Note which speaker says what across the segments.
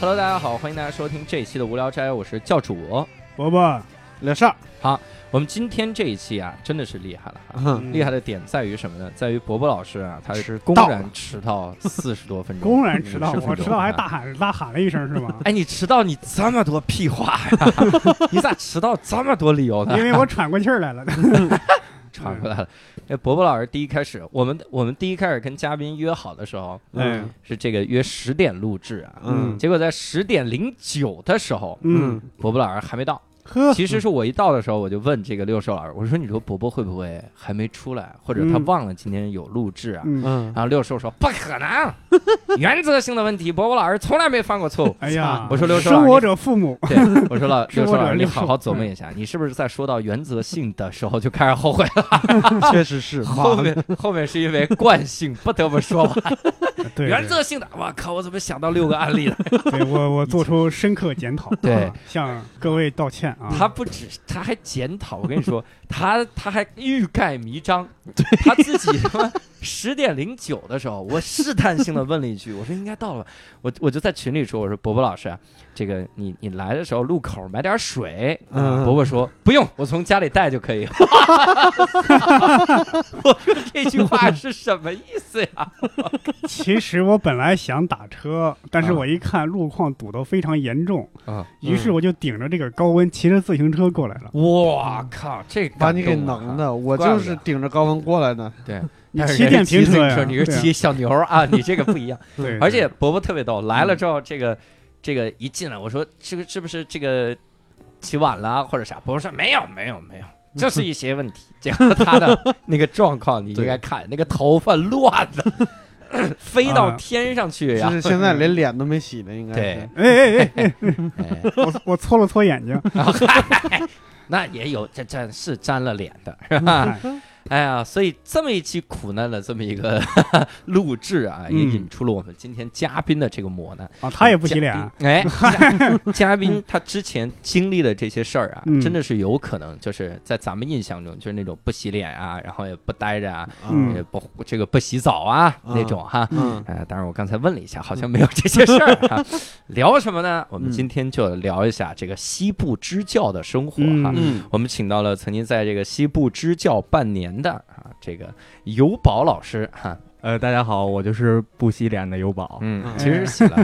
Speaker 1: Hello，大家好，欢迎大家收听这一期的无聊斋，我是教主。
Speaker 2: 伯伯，
Speaker 3: 乐少，
Speaker 1: 我们今天这一期啊，真的是厉害了啊、
Speaker 3: 嗯
Speaker 1: 厉害的点在于什么呢？在于伯伯老师啊，他是
Speaker 3: 迟
Speaker 1: 公
Speaker 3: 到了
Speaker 1: 然迟到四十多分钟，
Speaker 2: 公然迟到，
Speaker 1: 50
Speaker 2: 我迟到还
Speaker 1: 分钟
Speaker 2: 大。喊大喊了一声是
Speaker 1: ？
Speaker 2: 吗
Speaker 1: 哎，你迟到你这么多屁话呀？ 你咋迟到这么多理由呢？
Speaker 2: 因为我喘过气儿来 了。
Speaker 1: 传过来了。哎，伯伯老师第一开始，我们我们第一开始跟嘉宾约好的时候
Speaker 2: 嗯
Speaker 3: 哎，
Speaker 1: 是这个约十点录制啊，
Speaker 3: 嗯
Speaker 1: 结果在十点零九的时候，
Speaker 2: 嗯，
Speaker 1: 伯伯老师还没到。
Speaker 2: 呵，
Speaker 1: 其实是我一到的时候，我就问这个六兽老师，我说：“你说伯伯会不会还没出来，或者他
Speaker 2: 嗯
Speaker 1: 忘了今天有录制啊？”
Speaker 2: 嗯，
Speaker 3: 嗯
Speaker 1: 然，后六兽说：“不可能，原则性的问题，伯伯老师从来没犯过错 误。”
Speaker 2: 哎呀，
Speaker 1: 啊我说刘
Speaker 2: 失
Speaker 1: 少
Speaker 2: 我者父母，
Speaker 1: 对，我说老
Speaker 2: 是
Speaker 1: 六兽
Speaker 2: 我
Speaker 1: 老
Speaker 2: 惹
Speaker 1: 师，你
Speaker 2: 六
Speaker 1: 好
Speaker 2: 兽
Speaker 1: 好琢磨一下，你是不是在说到原则性的时候就开始后悔了？
Speaker 3: 确实 是，
Speaker 1: 后
Speaker 3: 妈的
Speaker 1: 面后面是因为惯性，不得不说吧。
Speaker 2: 对，
Speaker 1: 原则性的，我靠，我怎么想到六个案例了？
Speaker 2: 对我我做出深刻检讨，
Speaker 1: 对
Speaker 2: 啊，向各位道歉啊。
Speaker 1: 他不止，他还检讨。我跟你 说，他他还欲盖弥彰，他自己他妈十点零九的时候，我试探性的问了一 句，我说应该到了吧，我我就在群里说，我说伯伯老师啊，这个你你来的时候路口买点水。啊
Speaker 3: 嗯
Speaker 1: 伯伯说不用，我从家里带就可 以。我说这句话是什么意思呀？
Speaker 2: 其实我本来想打车，但是
Speaker 1: 啊
Speaker 2: 我一看路况堵得非常严重，
Speaker 1: 啊，
Speaker 2: 于是我就顶着这个高温骑着自行车过来了。
Speaker 1: 我靠，这
Speaker 3: 把你给
Speaker 1: 感动啊
Speaker 3: 能。的，我
Speaker 1: 怪不
Speaker 3: 就
Speaker 1: 得
Speaker 3: 是顶着高温过来的，
Speaker 1: 对，
Speaker 2: 你
Speaker 1: 但是
Speaker 2: 骑
Speaker 1: 人家
Speaker 2: 电瓶
Speaker 1: 哎自行
Speaker 2: 呀？
Speaker 1: 你是
Speaker 2: 对啊
Speaker 1: 骑小牛啊，你这个不一样。
Speaker 2: 对，
Speaker 1: 而且伯伯特别逗，来了之后，这个这个一进来，我说这个是不是这个起晚了啊或者啥？伯伯说没有没有没有，就是一些问题。结果他的 那个状况你应该看，那个头发乱的 飞到
Speaker 2: 啊
Speaker 1: 天上去
Speaker 3: 就
Speaker 1: 呀！
Speaker 3: 是现在连脸都没洗呢，应该是啊
Speaker 1: 对，
Speaker 2: 哎哎哎，
Speaker 1: 哎
Speaker 2: 我我搓了搓眼睛，
Speaker 1: 那也有这这是沾了脸 的，是吧？哎呀，所以这么一期苦难的这么一个 录制啊，也
Speaker 2: 嗯
Speaker 1: 引出了我们今天嘉宾的这个磨难。
Speaker 2: 啊，他也不洗脸
Speaker 1: 嘉，宾。 哎，嘉嘉宾他之前经历的这些事儿啊，
Speaker 2: 嗯
Speaker 1: 真的是有可能就是在咱们印象中，就是那种不洗脸啊，然后也不待着啊，
Speaker 3: 嗯
Speaker 1: 也不这个不洗澡啊、
Speaker 3: 嗯
Speaker 1: 那种哈。
Speaker 3: 嗯
Speaker 1: 呃，当然我刚才问了一下，好像没有这些事儿、 啊。聊什么呢？我们
Speaker 3: 嗯
Speaker 1: 今天就聊一下这个西部支教的生活哈。
Speaker 2: 嗯
Speaker 3: 嗯，
Speaker 1: 我们请到了曾经在这个西部支教半年的啊，这个尤宝老师哈，
Speaker 4: 呃，大家好，我就是不洗脸的尤宝，
Speaker 1: 嗯，
Speaker 3: 嗯
Speaker 1: 其实洗了，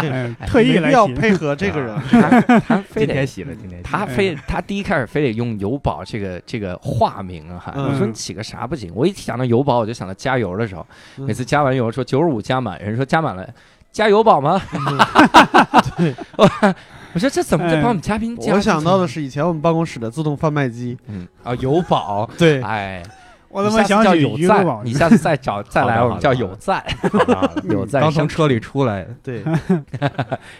Speaker 2: 哎特意来
Speaker 3: 要
Speaker 2: 洗。
Speaker 3: 配合这个人，
Speaker 1: 啊他他非
Speaker 4: 今
Speaker 1: 得
Speaker 4: 天洗了，今天洗了
Speaker 1: 他非他第一开始非得用油宝这个这个化名啊，哈，
Speaker 3: 嗯
Speaker 1: 我说你起个啥不行？我一想到油宝，我就想到加油的时候，
Speaker 3: 嗯
Speaker 1: 每次加完油说九十五加满，人说加满了，加油宝吗？
Speaker 3: 对，
Speaker 1: 我说这怎么在帮我们嘉宾 加？
Speaker 3: 我想到的是以前我们办公室的自动贩 卖机，
Speaker 1: 嗯啊油宝，
Speaker 3: 对，
Speaker 1: 哎，
Speaker 2: 我他
Speaker 1: 你
Speaker 2: 妈
Speaker 1: 下次
Speaker 2: 想
Speaker 1: 叫
Speaker 2: 起
Speaker 1: 有
Speaker 2: 余额宝
Speaker 1: 赞，你下次再找再来
Speaker 4: 好的
Speaker 1: 我们叫
Speaker 4: 好的
Speaker 1: 有赞，
Speaker 4: 好的好的
Speaker 1: 有赞
Speaker 4: 刚从
Speaker 1: 生
Speaker 4: 车里出来，
Speaker 3: 对，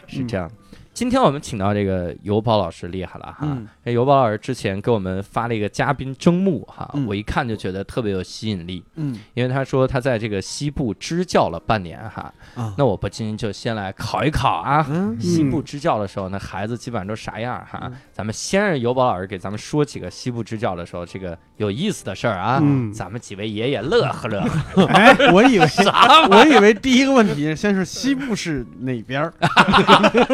Speaker 1: 是这样。今天我们请到这个油宝老师厉害了哈，
Speaker 3: 嗯
Speaker 1: 这哎油宝老师之前给我们发了一个嘉宾征募哈，
Speaker 3: 嗯
Speaker 1: 我一看就觉得特别有吸引力，
Speaker 3: 嗯
Speaker 1: 因为他说他在这个西部支教了半年哈，
Speaker 3: 啊，
Speaker 1: 那我不禁就先来考一考啊。
Speaker 3: 嗯
Speaker 1: 西部支教的时候，那孩子基本上都啥样哈
Speaker 3: 嗯？
Speaker 1: 咱们先让尤宝老师给咱们说几个西部支教的时候这个有意思的事儿啊，
Speaker 2: 嗯
Speaker 1: 咱们几位爷爷乐呵乐呵。
Speaker 2: 哎，
Speaker 3: 我以为我以为第一个问题先是西部是哪边儿，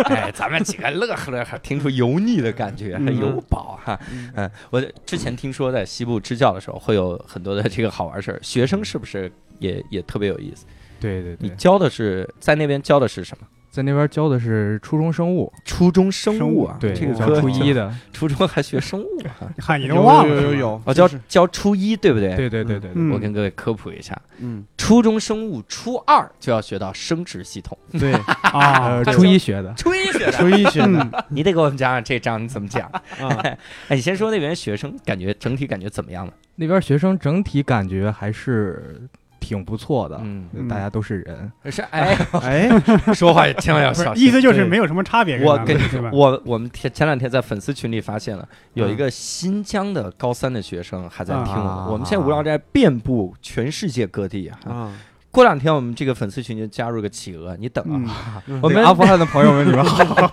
Speaker 1: 哎，咱们几个乐呵乐呵，听出油腻的感觉，
Speaker 2: 嗯
Speaker 1: 尤宝哈。
Speaker 3: 嗯
Speaker 1: 嗯，我之前听说在西部支教的时候会有很多的这个好玩事儿，学生是不是也也特别有意思？
Speaker 4: 对对
Speaker 1: 你
Speaker 4: 对，
Speaker 1: 教的是在那边教的是什么？
Speaker 4: 在那边教的是初中生物，
Speaker 1: 初中生
Speaker 2: 生
Speaker 1: 物
Speaker 2: 物
Speaker 1: 啊，
Speaker 4: 对，
Speaker 1: 这个
Speaker 4: 教
Speaker 1: 科
Speaker 4: 初一的，
Speaker 1: 初中还学生物 啊？
Speaker 2: 嗨，你
Speaker 3: 有
Speaker 2: 都忘
Speaker 3: 有
Speaker 2: 了？
Speaker 3: 有有，
Speaker 1: 哦，教
Speaker 3: 就是
Speaker 1: 教初一对不对？
Speaker 4: 对对对对对，
Speaker 2: 嗯
Speaker 1: 我跟各位科普一下，
Speaker 3: 嗯，
Speaker 1: 初中生物初二就要学到生殖系统，
Speaker 3: 对，
Speaker 2: 啊
Speaker 4: 呃，，初一学的，
Speaker 1: 初一学
Speaker 3: 初
Speaker 1: 的，
Speaker 3: 一学的
Speaker 2: 嗯
Speaker 1: 你得给我们讲讲这章你怎么讲。
Speaker 3: 啊，
Speaker 1: 哎，你先说那边学生感觉整体感觉怎么样呢？
Speaker 4: 那边学生整体感觉还是挺不错的，
Speaker 1: 嗯，
Speaker 2: 嗯
Speaker 4: 大家都是人，
Speaker 1: 是哎，
Speaker 3: 哎，
Speaker 1: 说话千万要
Speaker 2: 不是
Speaker 1: 小，
Speaker 2: 意
Speaker 1: 心。
Speaker 2: 思就是
Speaker 3: 对
Speaker 2: 没有什么差别。
Speaker 1: 我
Speaker 2: 咱们
Speaker 1: 跟你
Speaker 2: 对吧？
Speaker 1: 我我们前前两天在粉丝群里发现了有一个新疆的高三的学生还在听我们，
Speaker 4: 啊
Speaker 1: 我们现在无聊斋遍布全世界各地啊。
Speaker 3: 啊，
Speaker 1: 过两天我们这个粉丝群就加入个企鹅，你等
Speaker 2: 嗯
Speaker 1: 啊。，
Speaker 4: 我们阿富汗的朋友们，你们好，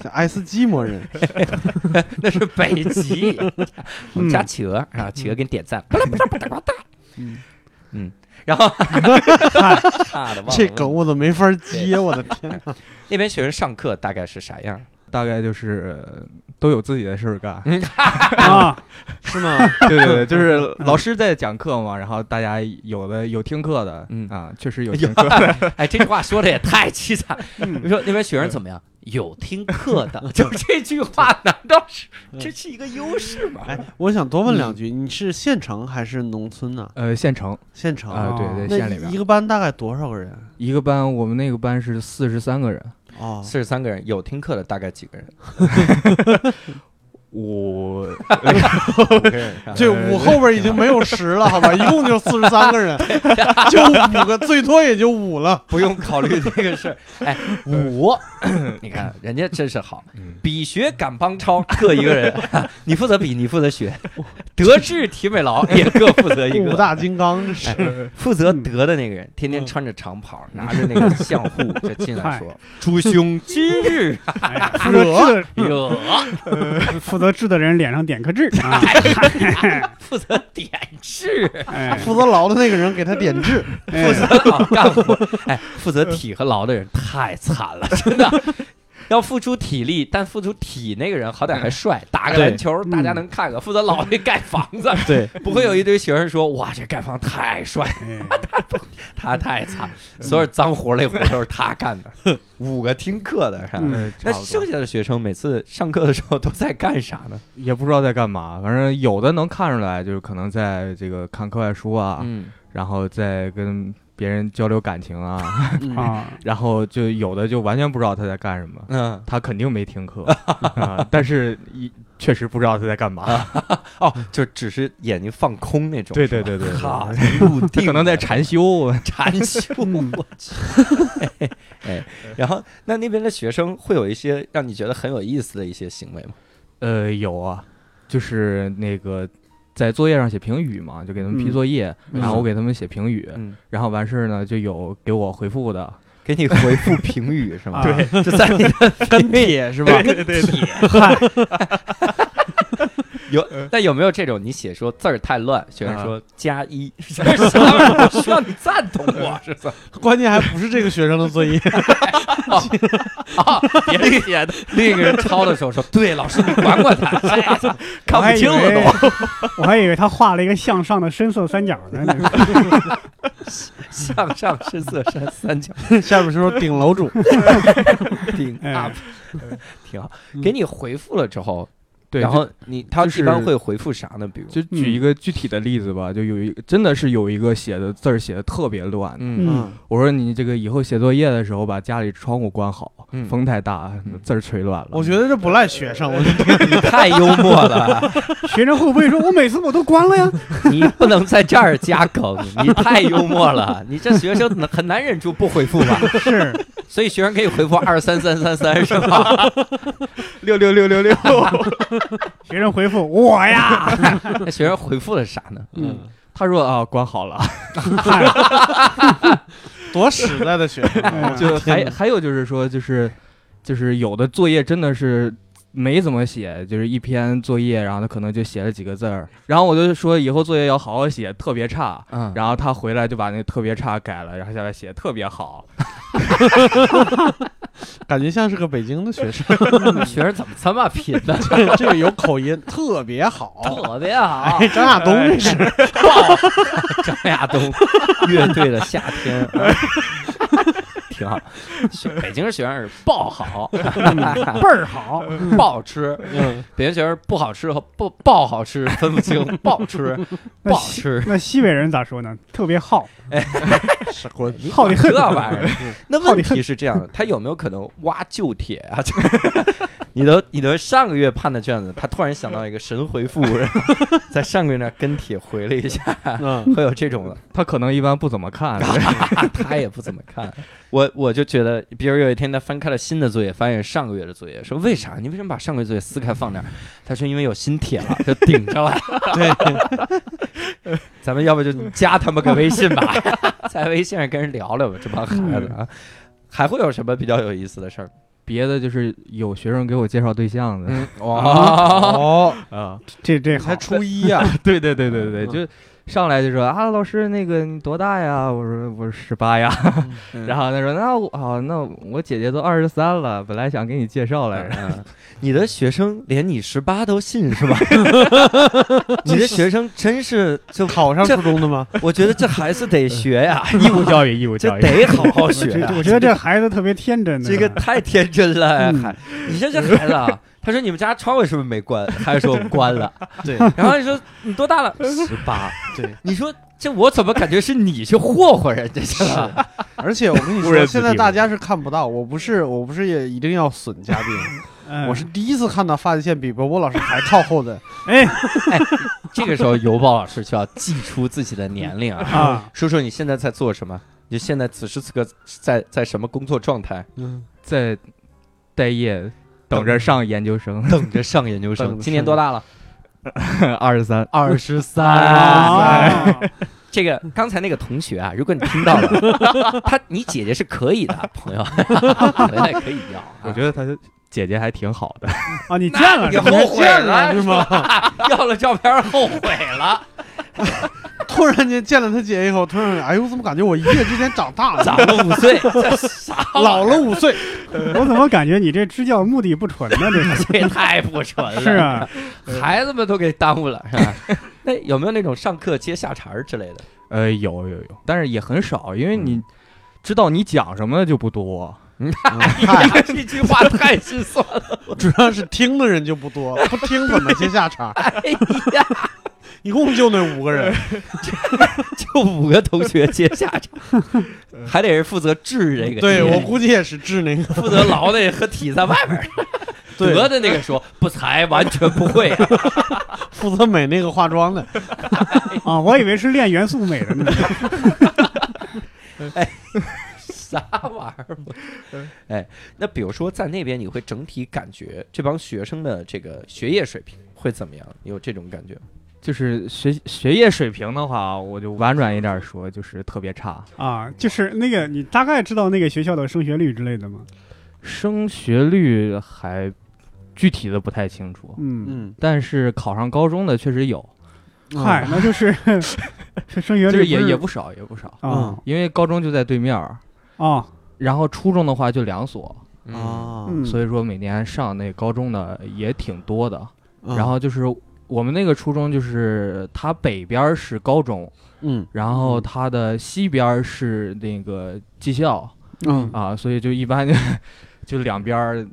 Speaker 3: 这爱斯基摩人，
Speaker 1: 那是北极，我们
Speaker 2: 嗯
Speaker 1: 加企鹅啊，企鹅给你点赞。
Speaker 3: 嗯
Speaker 1: 嗯，然 后差的忘了
Speaker 3: 这梗我都没法接，我的天哪！
Speaker 1: 那边学生上课大概是啥样？。
Speaker 4: 大概就是呃都有自己的事儿干
Speaker 2: 啊，
Speaker 3: 是吗？
Speaker 4: 对对对，就是老师在讲课嘛，然后大家有的有听课的，
Speaker 1: 嗯
Speaker 4: 啊，确实有听课的，
Speaker 1: 哎，这句话说的也太凄惨。
Speaker 2: 嗯
Speaker 1: 你说那边学生怎么样？有听课 的，就这句话，难道是这是一个优势 吗？
Speaker 3: 哎，我想多问两句，你是县城还是农村呢？
Speaker 4: 呃，县城
Speaker 3: 县城
Speaker 4: 啊，对，
Speaker 3: 那
Speaker 4: 在县里边
Speaker 3: 一，个班大概多少个人？
Speaker 4: 一个班我们那个班是四十三个人，
Speaker 3: 哦，
Speaker 1: 四十三个人，有听课的大概几 个人？
Speaker 4: 我
Speaker 1: 五个人。啊
Speaker 3: 对，五后边已经没有十了，好吧，一共就四十三个人，就五个，最多也就五了。
Speaker 1: 不用考虑这个事儿。 哎， 五，你看人家真是好，比学赶帮超各一个人， 你负责比，你负责学， 德智体美劳也各负责一
Speaker 3: 五
Speaker 1: 个。
Speaker 3: 大金刚这是
Speaker 1: 负责德的那个人，天天穿着长袍，拿着那个 相互，就进来说：“诸兄，今 日哎
Speaker 2: 哎呀负责治
Speaker 1: 有
Speaker 2: 的负责治的人脸上点颗痣啊，
Speaker 1: 负责点痣，
Speaker 2: 哎，
Speaker 3: 负责劳的那个人给他点痣，
Speaker 1: 负
Speaker 2: 哎
Speaker 1: 责老干部，哎，负责体和劳的人太惨 了，真的。”要付出体力，但付出体那个人好歹还帅，打个篮球大家能看看。负责老的盖房子，
Speaker 3: 对，
Speaker 1: 不会有一堆学生说：“哇，这盖房太帅，
Speaker 2: 哎
Speaker 1: 他太惨，所有脏活累活都是他干的。”嗯 五个听课的是吧？
Speaker 2: 嗯
Speaker 4: 呃
Speaker 1: 那
Speaker 4: 差不多
Speaker 1: 剩下的学生每次上课的时候都在干啥呢？
Speaker 4: 也不知道在干嘛，反正有的能看出来，就是可能在这个看课外书啊，
Speaker 1: 嗯，
Speaker 4: 然后再跟别人交流感情 啊，
Speaker 2: 啊，
Speaker 4: 然后就有的就完全不知道他在干什么，
Speaker 1: 嗯，
Speaker 4: 他肯定没听课，啊但是一确实不知道他在干嘛，
Speaker 1: 哦，就只是眼睛放空那种。
Speaker 4: 对
Speaker 1: 是吧
Speaker 4: 对对对对
Speaker 1: 哈，入
Speaker 4: 他
Speaker 1: 定
Speaker 4: 可能在禅修，
Speaker 1: 禅修。
Speaker 2: 嗯
Speaker 1: 我去， 哎，然后那那边的学生会有一些让你觉得很有意思的一些行为吗？
Speaker 4: 呃，有啊，就是那个在作业上写评语嘛，就给他们批
Speaker 2: 嗯
Speaker 4: 作业，
Speaker 1: 嗯
Speaker 4: 然后我给他们写评语，
Speaker 1: 嗯，
Speaker 4: 然后完事儿呢就有给我回复的，
Speaker 1: 给你回复评语 是吗？
Speaker 2: 啊对，
Speaker 1: 就在你的 跟
Speaker 4: 帖是吧？对对对， 嗯
Speaker 1: 有，但有没有这种你写说字儿太乱，学生说加 一，这是什么？我需要你赞同我是吧？
Speaker 3: 关键还不是这个学生的作业，
Speaker 1: 啊，别理解的。另一个人抄的时候说：“对，老师你管管 他，哎呀
Speaker 2: 我
Speaker 1: 看
Speaker 2: 还
Speaker 1: 不
Speaker 2: 以
Speaker 1: 清了
Speaker 2: 为
Speaker 1: 都。
Speaker 2: 我还以为他画了一个向上的深色三角呢，
Speaker 1: 向上深色山三角
Speaker 3: 下面就说顶 楼主，啊
Speaker 1: 顶
Speaker 2: 哎
Speaker 1: up，挺好。给你回复了之后，
Speaker 4: 嗯对，
Speaker 1: 然
Speaker 4: 就
Speaker 1: 后你他
Speaker 4: 就是
Speaker 1: 一般会回复啥呢？比如，
Speaker 4: 就举一个具体的例子吧，就有一个真的是有一个写的字儿写的特别乱，
Speaker 1: 嗯
Speaker 2: 嗯
Speaker 3: 嗯，
Speaker 4: 我说你这个以后写作业的时候把家里窗户关好，
Speaker 1: 嗯
Speaker 4: 风太大
Speaker 1: 嗯，
Speaker 4: 字儿吹乱了。
Speaker 3: 我觉得这不赖学生，我觉得
Speaker 1: 你太幽默 了，
Speaker 2: 学生会不会说，我每次我都关了呀？
Speaker 1: 你不能在这儿加梗，你太幽默了，你这学生很难忍住不回复吧？
Speaker 2: 是，
Speaker 1: 所以学生可以回复二三三三三是吧？
Speaker 4: 六六六六六，
Speaker 2: 学生回复我呀，
Speaker 1: 那学生回复了啥呢？
Speaker 2: 嗯
Speaker 4: 他说啊，关好了。
Speaker 2: 嗨
Speaker 3: 多实在的学生啊，
Speaker 2: 嗯
Speaker 4: 就还
Speaker 3: 天哪
Speaker 4: 还有就是说，就是就是有的作业真的是没怎么写，就是一篇作业，然后他可能就写了几个字儿，然后我就说以后作业要好好写，特别差。
Speaker 1: 嗯，
Speaker 4: 然后他回来就把那个特别差改了，然后下来写特别好。
Speaker 3: 感觉像是个北京的学生，
Speaker 4: 嗯
Speaker 1: 学生怎么这么贫呢？
Speaker 3: 这这个有口音，特别好。
Speaker 1: 特别 好，
Speaker 3: 哎，张亚东这是，
Speaker 1: 张 亚东乐队的夏天，啊挺 好。学北京学生是爆好，
Speaker 2: 倍儿好，
Speaker 1: 爆吃；
Speaker 3: 嗯，
Speaker 1: 北京学生不好吃和不爆好吃分不清，爆吃
Speaker 2: 那
Speaker 1: 爆
Speaker 2: 西
Speaker 1: 吃。
Speaker 2: 那西北人咋说呢？特别好，
Speaker 3: 是滚，
Speaker 2: 好的很
Speaker 1: 这，玩意儿，那
Speaker 2: 好
Speaker 1: 问
Speaker 2: 的很
Speaker 1: 题是这样的，他有没有可能挖旧帖啊？ 就是你的你的上个月判的卷子，他突然想到一个神回复，然后在上个月那儿跟帖回了一下，
Speaker 3: 嗯，
Speaker 1: 会有这种的。
Speaker 4: 他可能一般不怎么看，
Speaker 3: 啊
Speaker 1: 他也不怎么看。 我我就觉得，比如有一天他翻开了新的作业，发现是上个月的作业，说为啥？你为什么把上个月作业撕开放那儿？他说因为有新帖 了，就顶着了。
Speaker 3: 对，
Speaker 1: 咱们要不就加他们个微信吧， 在微信上跟人聊聊吧，这帮孩子啊。还会有什么比较有意思的事儿？
Speaker 4: 别的就是有学生给我介绍对象的
Speaker 1: 嗯，哇，
Speaker 3: 哦，
Speaker 4: 啊，
Speaker 2: 这这好
Speaker 3: 才，初一呀， 啊
Speaker 4: 对对对对对，
Speaker 3: 嗯
Speaker 4: 就上来就说啊，老师那个你多大呀？我说我十八呀。
Speaker 3: 嗯
Speaker 4: 然后他说那我啊，那我姐姐都二十三了，本来想给你介绍来着。
Speaker 1: 嗯，你的学生连你十八都信 是吧？你的学生真哎是就，
Speaker 3: 考上初中的吗？
Speaker 1: 我觉得这还是得学 呀，
Speaker 5: 义务教育，义务
Speaker 1: 这
Speaker 5: 教育，
Speaker 1: 得好好
Speaker 2: 我
Speaker 1: 学啊
Speaker 2: 觉
Speaker 1: 呀
Speaker 4: 啊
Speaker 2: 得。我觉得这孩子特别天真的。
Speaker 1: 这个太天真
Speaker 4: 哎
Speaker 1: 了，
Speaker 2: 嗯
Speaker 1: 还你说这孩子啊？他说你们家窗户是不是没关？还是说关了？
Speaker 3: 对，
Speaker 1: 然后你说你多大了？十八。
Speaker 3: 对，
Speaker 1: 你说这我怎么感觉是你去霍霍人家去了？
Speaker 3: 而且我跟你
Speaker 5: 误
Speaker 3: 说，
Speaker 5: 人子
Speaker 3: 现在
Speaker 5: 弟
Speaker 3: 大家是看不到，我不是，我不是也一定要损嘉宾，
Speaker 2: 嗯
Speaker 3: 我是第一次看到发际线比波波老师还靠后的，
Speaker 2: 哎
Speaker 1: 这个时候尤宝老师就要记出自己的年龄 啊。
Speaker 2: 啊，
Speaker 1: 说说你现在在做什么？你现在此时此刻在在什么工作状态？
Speaker 3: 嗯，
Speaker 4: 在待业，等着上研究生，
Speaker 1: 等着上研究
Speaker 3: 等
Speaker 1: 生。
Speaker 3: 着
Speaker 1: 今年多大了？
Speaker 4: 二十三。
Speaker 1: 二十
Speaker 3: 哎
Speaker 1: 三。
Speaker 2: 啊
Speaker 1: 这个刚才那个同学啊，如果你听到了， 他你姐姐是可以的，朋友， 回来可以要啊。
Speaker 4: 我觉得他姐姐还挺好的，
Speaker 2: 啊，你见了
Speaker 1: 你
Speaker 2: 是吧
Speaker 1: 后悔了
Speaker 3: 是吗？
Speaker 1: 要了照片后悔了，
Speaker 3: 突然间见了他姐以后，突然哎呦，我怎么感觉我一夜之间长大了，
Speaker 1: 长了五岁，这啥
Speaker 3: 老了五岁？
Speaker 2: 我怎么感觉你这支教目的不纯呢？这 是
Speaker 1: 这也太不纯了。
Speaker 2: 是，啊，
Speaker 1: 孩子们都给耽误了，是吧？那有没有那种上课接下茬儿之类的？
Speaker 4: 呃，有有有，但是也很少，因为你知道你讲什么的就不多。
Speaker 3: 嗨，
Speaker 1: 哎这句话太心酸了。
Speaker 3: 主要是听的人就不多，不听怎么接下茬？
Speaker 1: 哎呀，
Speaker 3: 一共就那五个人，
Speaker 1: 就五个同学接下茬，还得是负责治这个，
Speaker 3: 嗯对我估计也是治那个，
Speaker 1: 负责劳内和体在外边 儿
Speaker 3: 对
Speaker 1: 得的那个说不才，完全不会 啊。
Speaker 3: 负责美那个化妆的，
Speaker 2: 啊，我以为是练元素美的呢。
Speaker 1: 啥玩意儿嘛？
Speaker 3: 嗯
Speaker 1: 哎，那比如说在那边，你会整体感觉这帮学生的这个学业水平会怎么样？你有这种感觉吗？
Speaker 4: 就是学学业水平的话，我就婉转一点说，就是特别差。
Speaker 2: 啊，就是那个，你大概知道那个学校的升学率之类的吗？
Speaker 4: 升学率还具体的不太清楚，
Speaker 2: 嗯，
Speaker 3: 嗯，
Speaker 4: 但是考上高中的确实有，
Speaker 2: 嗨，那就是 这升学
Speaker 4: 嗯就
Speaker 2: 率
Speaker 4: 是也
Speaker 2: 不是
Speaker 4: 也不嗯少也不少，
Speaker 2: 啊
Speaker 4: 因为高中就在对面儿，
Speaker 2: 啊
Speaker 4: 然后初中的话就两所，
Speaker 3: 嗯
Speaker 1: 啊，
Speaker 3: 啊，
Speaker 2: 嗯，
Speaker 4: 所以说每年上那高中的也挺多的。
Speaker 3: 嗯
Speaker 4: 然后就是我们那个初中，就是它北边儿是高中，
Speaker 3: 嗯
Speaker 4: 然后
Speaker 3: 嗯
Speaker 4: 它的西边儿是那个技校
Speaker 3: 嗯
Speaker 4: 啊，所以就一般就 就两边儿，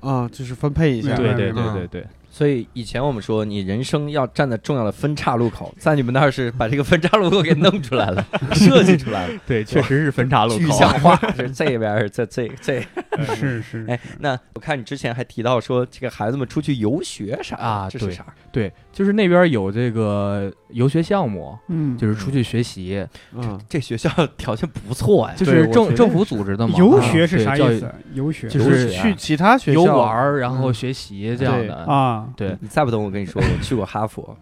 Speaker 3: 啊，就是分配一下，嗯
Speaker 4: 对
Speaker 2: 对
Speaker 4: 对
Speaker 2: 对
Speaker 4: 对
Speaker 3: 对
Speaker 4: 对
Speaker 3: 对
Speaker 4: 对，
Speaker 1: 所以以前我们说，你人生要站在重要的分岔路口，在你们那儿是把这个分岔路口给弄出来 了，设计出来了，
Speaker 4: 对，确实是分岔路
Speaker 1: 具
Speaker 4: 口。
Speaker 1: 象 化 是这边儿，这这这。
Speaker 2: 是是
Speaker 1: 哎，那我看你之前还提到说，这个孩子们出去游学啥的
Speaker 4: 啊
Speaker 1: 这是
Speaker 4: 对
Speaker 1: 啥？
Speaker 4: 对，就是那边儿有这个游学项目，
Speaker 2: 嗯，
Speaker 4: 就是出去学习，
Speaker 3: 嗯
Speaker 1: 这学校条件不错 呀，
Speaker 4: 就
Speaker 3: 对
Speaker 4: 是
Speaker 3: 我觉
Speaker 4: 政
Speaker 3: 得
Speaker 4: 政府组织的嘛。
Speaker 2: 游
Speaker 4: 啊
Speaker 2: 学是
Speaker 4: 对
Speaker 2: 啥
Speaker 4: 教育
Speaker 2: 意思？游学
Speaker 4: 就
Speaker 1: 游
Speaker 4: 是
Speaker 1: 学啊
Speaker 3: 去其他学校
Speaker 4: 游玩 儿，然后
Speaker 3: 嗯
Speaker 4: 学习这样
Speaker 3: 对
Speaker 4: 的。
Speaker 2: 啊，
Speaker 4: 对，
Speaker 1: 你再不懂，我跟你说，我去过哈 佛。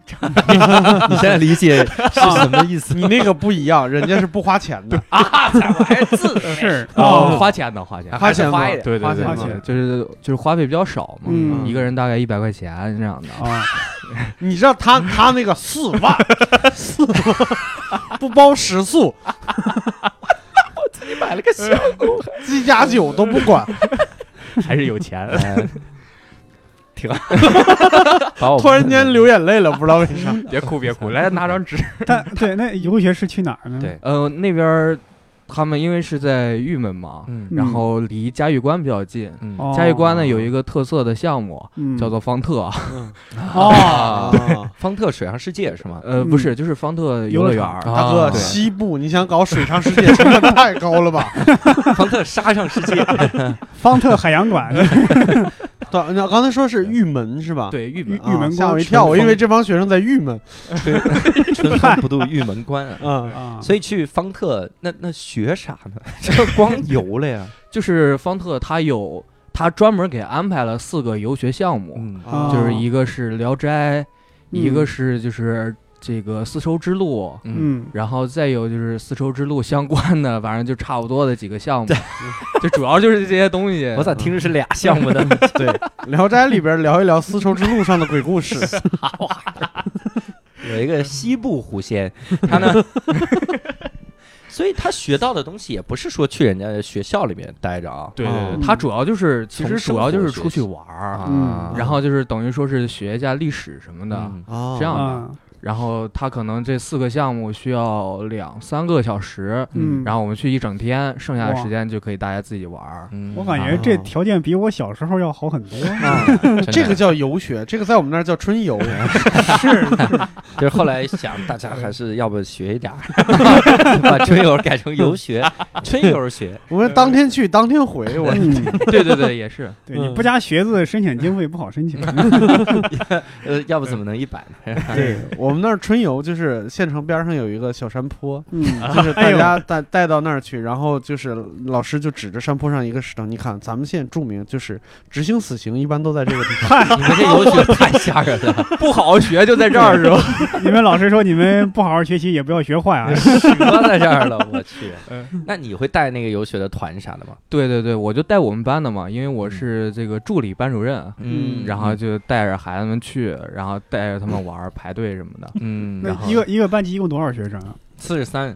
Speaker 1: 你现在理解是什么意思？
Speaker 3: 你那个不一样，人家是不花钱的，
Speaker 1: 啊，咋还自
Speaker 2: 是
Speaker 4: 哦，
Speaker 2: 啊，
Speaker 4: 花钱的花钱。
Speaker 3: 花钱
Speaker 1: 花
Speaker 3: 吗
Speaker 1: 一点
Speaker 4: 对对
Speaker 3: 花
Speaker 4: 对
Speaker 2: 花
Speaker 3: 钱吗
Speaker 2: 钱
Speaker 4: 就是就是花费比较少嘛，
Speaker 2: 嗯
Speaker 4: 一个人大概一百块钱这样 的。
Speaker 2: 啊，
Speaker 3: 你知道他他那个四万，四万不包食宿，
Speaker 1: 己买了个小狗，
Speaker 3: 鸡加酒都不管，
Speaker 4: 还是有钱
Speaker 1: 挺好。把
Speaker 4: 哦
Speaker 1: 我
Speaker 3: 突然间流眼泪了，不知道为啥。
Speaker 4: 别哭别哭，来拿张纸。
Speaker 2: 但对，那游学是去哪儿呢？
Speaker 1: 对
Speaker 4: 呃，那边儿他们因为是在玉门嘛，
Speaker 1: 嗯
Speaker 2: 嗯
Speaker 4: 然后离嘉峪关比较近。
Speaker 1: 嗯
Speaker 2: 哦
Speaker 4: 嘉峪关呢有一个特色的项目
Speaker 2: 嗯
Speaker 4: 叫做方特，
Speaker 1: 哦，
Speaker 3: 啊
Speaker 1: 方特水上世界是吗？
Speaker 4: 呃，
Speaker 2: 嗯
Speaker 4: 不是，就是方特游乐园儿。
Speaker 1: 啊
Speaker 3: 大哥，
Speaker 1: 对
Speaker 3: 西部你想搞水上世界，成本太高了吧？
Speaker 1: 方特沙上世 界，
Speaker 2: 方特海 洋馆，
Speaker 3: 对，你刚才说是玉门是吧？
Speaker 4: 对，玉
Speaker 2: 玉
Speaker 4: 门
Speaker 3: 啊，
Speaker 2: 玉门
Speaker 3: 吓
Speaker 2: 关
Speaker 3: 我一跳，
Speaker 2: 纯
Speaker 3: 我以为
Speaker 2: 风
Speaker 3: 这帮学生在玉门。
Speaker 1: 春风不度玉门关啊。
Speaker 3: 嗯
Speaker 2: 啊，
Speaker 1: 所以去方特那那学啥呢？ 这光游了呀。
Speaker 4: 就是方特，它有它专门给安排了四个游学项目，
Speaker 1: 嗯
Speaker 2: 啊
Speaker 3: 哦
Speaker 4: 就是一个是《聊斋》，一
Speaker 2: 嗯
Speaker 4: 个是就是这个丝绸之路，
Speaker 2: 嗯
Speaker 4: 然后再有就是丝绸之路相关的，反正就差不多的几个项目，就主要就是这些东西。
Speaker 1: 我咋听着是俩项目呢？
Speaker 3: 对，《聊斋》里边聊一聊丝绸之路上的鬼故事，
Speaker 1: 有一个西部狐仙，他呢， 所以他学到的东西也不是说去人家学校里面待着啊，
Speaker 4: 对
Speaker 3: 哦
Speaker 4: 对，对他主要就是其
Speaker 1: 从
Speaker 4: 实
Speaker 1: 生
Speaker 4: 主要就
Speaker 1: 活
Speaker 4: 是
Speaker 1: 学
Speaker 4: 出去
Speaker 1: 习
Speaker 4: 玩儿，嗯
Speaker 1: 啊，
Speaker 4: 然后就是等于说是学一下历史什么的。
Speaker 1: 嗯
Speaker 3: 哦
Speaker 4: 这样
Speaker 2: 啊，
Speaker 4: 然后他可能这四个项目需要两三个小时，
Speaker 2: 嗯，
Speaker 4: 然后我们去一整天，剩下的
Speaker 2: 哇
Speaker 4: 时间就可以大家自己玩 儿。
Speaker 1: 嗯
Speaker 2: 我感
Speaker 4: 啊
Speaker 2: 觉这条件比我小时候要 好很多。
Speaker 3: 啊，
Speaker 1: 真的
Speaker 3: 这个叫游学，这个在我们那儿叫春游。
Speaker 1: 就是后来想，大家还是要不学一点儿， 把春游改成游学，春游学。
Speaker 3: 我们当天去当天回，我
Speaker 2: 嗯，
Speaker 4: 对对对，也嗯是。
Speaker 2: 对你不加学字，申请经费不好申请。
Speaker 4: 嗯
Speaker 1: 呃，要不怎么能一百呢？
Speaker 2: 对，
Speaker 3: 我们那儿春游就是县城边上有一个小山坡，
Speaker 2: 嗯，
Speaker 3: 就是大
Speaker 2: 哎呦
Speaker 3: 家带带到那儿去，然后就是老师就指着山坡上一个石头，你看咱们县著名就是执行死刑一般都在这个地方。
Speaker 1: 你们这游学太吓人了，
Speaker 4: 不好好学就在这儿是吧？
Speaker 2: 你们老师说你们不好好学习，也不要学坏啊。
Speaker 1: 折在这儿了，我去
Speaker 4: 嗯。
Speaker 1: 那你会带那个游学的团啥的吗？
Speaker 4: 对对对，我就带我们班的嘛，因为我是这个助理班主任，
Speaker 2: 嗯
Speaker 4: 然后就带着孩子们去，然后带着他们玩儿、排队什么的。
Speaker 1: 嗯，
Speaker 2: 那
Speaker 1: 然后
Speaker 2: 一个一个班级一共多少学生啊？
Speaker 1: 四十三，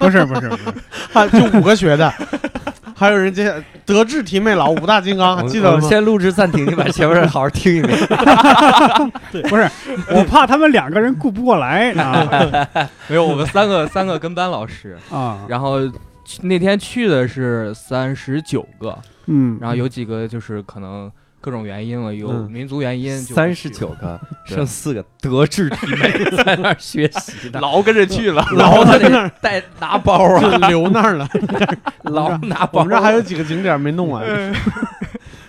Speaker 2: 不是不是不是，
Speaker 3: 啊，就五个学的，还有人家德智体美劳五大金刚，
Speaker 1: 我
Speaker 3: 还
Speaker 1: 们
Speaker 3: 记
Speaker 1: 我
Speaker 3: 得
Speaker 1: 们
Speaker 3: 吗？
Speaker 1: 先录制暂停，你把前面好好听一遍。
Speaker 2: 不是，我怕他们两个人顾不过 来啊
Speaker 4: 没有，我们三个三个跟班老师，
Speaker 2: 啊，
Speaker 4: 然后去那天去的是三十九个，
Speaker 2: 嗯，
Speaker 4: 然后有几个就是可能各种原因了，有
Speaker 3: 嗯
Speaker 4: 民族原因就不
Speaker 1: 三十
Speaker 4: 去
Speaker 1: 九个，
Speaker 4: 对
Speaker 1: 剩四个德智体美在那儿学习呢，
Speaker 4: 老跟着去了。
Speaker 1: 老在那儿带拿包啊，
Speaker 3: 就留那儿了。
Speaker 1: 老拿包。
Speaker 3: 我们这还有几个景点没弄完。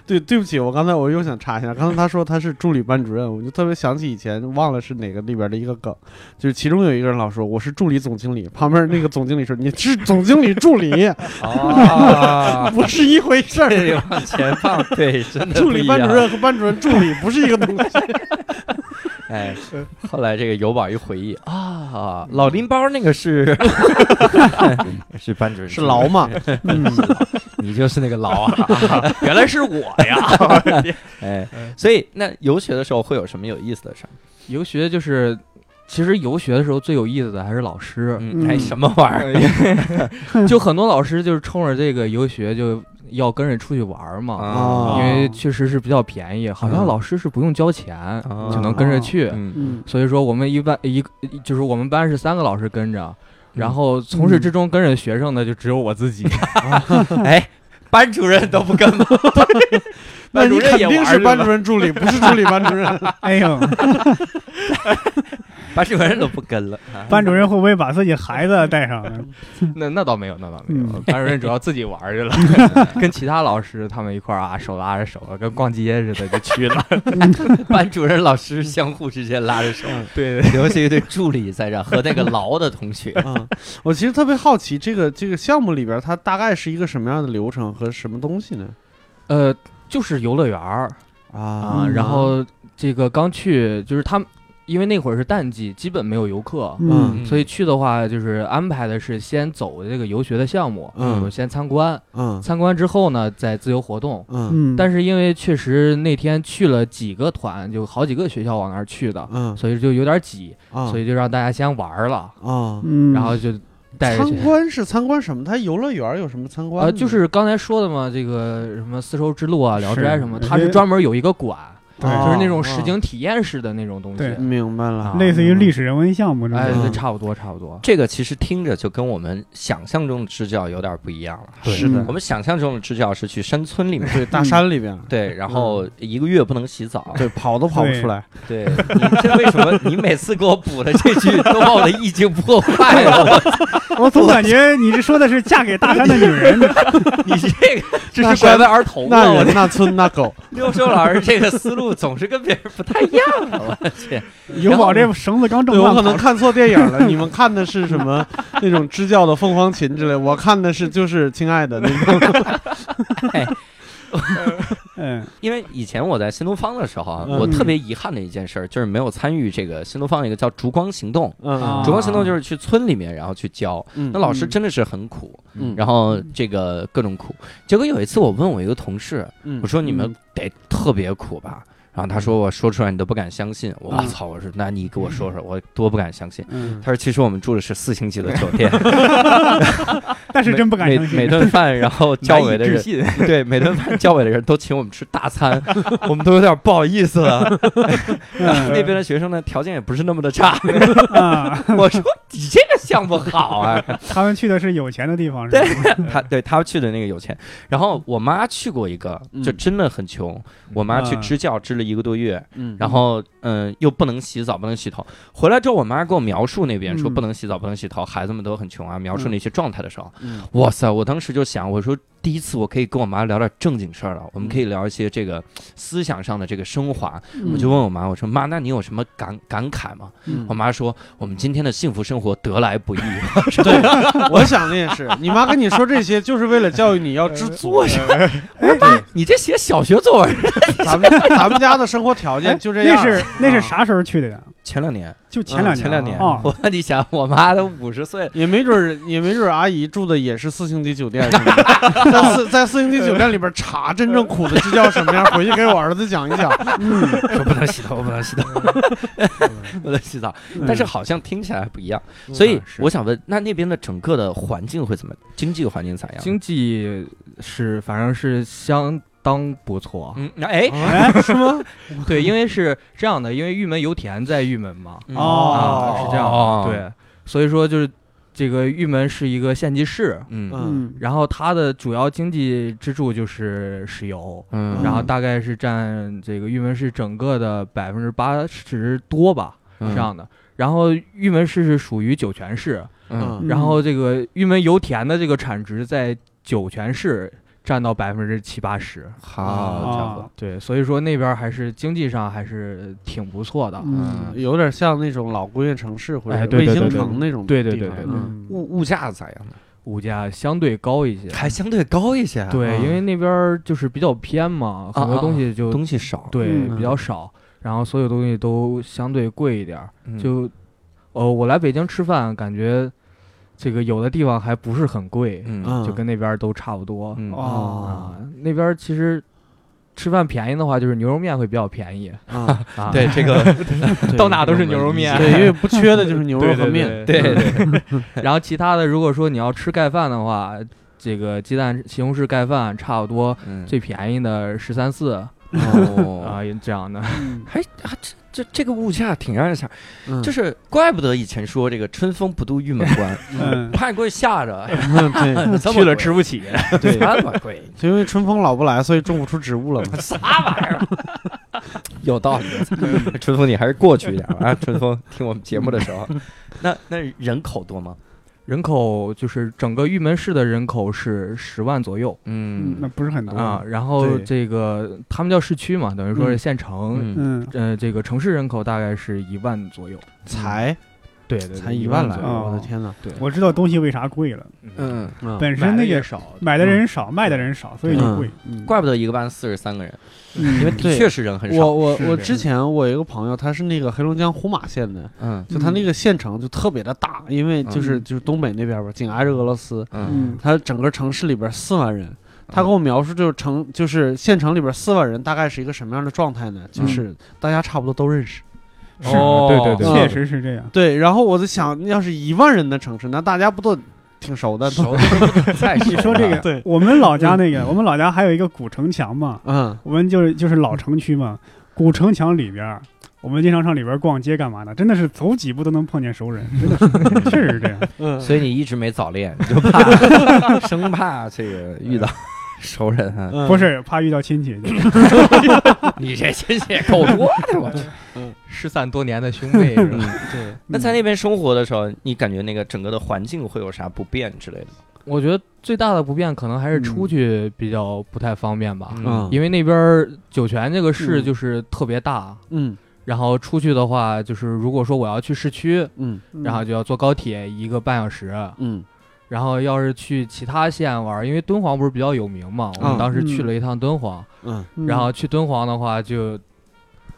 Speaker 3: 对，对不起，我刚才我又想查一下，刚才他说他是助理班主任，我就特别想起以前忘了是哪个里边的一个梗，就是其中有一个人老说我是助理总经理，旁边那个总经理说你是总经理助理，
Speaker 1: 啊，
Speaker 3: 不是一回事
Speaker 1: 这得
Speaker 3: 儿。
Speaker 1: 往前放，对，真的
Speaker 3: 助
Speaker 1: 不
Speaker 3: 理
Speaker 1: 一
Speaker 3: 班主
Speaker 1: 样
Speaker 3: 任和班主任助理不是一个东西。
Speaker 1: 哎，
Speaker 3: 嗯
Speaker 1: 后来这个尤宝一回忆啊，老拎包那个是 是班主任，
Speaker 3: 是劳 嘛？
Speaker 1: 是劳，你就是那个劳啊，
Speaker 4: 原来是我 呀！
Speaker 1: 哎，
Speaker 4: 嗯
Speaker 1: 所以那游学的时候会有什么有意思的事儿？
Speaker 4: 游学就是，其实游学的时候最有意思的还是老师，
Speaker 1: 嗯，哎，什么玩意儿？嗯
Speaker 4: 就很多老师就是冲着这个游学就要跟着出去玩儿嘛，
Speaker 1: 啊
Speaker 4: 因为确实是比较便宜，好像
Speaker 1: 嗯
Speaker 4: 老师是不用交钱
Speaker 1: 啊
Speaker 4: 就能跟着嗯去。
Speaker 1: 嗯
Speaker 2: 嗯
Speaker 4: 所以说我们一般一就是我们班是三个老师跟着，然后从始至终跟着学生的就只有我自己。
Speaker 1: 哎，班主任都不跟 吗？
Speaker 3: 那
Speaker 1: 班主
Speaker 3: 你
Speaker 1: 任
Speaker 3: 肯
Speaker 1: 也
Speaker 3: 定
Speaker 1: 玩
Speaker 3: 是
Speaker 1: 去
Speaker 3: 班
Speaker 1: 了
Speaker 3: 主任助理，不是助理班主任。
Speaker 2: 哎呦，
Speaker 1: 班主任都不跟了，啊
Speaker 2: 班主任会不会把自己孩子带上呢？
Speaker 4: 那那倒没有，那倒没有，
Speaker 2: 嗯
Speaker 4: 班主任主要自己玩儿去了，跟其他老师他们一块儿啊，手拉着手，跟逛街似的就去了。
Speaker 1: 班主任、老师相互之 间拉着手，
Speaker 4: 对，
Speaker 1: 留下一对助理在这儿和那个劳的同学。
Speaker 3: 啊，我其实特别好奇这个这个项目里边，它大概是一个什么样的流程和什么东西呢？
Speaker 4: 呃，就是游乐园儿啊，
Speaker 2: 嗯
Speaker 4: 然后这个刚去就是他们，因为那会儿是淡季，基本没有游客。
Speaker 2: 嗯
Speaker 4: 所以去的话，就是安排的是先走这个游学的项目，
Speaker 3: 嗯
Speaker 4: 就是先参观，
Speaker 3: 嗯
Speaker 4: 参观之后呢，再自由活动。
Speaker 3: 嗯
Speaker 2: 嗯，
Speaker 4: 但是因为确实那天去了几个团，就好几个学校往那儿去的，
Speaker 3: 嗯
Speaker 4: 所以就有点挤，
Speaker 3: 啊，
Speaker 4: 所
Speaker 3: 以
Speaker 4: 以就让大家先玩儿了，
Speaker 3: 啊，
Speaker 2: 嗯，
Speaker 4: 然后就带着
Speaker 3: 参
Speaker 4: 去。
Speaker 3: 观是参观什么？它游乐园有什么参观呢？
Speaker 4: 呃，就是刚才说的嘛，这个什么丝绸之路啊、聊斋什么，
Speaker 2: 是
Speaker 4: 它是专门有一个馆，
Speaker 2: 对
Speaker 3: 啊
Speaker 4: 就是那种实景体验式的那种东西
Speaker 2: 对。
Speaker 3: 明白了，
Speaker 1: 啊
Speaker 2: 类似于历史人文项目这
Speaker 4: 哎，
Speaker 2: 种
Speaker 4: 对
Speaker 3: 嗯，
Speaker 4: 差不多，差不 多。
Speaker 1: 这个其实听着就跟我们想象中的支教有点不一样了。
Speaker 3: 对是
Speaker 2: 的
Speaker 1: 我们想象中的支教是去山村里面，
Speaker 3: 对大山里边，
Speaker 1: 对，然后一个月不能洗澡。
Speaker 3: 对跑都跑不
Speaker 2: 对
Speaker 3: 出来，
Speaker 1: 对，你这为什么？你每次给我补的这句都把我的意境破坏了。
Speaker 2: 我总感觉你这说的是嫁给大山的女人，
Speaker 1: 你这个
Speaker 3: 那
Speaker 1: 这是
Speaker 3: 山
Speaker 1: 拐弯儿童啊！
Speaker 3: 那
Speaker 1: 我
Speaker 3: 人那村那狗，
Speaker 1: 六叔老师这个思路总是跟别人不太一样啊，我去。
Speaker 2: 有宝这绳子刚正
Speaker 3: 对我可能
Speaker 2: 乱，
Speaker 3: 看错电影了。你们看的是什么那种支教的凤凰琴之类，我看的是就是亲爱的那种，
Speaker 2: 嗯
Speaker 1: 因为以前我在新东方的时候啊，
Speaker 3: 嗯
Speaker 1: 我特别遗憾的一件事儿就是没有参与这个新东方一个叫“烛光行动”。
Speaker 3: 嗯
Speaker 2: 啊
Speaker 1: 烛光行动就是去村里面，然后去教。
Speaker 3: 嗯
Speaker 1: 那老师真的是很苦，
Speaker 3: 嗯
Speaker 1: 然后这个各种苦。结果有一次我问我一个同事，
Speaker 3: 嗯
Speaker 1: 我说你们得特别苦吧？然后他说我说出来你都不敢相信，我
Speaker 2: 嗯
Speaker 1: 操！我说那你给我说说，我多不敢相信。
Speaker 2: 嗯，
Speaker 1: 他说其实我们住的是四星级的酒店，
Speaker 2: 但是 真不敢
Speaker 1: 每
Speaker 2: 相
Speaker 1: 每
Speaker 2: 信。
Speaker 1: 顿饭，然后教委的人
Speaker 4: 信，
Speaker 1: 对每顿饭教委的人都请我们吃大 餐，我们都有点不好意思了。
Speaker 2: 嗯
Speaker 1: 那边的学生呢，条件也不是那么的差。
Speaker 2: 啊，
Speaker 1: 我说你这个项目好啊，
Speaker 2: 他们去的是有钱的地方，是吧？
Speaker 1: 他对他去的那个有钱。然后我妈去过一个，就
Speaker 3: 嗯
Speaker 1: 真的很穷。我妈去
Speaker 2: 啊
Speaker 1: 支教支了一个多月，
Speaker 3: 嗯
Speaker 1: 然后嗯、又不能洗澡，不能洗头。回来之后，我妈给我描述那边说
Speaker 2: 嗯
Speaker 1: 不能洗澡，不能洗头，孩子们都很穷啊。描述那些状态的时候，
Speaker 3: 嗯
Speaker 1: 哇塞！我当时就想，我说第一次我可以跟我妈聊点正经事儿了，我们可以
Speaker 2: 嗯
Speaker 1: 聊一些这个思想上的这个升华。 我
Speaker 2: 嗯
Speaker 1: 就问我妈，我说妈，那你有什么感感慨吗？
Speaker 3: 嗯
Speaker 1: 我妈说，我们今天的幸福生活得来不易。
Speaker 3: 我想的也是，你妈跟你说这些就是为了教育你要知足。
Speaker 1: 我说，我说妈，你这写小学作文？
Speaker 3: 咱们咱们家的生活条件就这样。啊
Speaker 2: 那是那是啥时候去的呀？
Speaker 1: 前两年，
Speaker 2: 就前两
Speaker 1: 啊嗯前两年，
Speaker 2: 啊，
Speaker 1: 我你想，我妈都五十岁了，
Speaker 3: 也没准儿，也没准儿阿姨住的也是四星级酒店，是吧 嗯在四在四星级酒店里边查真正苦的支教什么样，回去给我儿子讲一讲。
Speaker 1: 说不能洗头，不能 洗头，不能洗澡。
Speaker 2: 嗯
Speaker 1: 但是好像听起来不一样，
Speaker 3: 嗯
Speaker 1: 所以
Speaker 4: 是
Speaker 1: 我想问，那那边的整个的环境会怎么？经济环境咋样？
Speaker 4: 经济是反正是相当不错。
Speaker 1: 嗯，那哎，
Speaker 3: 啊是吗？
Speaker 4: 对，因为是这样的，因为玉门油田在玉门嘛，
Speaker 1: 嗯
Speaker 2: 哦
Speaker 4: 啊，是这样的，
Speaker 1: 哦
Speaker 4: 对，所以说就是这个玉门是一个县级市，
Speaker 1: 嗯
Speaker 3: 嗯，
Speaker 2: 嗯
Speaker 4: 然后它的主要经济支柱就是石油，
Speaker 1: 嗯，
Speaker 4: 然后大概是占这个玉门市整个的百分之八十多吧，
Speaker 1: 嗯
Speaker 4: 是这样的。然后玉门市是属于酒泉市，
Speaker 1: 嗯
Speaker 2: 嗯
Speaker 4: 然后这个玉门油田的这个产值在酒泉市占到百分之七八十。
Speaker 1: 好家伙，
Speaker 2: 啊，
Speaker 4: 对，所以说那边还是经济上还是挺不错的。
Speaker 2: 嗯
Speaker 3: 有点像那种老工业城市或
Speaker 4: 哎
Speaker 3: 者
Speaker 4: 对
Speaker 3: 卫
Speaker 4: 对对
Speaker 3: 星
Speaker 4: 对
Speaker 3: 城那种
Speaker 4: 对对
Speaker 3: 地
Speaker 4: 对
Speaker 3: 方
Speaker 4: 对对
Speaker 3: 嗯
Speaker 2: 嗯
Speaker 1: 物物价咋样呢？
Speaker 4: 物价相对高一些，
Speaker 1: 还相对高一些啊，
Speaker 4: 对，
Speaker 1: 嗯
Speaker 4: 因为那边儿就是比较偏嘛，很
Speaker 1: 啊
Speaker 4: 多
Speaker 1: 啊
Speaker 4: 东西就
Speaker 1: 东西少，
Speaker 4: 对
Speaker 2: 嗯
Speaker 4: 比较少，然后所有东西都相对贵一点儿。
Speaker 1: 嗯
Speaker 4: 就呃，我来北京吃饭，感觉这个有的地方还不是很贵，
Speaker 1: 嗯
Speaker 3: 嗯，
Speaker 4: 就跟那边儿都差不多
Speaker 1: 嗯
Speaker 2: 哦，
Speaker 4: 啊。那边儿其实吃饭便宜的话，就是牛肉面会比较便宜
Speaker 3: 啊，
Speaker 4: 啊。
Speaker 1: 对这 个
Speaker 4: 对，
Speaker 1: 到哪都是
Speaker 4: 我们
Speaker 1: 牛肉
Speaker 4: 理
Speaker 1: 面
Speaker 4: 解
Speaker 3: 对，因为不缺的就是牛肉和 面。
Speaker 4: 对
Speaker 1: 对
Speaker 4: 对对然后其他的，如果说你要吃盖饭的话，这个鸡蛋西红柿盖饭差不多
Speaker 1: 嗯
Speaker 4: 最便宜的十三四
Speaker 1: 哦
Speaker 4: 啊，也这样的。
Speaker 2: 嗯
Speaker 1: 还还这这这个物价挺让人想，
Speaker 3: 嗯
Speaker 1: 就是怪不得以前说这个春风不度玉门 关，
Speaker 2: 嗯
Speaker 1: 怕你给我吓着，哎
Speaker 3: 嗯 对
Speaker 1: 去了吃
Speaker 4: 不起，
Speaker 1: 对，这么贵，
Speaker 3: 就因为春风老不来，所以种不出植物了嘛。
Speaker 1: 嗯 有道理。春风，你还是过去一点吧啊！ 春风听我们节目的时候，那那人口多吗？
Speaker 4: 人口就是整个玉门市的人口是十万左右
Speaker 2: 嗯，那
Speaker 1: 嗯
Speaker 2: 不是很多
Speaker 4: 啊，，然后
Speaker 3: 对
Speaker 4: 这个他们叫市区嘛，等于说是县城，
Speaker 1: 嗯
Speaker 2: 嗯
Speaker 4: 呃，这个城市人口大概是一万左右，
Speaker 3: 才
Speaker 4: 对对，对
Speaker 3: 才
Speaker 4: 一
Speaker 3: 一万来，
Speaker 4: 左
Speaker 2: 啊
Speaker 4: 右，
Speaker 3: 我的天哪！
Speaker 4: 对，
Speaker 2: 我知道东西为啥贵了，
Speaker 4: 嗯，
Speaker 1: 嗯，
Speaker 3: 嗯
Speaker 2: 本身那
Speaker 4: 也
Speaker 2: 个
Speaker 4: 少，
Speaker 2: 买的人少，卖的人少，所以就贵。嗯，
Speaker 1: 怪不得一个班四十三个人，
Speaker 2: 嗯
Speaker 1: 因为的
Speaker 3: 对
Speaker 1: 确是人很少。
Speaker 3: 我我
Speaker 2: 是
Speaker 3: 我
Speaker 2: 的
Speaker 3: 之前我有一个朋友，他是那个黑龙江呼玛县的，
Speaker 1: 嗯
Speaker 3: 就他那
Speaker 2: 嗯
Speaker 3: 个县城就特别的大，因为就是
Speaker 2: 嗯
Speaker 3: 就是东北那边吧，紧挨着俄罗斯，
Speaker 1: 嗯
Speaker 2: 嗯
Speaker 3: 他整个城市里边四万人。他跟我描述就是城就是县城里边四万人大概是一个什么样的状态呢？就是大家差不多都认识。
Speaker 2: 是
Speaker 1: 哦
Speaker 4: 对对对，
Speaker 2: 确实是这样。
Speaker 3: 对，然后我在想，要是一万人的城市，那大家不都挺熟的？
Speaker 1: 熟的不能再熟
Speaker 2: 你
Speaker 1: 了
Speaker 2: 说 这个，
Speaker 3: 对
Speaker 2: 我们老家那个，
Speaker 1: 嗯
Speaker 2: 我们老家还有一个古城墙嘛，
Speaker 3: 嗯，
Speaker 2: 我们就是就是老城区嘛，古城墙里边儿，我们经常上里边儿逛街干嘛的，真的是走几步都能碰见熟人，真的是确实是这样。
Speaker 3: 嗯
Speaker 1: 所以你一直没早恋，你就 怕生怕这个遇到熟人啊。
Speaker 3: 嗯
Speaker 2: 不是怕遇到亲戚，就是
Speaker 1: 你这亲戚也够多的，我去。
Speaker 4: 失散多年的兄妹是吧？
Speaker 3: 对，
Speaker 1: 那在那边生活的时候，你感觉那个整个的环境会有啥不便之类的？
Speaker 4: 我觉得最大的不便可能还是出
Speaker 2: 嗯
Speaker 4: 去比较不太方便吧，
Speaker 3: 嗯
Speaker 4: 因为那边儿酒泉这个市
Speaker 2: 嗯
Speaker 4: 就是特别大，
Speaker 3: 嗯
Speaker 4: 然后出去的话，就是如果说我要去市区，
Speaker 3: 嗯
Speaker 2: 嗯
Speaker 4: 然后就要坐高铁一个半小时，
Speaker 3: 嗯
Speaker 4: 然后要是去其他县玩，因为敦煌不是比较有名嘛，我
Speaker 3: 嗯
Speaker 4: 们当时去
Speaker 2: 嗯
Speaker 4: 了一趟敦煌，
Speaker 3: 嗯
Speaker 4: 然后去敦煌的话就。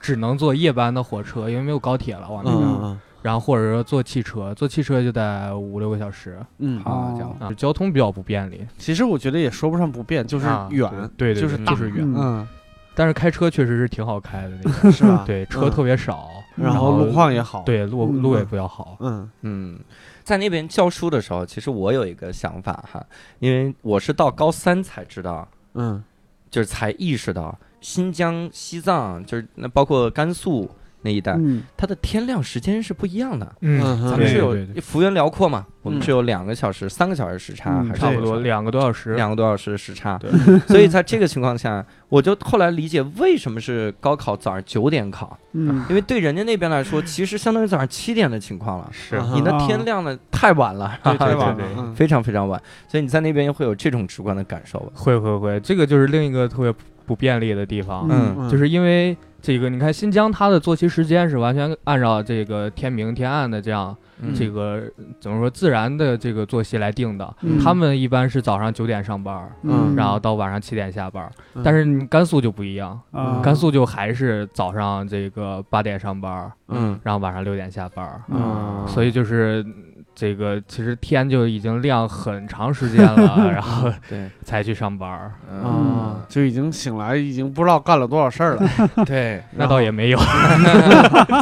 Speaker 4: 只能坐夜班的火车，因为没有高铁了往
Speaker 3: 嗯
Speaker 4: 那边，
Speaker 3: 嗯
Speaker 4: 然后或者说坐汽车，坐汽车就得五六个小时
Speaker 3: 嗯，
Speaker 1: 啊，这
Speaker 4: 啊
Speaker 1: 样，
Speaker 4: 交通比较不便利，
Speaker 3: 其实我觉得也说不上不便，就是
Speaker 4: 啊
Speaker 3: 远，
Speaker 4: 对对对
Speaker 3: 就是
Speaker 4: 对
Speaker 3: 大
Speaker 4: 就是远
Speaker 2: 嗯
Speaker 3: 嗯，
Speaker 4: 但是开车确实是挺好开的那个，
Speaker 3: 是吧？
Speaker 4: 对，车特别少，
Speaker 3: 嗯，然后路况也好，，
Speaker 4: 对路
Speaker 3: 嗯
Speaker 4: 路也比较好。
Speaker 3: 嗯
Speaker 1: 嗯，在那边教书的时候，其实我有一个想法哈，因为我是到高三才知道，
Speaker 3: 嗯
Speaker 1: 就是才意识到新疆、西藏，就是那包括甘肃那一带，
Speaker 3: 嗯
Speaker 1: 它的天亮时间是不一样的。
Speaker 3: 嗯
Speaker 1: 咱
Speaker 3: 哼
Speaker 1: 们是
Speaker 4: 对
Speaker 1: 有
Speaker 4: 对对
Speaker 1: 幅员辽阔嘛，我们
Speaker 3: 嗯
Speaker 1: 是有两个小时、三个小时时差，
Speaker 2: 嗯
Speaker 1: 还是
Speaker 4: 差不
Speaker 1: 多
Speaker 4: 多两个多小时。
Speaker 1: 两个多小时时差。
Speaker 4: 对，
Speaker 1: 所以在这个情况下，我就后来理解为什么是高考早上九点考，
Speaker 2: 嗯，
Speaker 1: 因为对人家那边来说，其实相当于早上七点的情况了。
Speaker 4: 是
Speaker 3: 嗯
Speaker 1: 你
Speaker 2: 啊
Speaker 1: 的天亮的太晚了，
Speaker 4: 对对
Speaker 3: 对
Speaker 4: 对
Speaker 3: 吧？
Speaker 4: 对
Speaker 3: 嗯
Speaker 1: 非常非常晚，所以你在那边会有这种直观的感受吧？
Speaker 4: 会会会，这个就是另一个特别不便利的地方，
Speaker 1: 嗯
Speaker 3: 嗯
Speaker 4: 就是因为这个，你看新疆它的作息时间是完全按照这个天明天暗的这样、
Speaker 1: 嗯
Speaker 4: 这个怎么说自然的这个作息来定的。
Speaker 2: 嗯
Speaker 4: 他们一般是早上九点上班儿，
Speaker 3: 嗯
Speaker 4: 然后到晚上七点下班儿。
Speaker 3: 嗯
Speaker 4: 但是你甘肃就不一样，
Speaker 2: 啊，
Speaker 4: 甘肃就还是早上这个八点上班儿，
Speaker 1: 嗯
Speaker 4: 然后晚上六点下班儿。
Speaker 3: 嗯，
Speaker 4: 所以就是嗯这个，其实天就已经亮很长时间了，啊然后
Speaker 1: 对，
Speaker 4: 才去上班儿。
Speaker 1: 嗯
Speaker 3: 啊，就已经醒来，已经不知道干了多少事儿了，
Speaker 1: 对。
Speaker 4: 那倒也没有，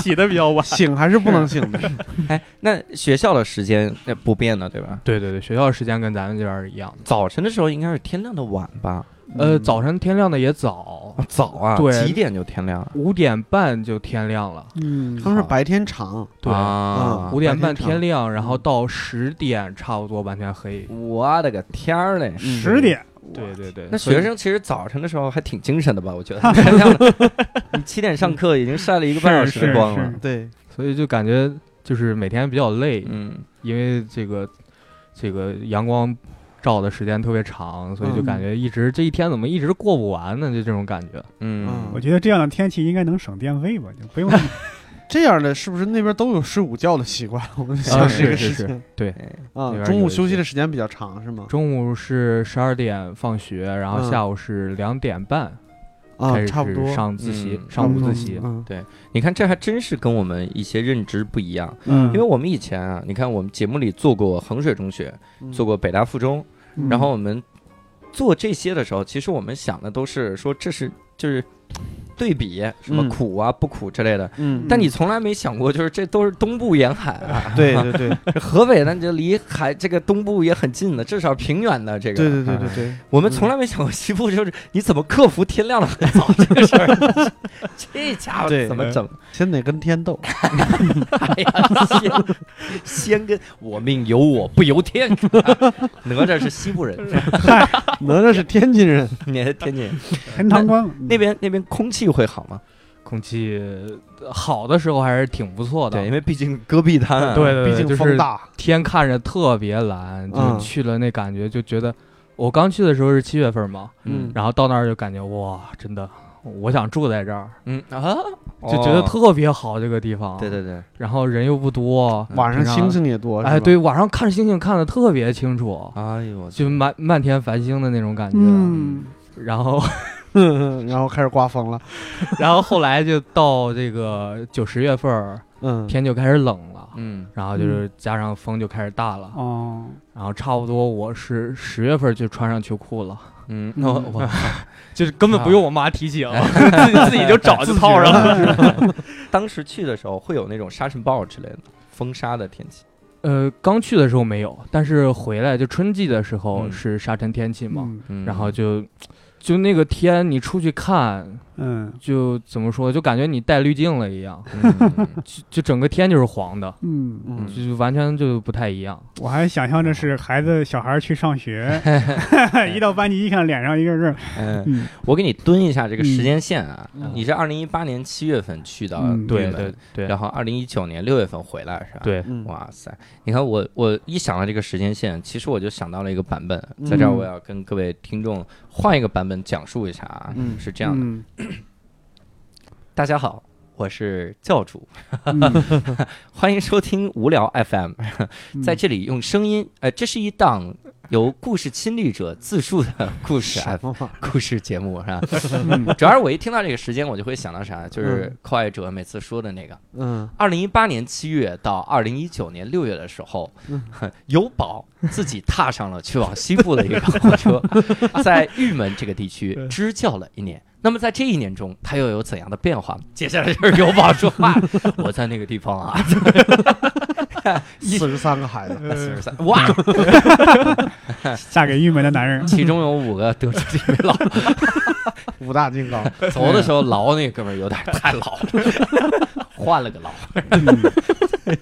Speaker 4: 起的比较晚。
Speaker 3: 醒还是不能醒的。
Speaker 1: 哎，那学校的时间那不变的，对吧？
Speaker 4: 对对对，学校时间跟咱们这边儿一样。
Speaker 1: 早晨的时候应该是天亮的晚吧？
Speaker 4: 呃，早晨天亮的也早，
Speaker 1: 啊早啊，
Speaker 4: 对
Speaker 1: 几点就天亮啊了？
Speaker 4: 五点半就天亮了。
Speaker 2: 嗯
Speaker 3: 他们是白天长，
Speaker 4: 对，
Speaker 1: 啊
Speaker 3: 嗯
Speaker 4: 五点半
Speaker 3: 白天
Speaker 4: 天亮，然后到十点差不多完全黑。
Speaker 1: 我的个天儿嘞！
Speaker 2: 十点，
Speaker 4: 对对对，
Speaker 1: 那
Speaker 4: 所以
Speaker 1: 学生其实早晨的时候还挺精神的吧？我觉得天亮了，你七点上课已经晒了一个半小
Speaker 2: 是
Speaker 1: 时光了。
Speaker 3: 对，
Speaker 4: 所以就感觉就是每天比较累，
Speaker 1: 嗯，
Speaker 4: 因为这个这个阳光照的时间特别长，所以就感觉一直、这一天怎么一直过不完呢？就这种感觉。
Speaker 1: 嗯
Speaker 2: 我觉得这样的天气应该能省电费吧，就不用
Speaker 3: 这样的是不是那边都有睡午觉的习惯？我就想这个事
Speaker 4: 啊是是
Speaker 3: 情，
Speaker 4: 对
Speaker 1: 哎
Speaker 3: 啊
Speaker 4: 那边，
Speaker 3: 中
Speaker 4: 有
Speaker 3: 午
Speaker 4: 一
Speaker 3: 休息
Speaker 4: 些
Speaker 3: 的时间比较长是吗？
Speaker 4: 中午是十二点放学，然后
Speaker 3: 嗯
Speaker 4: 下午是两点半
Speaker 3: 啊
Speaker 4: 开，始
Speaker 3: 差不多，
Speaker 4: 上自习，
Speaker 1: 嗯
Speaker 4: 上午自习。
Speaker 3: 嗯，
Speaker 1: 你看，这还真是跟我们一些认知不一样。
Speaker 2: 嗯
Speaker 1: 因为我们以前啊，你看我们节目里做过衡水中学，
Speaker 3: 嗯
Speaker 1: 做过北大附中，
Speaker 2: 嗯
Speaker 1: 然后我们做这些的时候，其实我们想的都是说这是就是对比什么
Speaker 3: 嗯
Speaker 1: 苦啊、不苦之类的。
Speaker 3: 嗯，
Speaker 1: 但你从来没想过，就是这都是东部沿海啊，
Speaker 3: 对对对
Speaker 1: 这河北呢，就离海这个东部也很近的，至少平原的这个。
Speaker 3: 对对嗯对
Speaker 1: 啊
Speaker 3: 对对，
Speaker 1: 我们从来没想过西部就是你怎么克服天亮的很早这个事儿， 这家伙
Speaker 3: 对嗯
Speaker 1: 怎么整？
Speaker 3: 先得跟天斗，
Speaker 1: 哎呀， 先先跟我命由我不由天， 哪吒是西部 人，
Speaker 3: 哪吒是天津人，
Speaker 1: 你是 天津人
Speaker 2: 陈塘关
Speaker 1: 那边那边空气会好吗？
Speaker 4: 空气呃好的时候还是挺不错的，
Speaker 1: 对，因为毕竟戈壁滩 啊，
Speaker 4: 嗯对对
Speaker 3: 毕
Speaker 4: 对，
Speaker 3: 竟
Speaker 4: 就
Speaker 3: 风
Speaker 4: 是
Speaker 3: 大，
Speaker 4: 天看着特别蓝，就是
Speaker 3: 嗯
Speaker 4: 去了那感觉就觉得，我刚去的时候是七月份嘛，
Speaker 1: 嗯
Speaker 4: 然后到那儿就感觉哇，真的，我想住在这儿，
Speaker 1: 嗯啊，
Speaker 4: 就觉得
Speaker 1: 哦
Speaker 4: 特别好这个地方。
Speaker 1: 对对对，
Speaker 4: 然后人又不多，
Speaker 3: 晚上
Speaker 4: 嗯平常
Speaker 3: 星星也多，
Speaker 4: 哎，
Speaker 3: 嗯是吧啊
Speaker 4: 对，，晚上看星星看的特别清楚，
Speaker 1: 哎呦我去
Speaker 4: 就漫漫天繁星的那种感觉。
Speaker 2: 嗯
Speaker 4: 然后，
Speaker 3: 然后开始刮风了，
Speaker 4: 然后后来就到这个九十月份儿，
Speaker 3: 嗯，
Speaker 4: 天就开始冷了。
Speaker 1: 嗯
Speaker 4: 然后就是加上风就开始大
Speaker 1: 啊
Speaker 4: 了，
Speaker 2: 哦，
Speaker 4: 然后差不多我是十月份就穿上秋裤了，
Speaker 1: 嗯，那我我啊
Speaker 4: 就是根本不用我妈提醒， 自己自己就找就套上了。
Speaker 1: 当时去的时候会有那种沙尘暴之类的风沙的天气，
Speaker 4: 呃，刚去的时候没有，但是回来就春季的时候
Speaker 1: 嗯
Speaker 4: 是沙尘天气嘛，
Speaker 2: 嗯
Speaker 1: 嗯
Speaker 4: 然后就就那个天你出去看，
Speaker 2: 嗯
Speaker 4: 就怎么说，就感觉你带滤镜了一样，
Speaker 1: 嗯
Speaker 4: 就就整个天就是黄的，
Speaker 2: 嗯，
Speaker 3: 嗯
Speaker 4: 就就完全就不太一样。
Speaker 2: 我还想象着是孩子小孩去上 学，一到班级一看脸上一个个，
Speaker 1: 嗯，
Speaker 2: 嗯
Speaker 1: 我给你蹲一下这个时间线啊，
Speaker 4: 嗯
Speaker 1: 你是二零一八年七月份去到
Speaker 2: 嗯
Speaker 1: 对
Speaker 4: 对对对
Speaker 1: 然后二零一九年六月份回来是吧？，
Speaker 4: 对，
Speaker 3: 嗯
Speaker 1: 哇塞！你看我我一想到这个时间线，其实我就想到了一个版本，在这儿
Speaker 2: 嗯
Speaker 1: 我要跟各位听众换一个版本讲述一下啊，
Speaker 3: 嗯
Speaker 1: 是这
Speaker 2: 这
Speaker 1: 样的，
Speaker 2: 的，
Speaker 1: 大家好。我是教主，
Speaker 2: 嗯
Speaker 1: 欢迎收听无聊 FM，
Speaker 2: 嗯
Speaker 1: 在这里用声音，呃，这是一档由故事亲历者自述 的故事
Speaker 4: 啊
Speaker 1: F
Speaker 3: 么玩意儿
Speaker 1: 故事节 目是吧？
Speaker 2: 嗯
Speaker 1: 主要是我一听到这个时间，我就会想到啥，就是
Speaker 3: 嗯
Speaker 1: 寇爱哲每次说的那个，
Speaker 3: 嗯
Speaker 1: 二零一八年七月到二零一九年六月的时候
Speaker 3: 嗯，
Speaker 1: 有宝自己踏上了去往西部的一个火车，在玉门这个地区支教了一年。那么在这一年中，他又有怎样的变化呢？接下来就是有宝说话，我在那个地方啊，
Speaker 3: 四十三个孩子，
Speaker 4: 呃
Speaker 1: 四十三哇，，
Speaker 2: 嫁给郁闷的 男人
Speaker 1: 其中有五个得知这位老
Speaker 3: 五大金 刚，
Speaker 1: 走的时候劳那哥们儿有点太老了，换了个劳。
Speaker 2: 嗯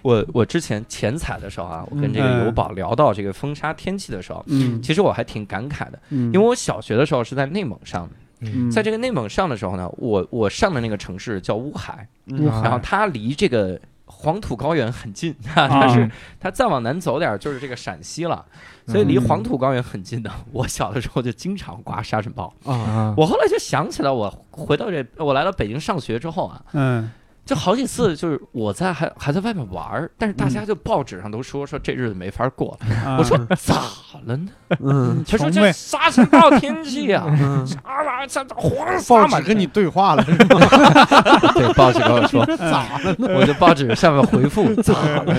Speaker 1: 我我之前前采的时候啊，我跟这个友宝聊到这个风沙天气的时候，
Speaker 2: 嗯
Speaker 1: 其实我还挺感慨的，
Speaker 2: 嗯
Speaker 1: 因为我小学的时候是在内蒙上的，
Speaker 2: 嗯
Speaker 1: 在这个内蒙上的时候呢，我我上的那个城市叫乌海，
Speaker 2: 乌
Speaker 3: 嗯
Speaker 1: 然后
Speaker 2: 海
Speaker 1: 它离这个黄土高原很近， 哈
Speaker 2: 啊
Speaker 1: 但是它再往南走点儿就是这个陕西了，所以
Speaker 2: 嗯
Speaker 1: 离黄土高原很近的， 我小的时候就经常刮沙尘暴。
Speaker 4: 啊，
Speaker 1: 我后来就想起来，我回到这，我来到北京上学之后啊，
Speaker 2: 嗯
Speaker 1: 就好几次就是我在还还在外面玩儿，但是大家就报纸上都说说这日子没法过了。
Speaker 2: 嗯啊
Speaker 1: 我说咋了呢？
Speaker 3: 嗯，
Speaker 1: 他说
Speaker 2: 穷
Speaker 1: 这
Speaker 2: 呗
Speaker 1: 沙尘暴天气 啊，
Speaker 3: 嗯
Speaker 1: 啥玩意儿？这这黄沙
Speaker 3: 报
Speaker 1: 嘛
Speaker 3: 纸跟你对 话了，是吗？
Speaker 1: 对报纸跟我 说，
Speaker 3: 咋了？
Speaker 1: 我就报纸上面回 复咋了呢？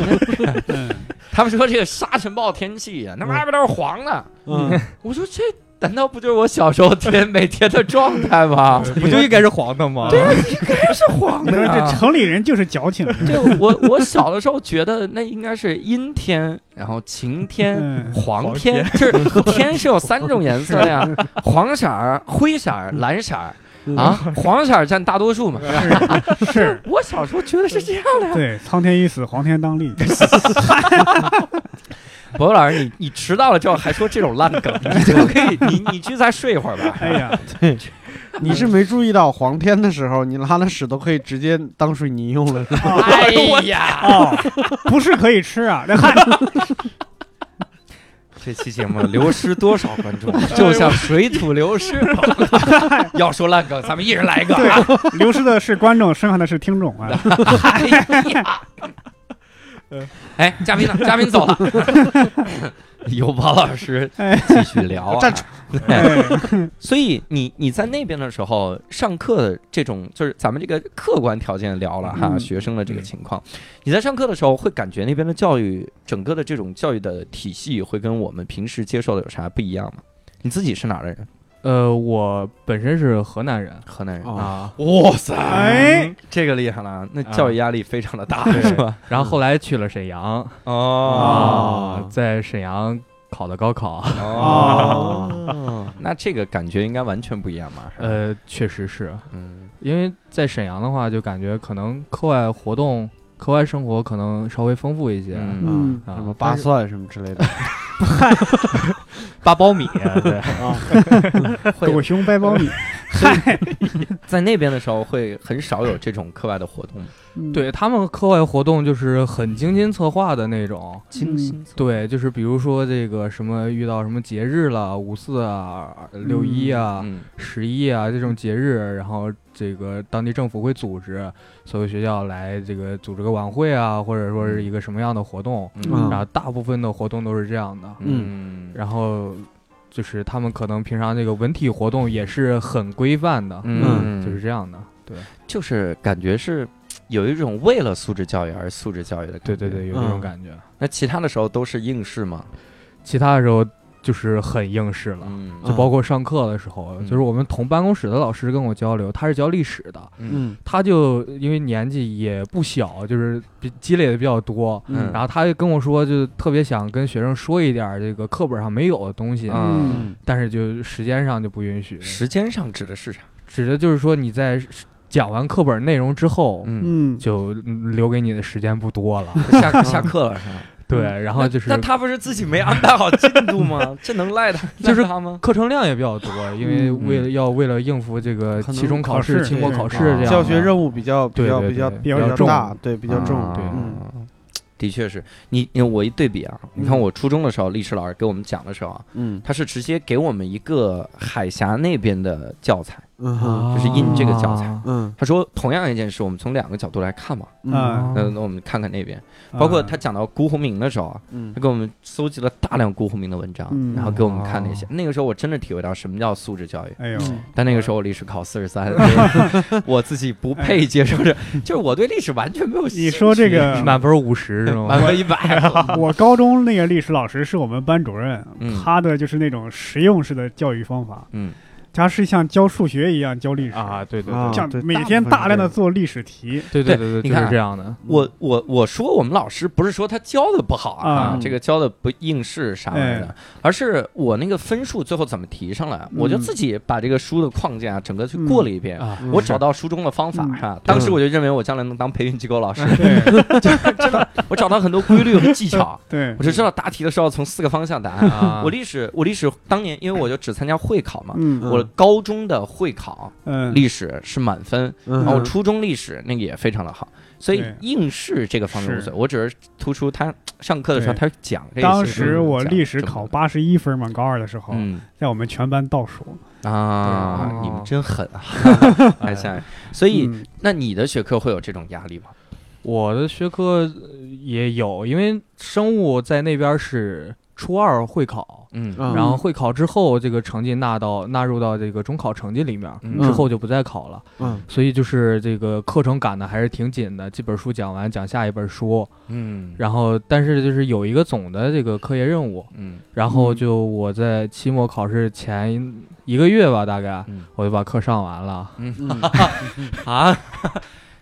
Speaker 2: 嗯
Speaker 1: 他们说这个沙尘暴天气啊，那外边都是黄的。
Speaker 3: 嗯，
Speaker 1: 我说这难道不就是我小时候天每天的状态 吗？
Speaker 4: 不就应该是黄的吗？
Speaker 1: 对啊，应该是黄
Speaker 2: 你
Speaker 1: 的
Speaker 2: 说
Speaker 1: 呀。
Speaker 2: 这城里人就是矫情，
Speaker 1: 对我我小的时候觉得那应该是阴天，然后晴天。
Speaker 2: 嗯
Speaker 1: 黄天 啊就是天是有三种颜色的呀，黄色儿、灰色儿、蓝色儿啊，黄色儿占大多数嘛。是吧
Speaker 2: 是，
Speaker 1: 我小时候觉得是这样的呀。
Speaker 2: 对，苍天已死，黄天 当立，
Speaker 1: 博老师，你你迟到了之后还说这种烂 梗，你就可以你你去再睡一会儿吧。
Speaker 2: 哎呀，
Speaker 3: 你是没注意到黄天的时候，你拉了屎都可以直接当水泥用了，是 吧？
Speaker 1: 哎呀，
Speaker 2: 哦，不是可以吃啊，那嗨，
Speaker 1: 这期节目流失多少观众，哎就像水土流 失。要说烂梗，咱们一人来一个啊！
Speaker 2: 流失的是观众，剩下的是听众啊，
Speaker 1: 哎呀，哎，嘉 宾呢？嘉宾走了。有宝老师继续聊、啊，
Speaker 3: 站住
Speaker 2: 哎
Speaker 1: 所以你你在那边的时候上课的这种就是咱们这个客观条件聊了哈，
Speaker 2: 嗯
Speaker 1: 学生的这个情况，你在上课的时候会感觉那边的教育整个的这种教育的体系会跟我们平时接受的有啥不一样吗？你自己是哪儿的人？
Speaker 4: 呃，我本身是河南人
Speaker 1: 河南人。
Speaker 3: 哦
Speaker 4: 啊，
Speaker 1: 哇塞，
Speaker 2: 哎
Speaker 1: 这个厉害了，那教育压力非常的大，是吧？
Speaker 4: 然后后来去了沈阳
Speaker 1: 哦
Speaker 4: 啊，在沈阳考的高考，
Speaker 3: 哦，
Speaker 1: 那这个感觉应该完全不一样嘛？是吧，
Speaker 4: 呃，确实是
Speaker 1: 嗯
Speaker 4: 因为在沈阳的话，就感觉可能课外活动、课外生活可能稍微丰富一些，
Speaker 1: 嗯
Speaker 4: 啊
Speaker 2: 嗯
Speaker 3: 什么扒蒜什么之类的，
Speaker 4: 八苞米，
Speaker 1: 啊
Speaker 4: 对，
Speaker 1: 嗯
Speaker 2: 狗熊掰苞米，
Speaker 1: 在那边的时候会很少有这种课外的活动吗，
Speaker 2: 嗯，
Speaker 4: 对他们课外活动就是很精心策划的那种。
Speaker 1: 精心策划
Speaker 4: 对，就是比如说这个什么遇到什么节日了，五四啊、六一啊、
Speaker 1: 嗯
Speaker 4: 十一啊这种节日，然后这个当地政府会组织所有学校来这个组织个晚会啊，或者说是一个什么样的活动，
Speaker 1: 嗯
Speaker 4: 然后大部分的活动都是这样的。
Speaker 1: 嗯，
Speaker 4: 然后就是他们可能平常这个文体活动也是很规范的，
Speaker 1: 嗯
Speaker 4: 就是这样的。对
Speaker 1: 就是感觉是有一种为了素质教育而素质教育的感觉。
Speaker 4: 对对对，有这
Speaker 3: 嗯
Speaker 4: 种感觉。
Speaker 1: 那其他的时候都是应试嘛，
Speaker 4: 其他的时候就是很应试了。
Speaker 1: 嗯
Speaker 4: 就包括上课的时候，
Speaker 1: 嗯
Speaker 4: 就是我们同办公室的老师跟我交流，他是教历史的，
Speaker 1: 嗯
Speaker 4: 他就因为年纪也不小，就是比积累的比较多，
Speaker 1: 嗯
Speaker 4: 然后他就跟我说，就特别想跟学生说一点儿这个课本上没有的东西，
Speaker 1: 嗯，
Speaker 3: 嗯
Speaker 4: 但是就时间上就不允许，
Speaker 1: 时间上指的是啥？
Speaker 4: 指的就是说你在讲完课本内容之后，
Speaker 1: 嗯，
Speaker 2: 嗯，
Speaker 4: 就留给你的时间不多了，
Speaker 1: 下下课了是吧？
Speaker 4: 对，然后就是
Speaker 1: 那他不是自己没安排好进度吗？这能赖他
Speaker 4: 就是
Speaker 1: 赖他吗？
Speaker 4: 课程量也比较多，因为
Speaker 2: 嗯
Speaker 4: 为了要为了应付这个
Speaker 3: 可能
Speaker 4: 期中考
Speaker 2: 考
Speaker 4: 试、
Speaker 2: 试
Speaker 4: 期末考试
Speaker 1: 对
Speaker 4: 这样的
Speaker 3: 嗯
Speaker 4: 啊
Speaker 3: 教学任务比较比较
Speaker 4: 对对
Speaker 3: 比较
Speaker 4: 对
Speaker 2: 比较
Speaker 3: 较
Speaker 2: 重
Speaker 3: 大，对，比较重，
Speaker 1: 啊
Speaker 4: 对
Speaker 3: 嗯
Speaker 1: 的确是你，你我一对比啊，你看
Speaker 3: 嗯
Speaker 1: 我初中的时候，历史老师给我们讲的时候啊，
Speaker 3: 嗯
Speaker 1: 他是直接给我们一个海峡那边的教材，
Speaker 3: 嗯哼
Speaker 1: 就是印这个教材
Speaker 4: 啊
Speaker 3: 嗯
Speaker 1: 他说同样一件事，我们从两个角度来看嘛。
Speaker 3: 嗯
Speaker 2: 啊
Speaker 1: 那那我们看看那边，包
Speaker 2: 嗯
Speaker 1: 括他讲到辜鸿铭的时候啊，
Speaker 3: 嗯
Speaker 1: 他给我们搜集了大量辜鸿铭的文章，
Speaker 2: 嗯
Speaker 1: 然后给我们看
Speaker 3: 哦
Speaker 1: 那些。那个时候我真的体会到什么叫素质教育。
Speaker 2: 哎呦，
Speaker 3: 嗯
Speaker 1: 但那个时候我历史考四十 三，就是我自己不配接受这，就是我对历史完全没有兴趣。
Speaker 2: 你说这个
Speaker 3: 啊
Speaker 4: 是满分五十是吗
Speaker 1: 满？分一百，
Speaker 2: 我高中那个历史老师是我们班主任，
Speaker 1: 嗯
Speaker 2: 他的就是那种实用式的教育方法，
Speaker 1: 嗯，
Speaker 2: 他是像教数学一样教历史
Speaker 4: 啊，，对对
Speaker 3: 啊
Speaker 4: 对
Speaker 2: 像
Speaker 3: 对
Speaker 2: 每
Speaker 3: 大部
Speaker 2: 天
Speaker 3: 分
Speaker 2: 大
Speaker 3: 是
Speaker 2: 量
Speaker 3: 这
Speaker 2: 的
Speaker 3: 样
Speaker 2: 做历史题。
Speaker 4: 对
Speaker 1: 对
Speaker 4: 对对啊就
Speaker 1: 你
Speaker 4: 是
Speaker 1: 看
Speaker 4: 这样的。
Speaker 1: 我我我说我们老师不是说他教的不好啊，
Speaker 2: 啊哎
Speaker 1: 这个教的不应试啥玩意儿的，而是我那个分数最后怎么提上来，我就
Speaker 2: 嗯
Speaker 1: 自己把这个书的框架整个去过了一遍。
Speaker 4: 啊
Speaker 1: 我找到书中的方法
Speaker 2: 嗯
Speaker 1: 哈、当时我就认为我将来能当培训机构老师，
Speaker 2: 对嗯
Speaker 1: 我找到很多规律和技巧，
Speaker 2: 对
Speaker 1: 我，就知道答题的时候从四个方向答。
Speaker 4: 啊
Speaker 1: 我历史，我历史当年因为我就只参加会考嘛，
Speaker 2: 嗯
Speaker 3: 嗯
Speaker 1: 我高中的会考
Speaker 2: 嗯，
Speaker 1: 历史是满分，
Speaker 3: 嗯
Speaker 1: 然后初中历史那个也非常的好，所以
Speaker 2: 对
Speaker 1: 应试这个方面无所
Speaker 2: 是
Speaker 1: 谓，我只是突出他上课的时候
Speaker 2: 对
Speaker 1: 他讲这些。
Speaker 2: 当时我
Speaker 1: 讲
Speaker 2: 历史考，八十一分嘛，高二的时候，
Speaker 1: 嗯
Speaker 2: 在我们全班倒数。
Speaker 1: 啊
Speaker 4: 对，
Speaker 1: 你们真狠啊！哎，下面所
Speaker 2: 所
Speaker 1: 以那你的学科会有这种压力吗？
Speaker 4: 我的学科呃也有，因为生物在那边是初二会考，
Speaker 1: 嗯
Speaker 3: 嗯
Speaker 4: 然后会考之后，这个成绩纳到纳入到这个中考成绩里面，
Speaker 1: 嗯
Speaker 4: 之后就不再考了。
Speaker 3: 嗯
Speaker 4: 所以就是这个课程赶的还是挺紧的，几本书讲完，讲下一本书，
Speaker 1: 嗯
Speaker 4: 然后但是就是有一个总的这个课业任务，
Speaker 1: 嗯
Speaker 4: 然后
Speaker 2: 嗯
Speaker 4: 就我在期末考试前一个月吧，大概
Speaker 1: 嗯
Speaker 4: 我就把课上完了
Speaker 3: 嗯
Speaker 1: 啊。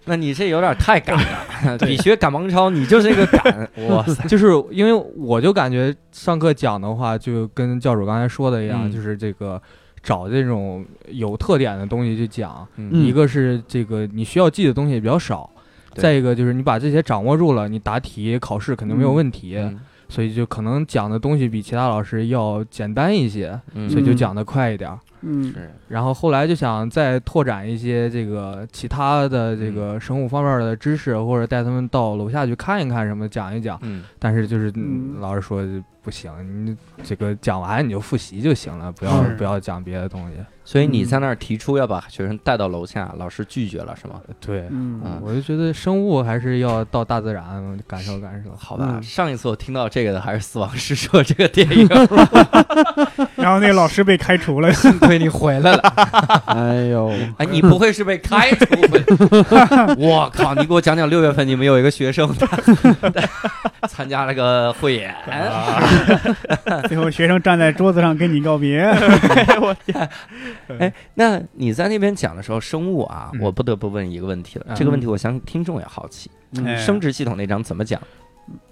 Speaker 1: 那你这有点太赶了，比学赶王超，你就是这个赶，哇塞！
Speaker 4: 就是因为我就感觉上课讲的话，就跟教主刚才说的一样，
Speaker 1: 嗯
Speaker 4: 就是这个找这种有特点的东西去讲。
Speaker 1: 嗯
Speaker 4: 一个是这个你需要记的东西也比较少，
Speaker 1: 对
Speaker 4: 再一个就是你把这些掌握住了，你答题考试肯定没有问题，
Speaker 1: 嗯
Speaker 4: 所以就可能讲的东西比其他老师要简单一些，
Speaker 1: 嗯
Speaker 4: 所以就讲的快一点。儿。
Speaker 2: 嗯
Speaker 1: 是
Speaker 4: 然后后来就想再拓展一些这个其他的这
Speaker 1: 嗯
Speaker 4: 个生物方面的知识，或者带他们到楼下去看一看什么，讲一讲。
Speaker 1: 嗯
Speaker 4: 但是就是嗯
Speaker 2: 嗯
Speaker 4: 老师说不行，你这个讲完你就复习就行了，不要
Speaker 2: 是
Speaker 4: 不要讲别的东西。
Speaker 1: 所以你在那儿提出要把学生带到楼下，老师拒绝了是吗？
Speaker 4: 对，
Speaker 2: 嗯，
Speaker 4: 我就觉得生物还是要到大自然感受感受。
Speaker 1: 好吧，
Speaker 3: 嗯
Speaker 1: 上一次我听到这个的还是《死亡诗社》这个电 影，
Speaker 2: 然后那个老师被 开除了。
Speaker 1: 幸亏你回 来了。
Speaker 3: 哎呦，
Speaker 1: 哎，你不会是被开除回 来？我靠！你给我讲讲六月份你们有一个学生他他参加了个汇演，
Speaker 4: 啊
Speaker 2: 最后学生站在桌子上跟你告别。
Speaker 1: 那你在那边讲的时候，生物啊，
Speaker 4: 嗯
Speaker 1: 我不得不问一个问题了。
Speaker 4: 嗯
Speaker 1: 这个问题我相信听众也好奇，
Speaker 2: 哎
Speaker 1: 生殖系统那章怎么讲？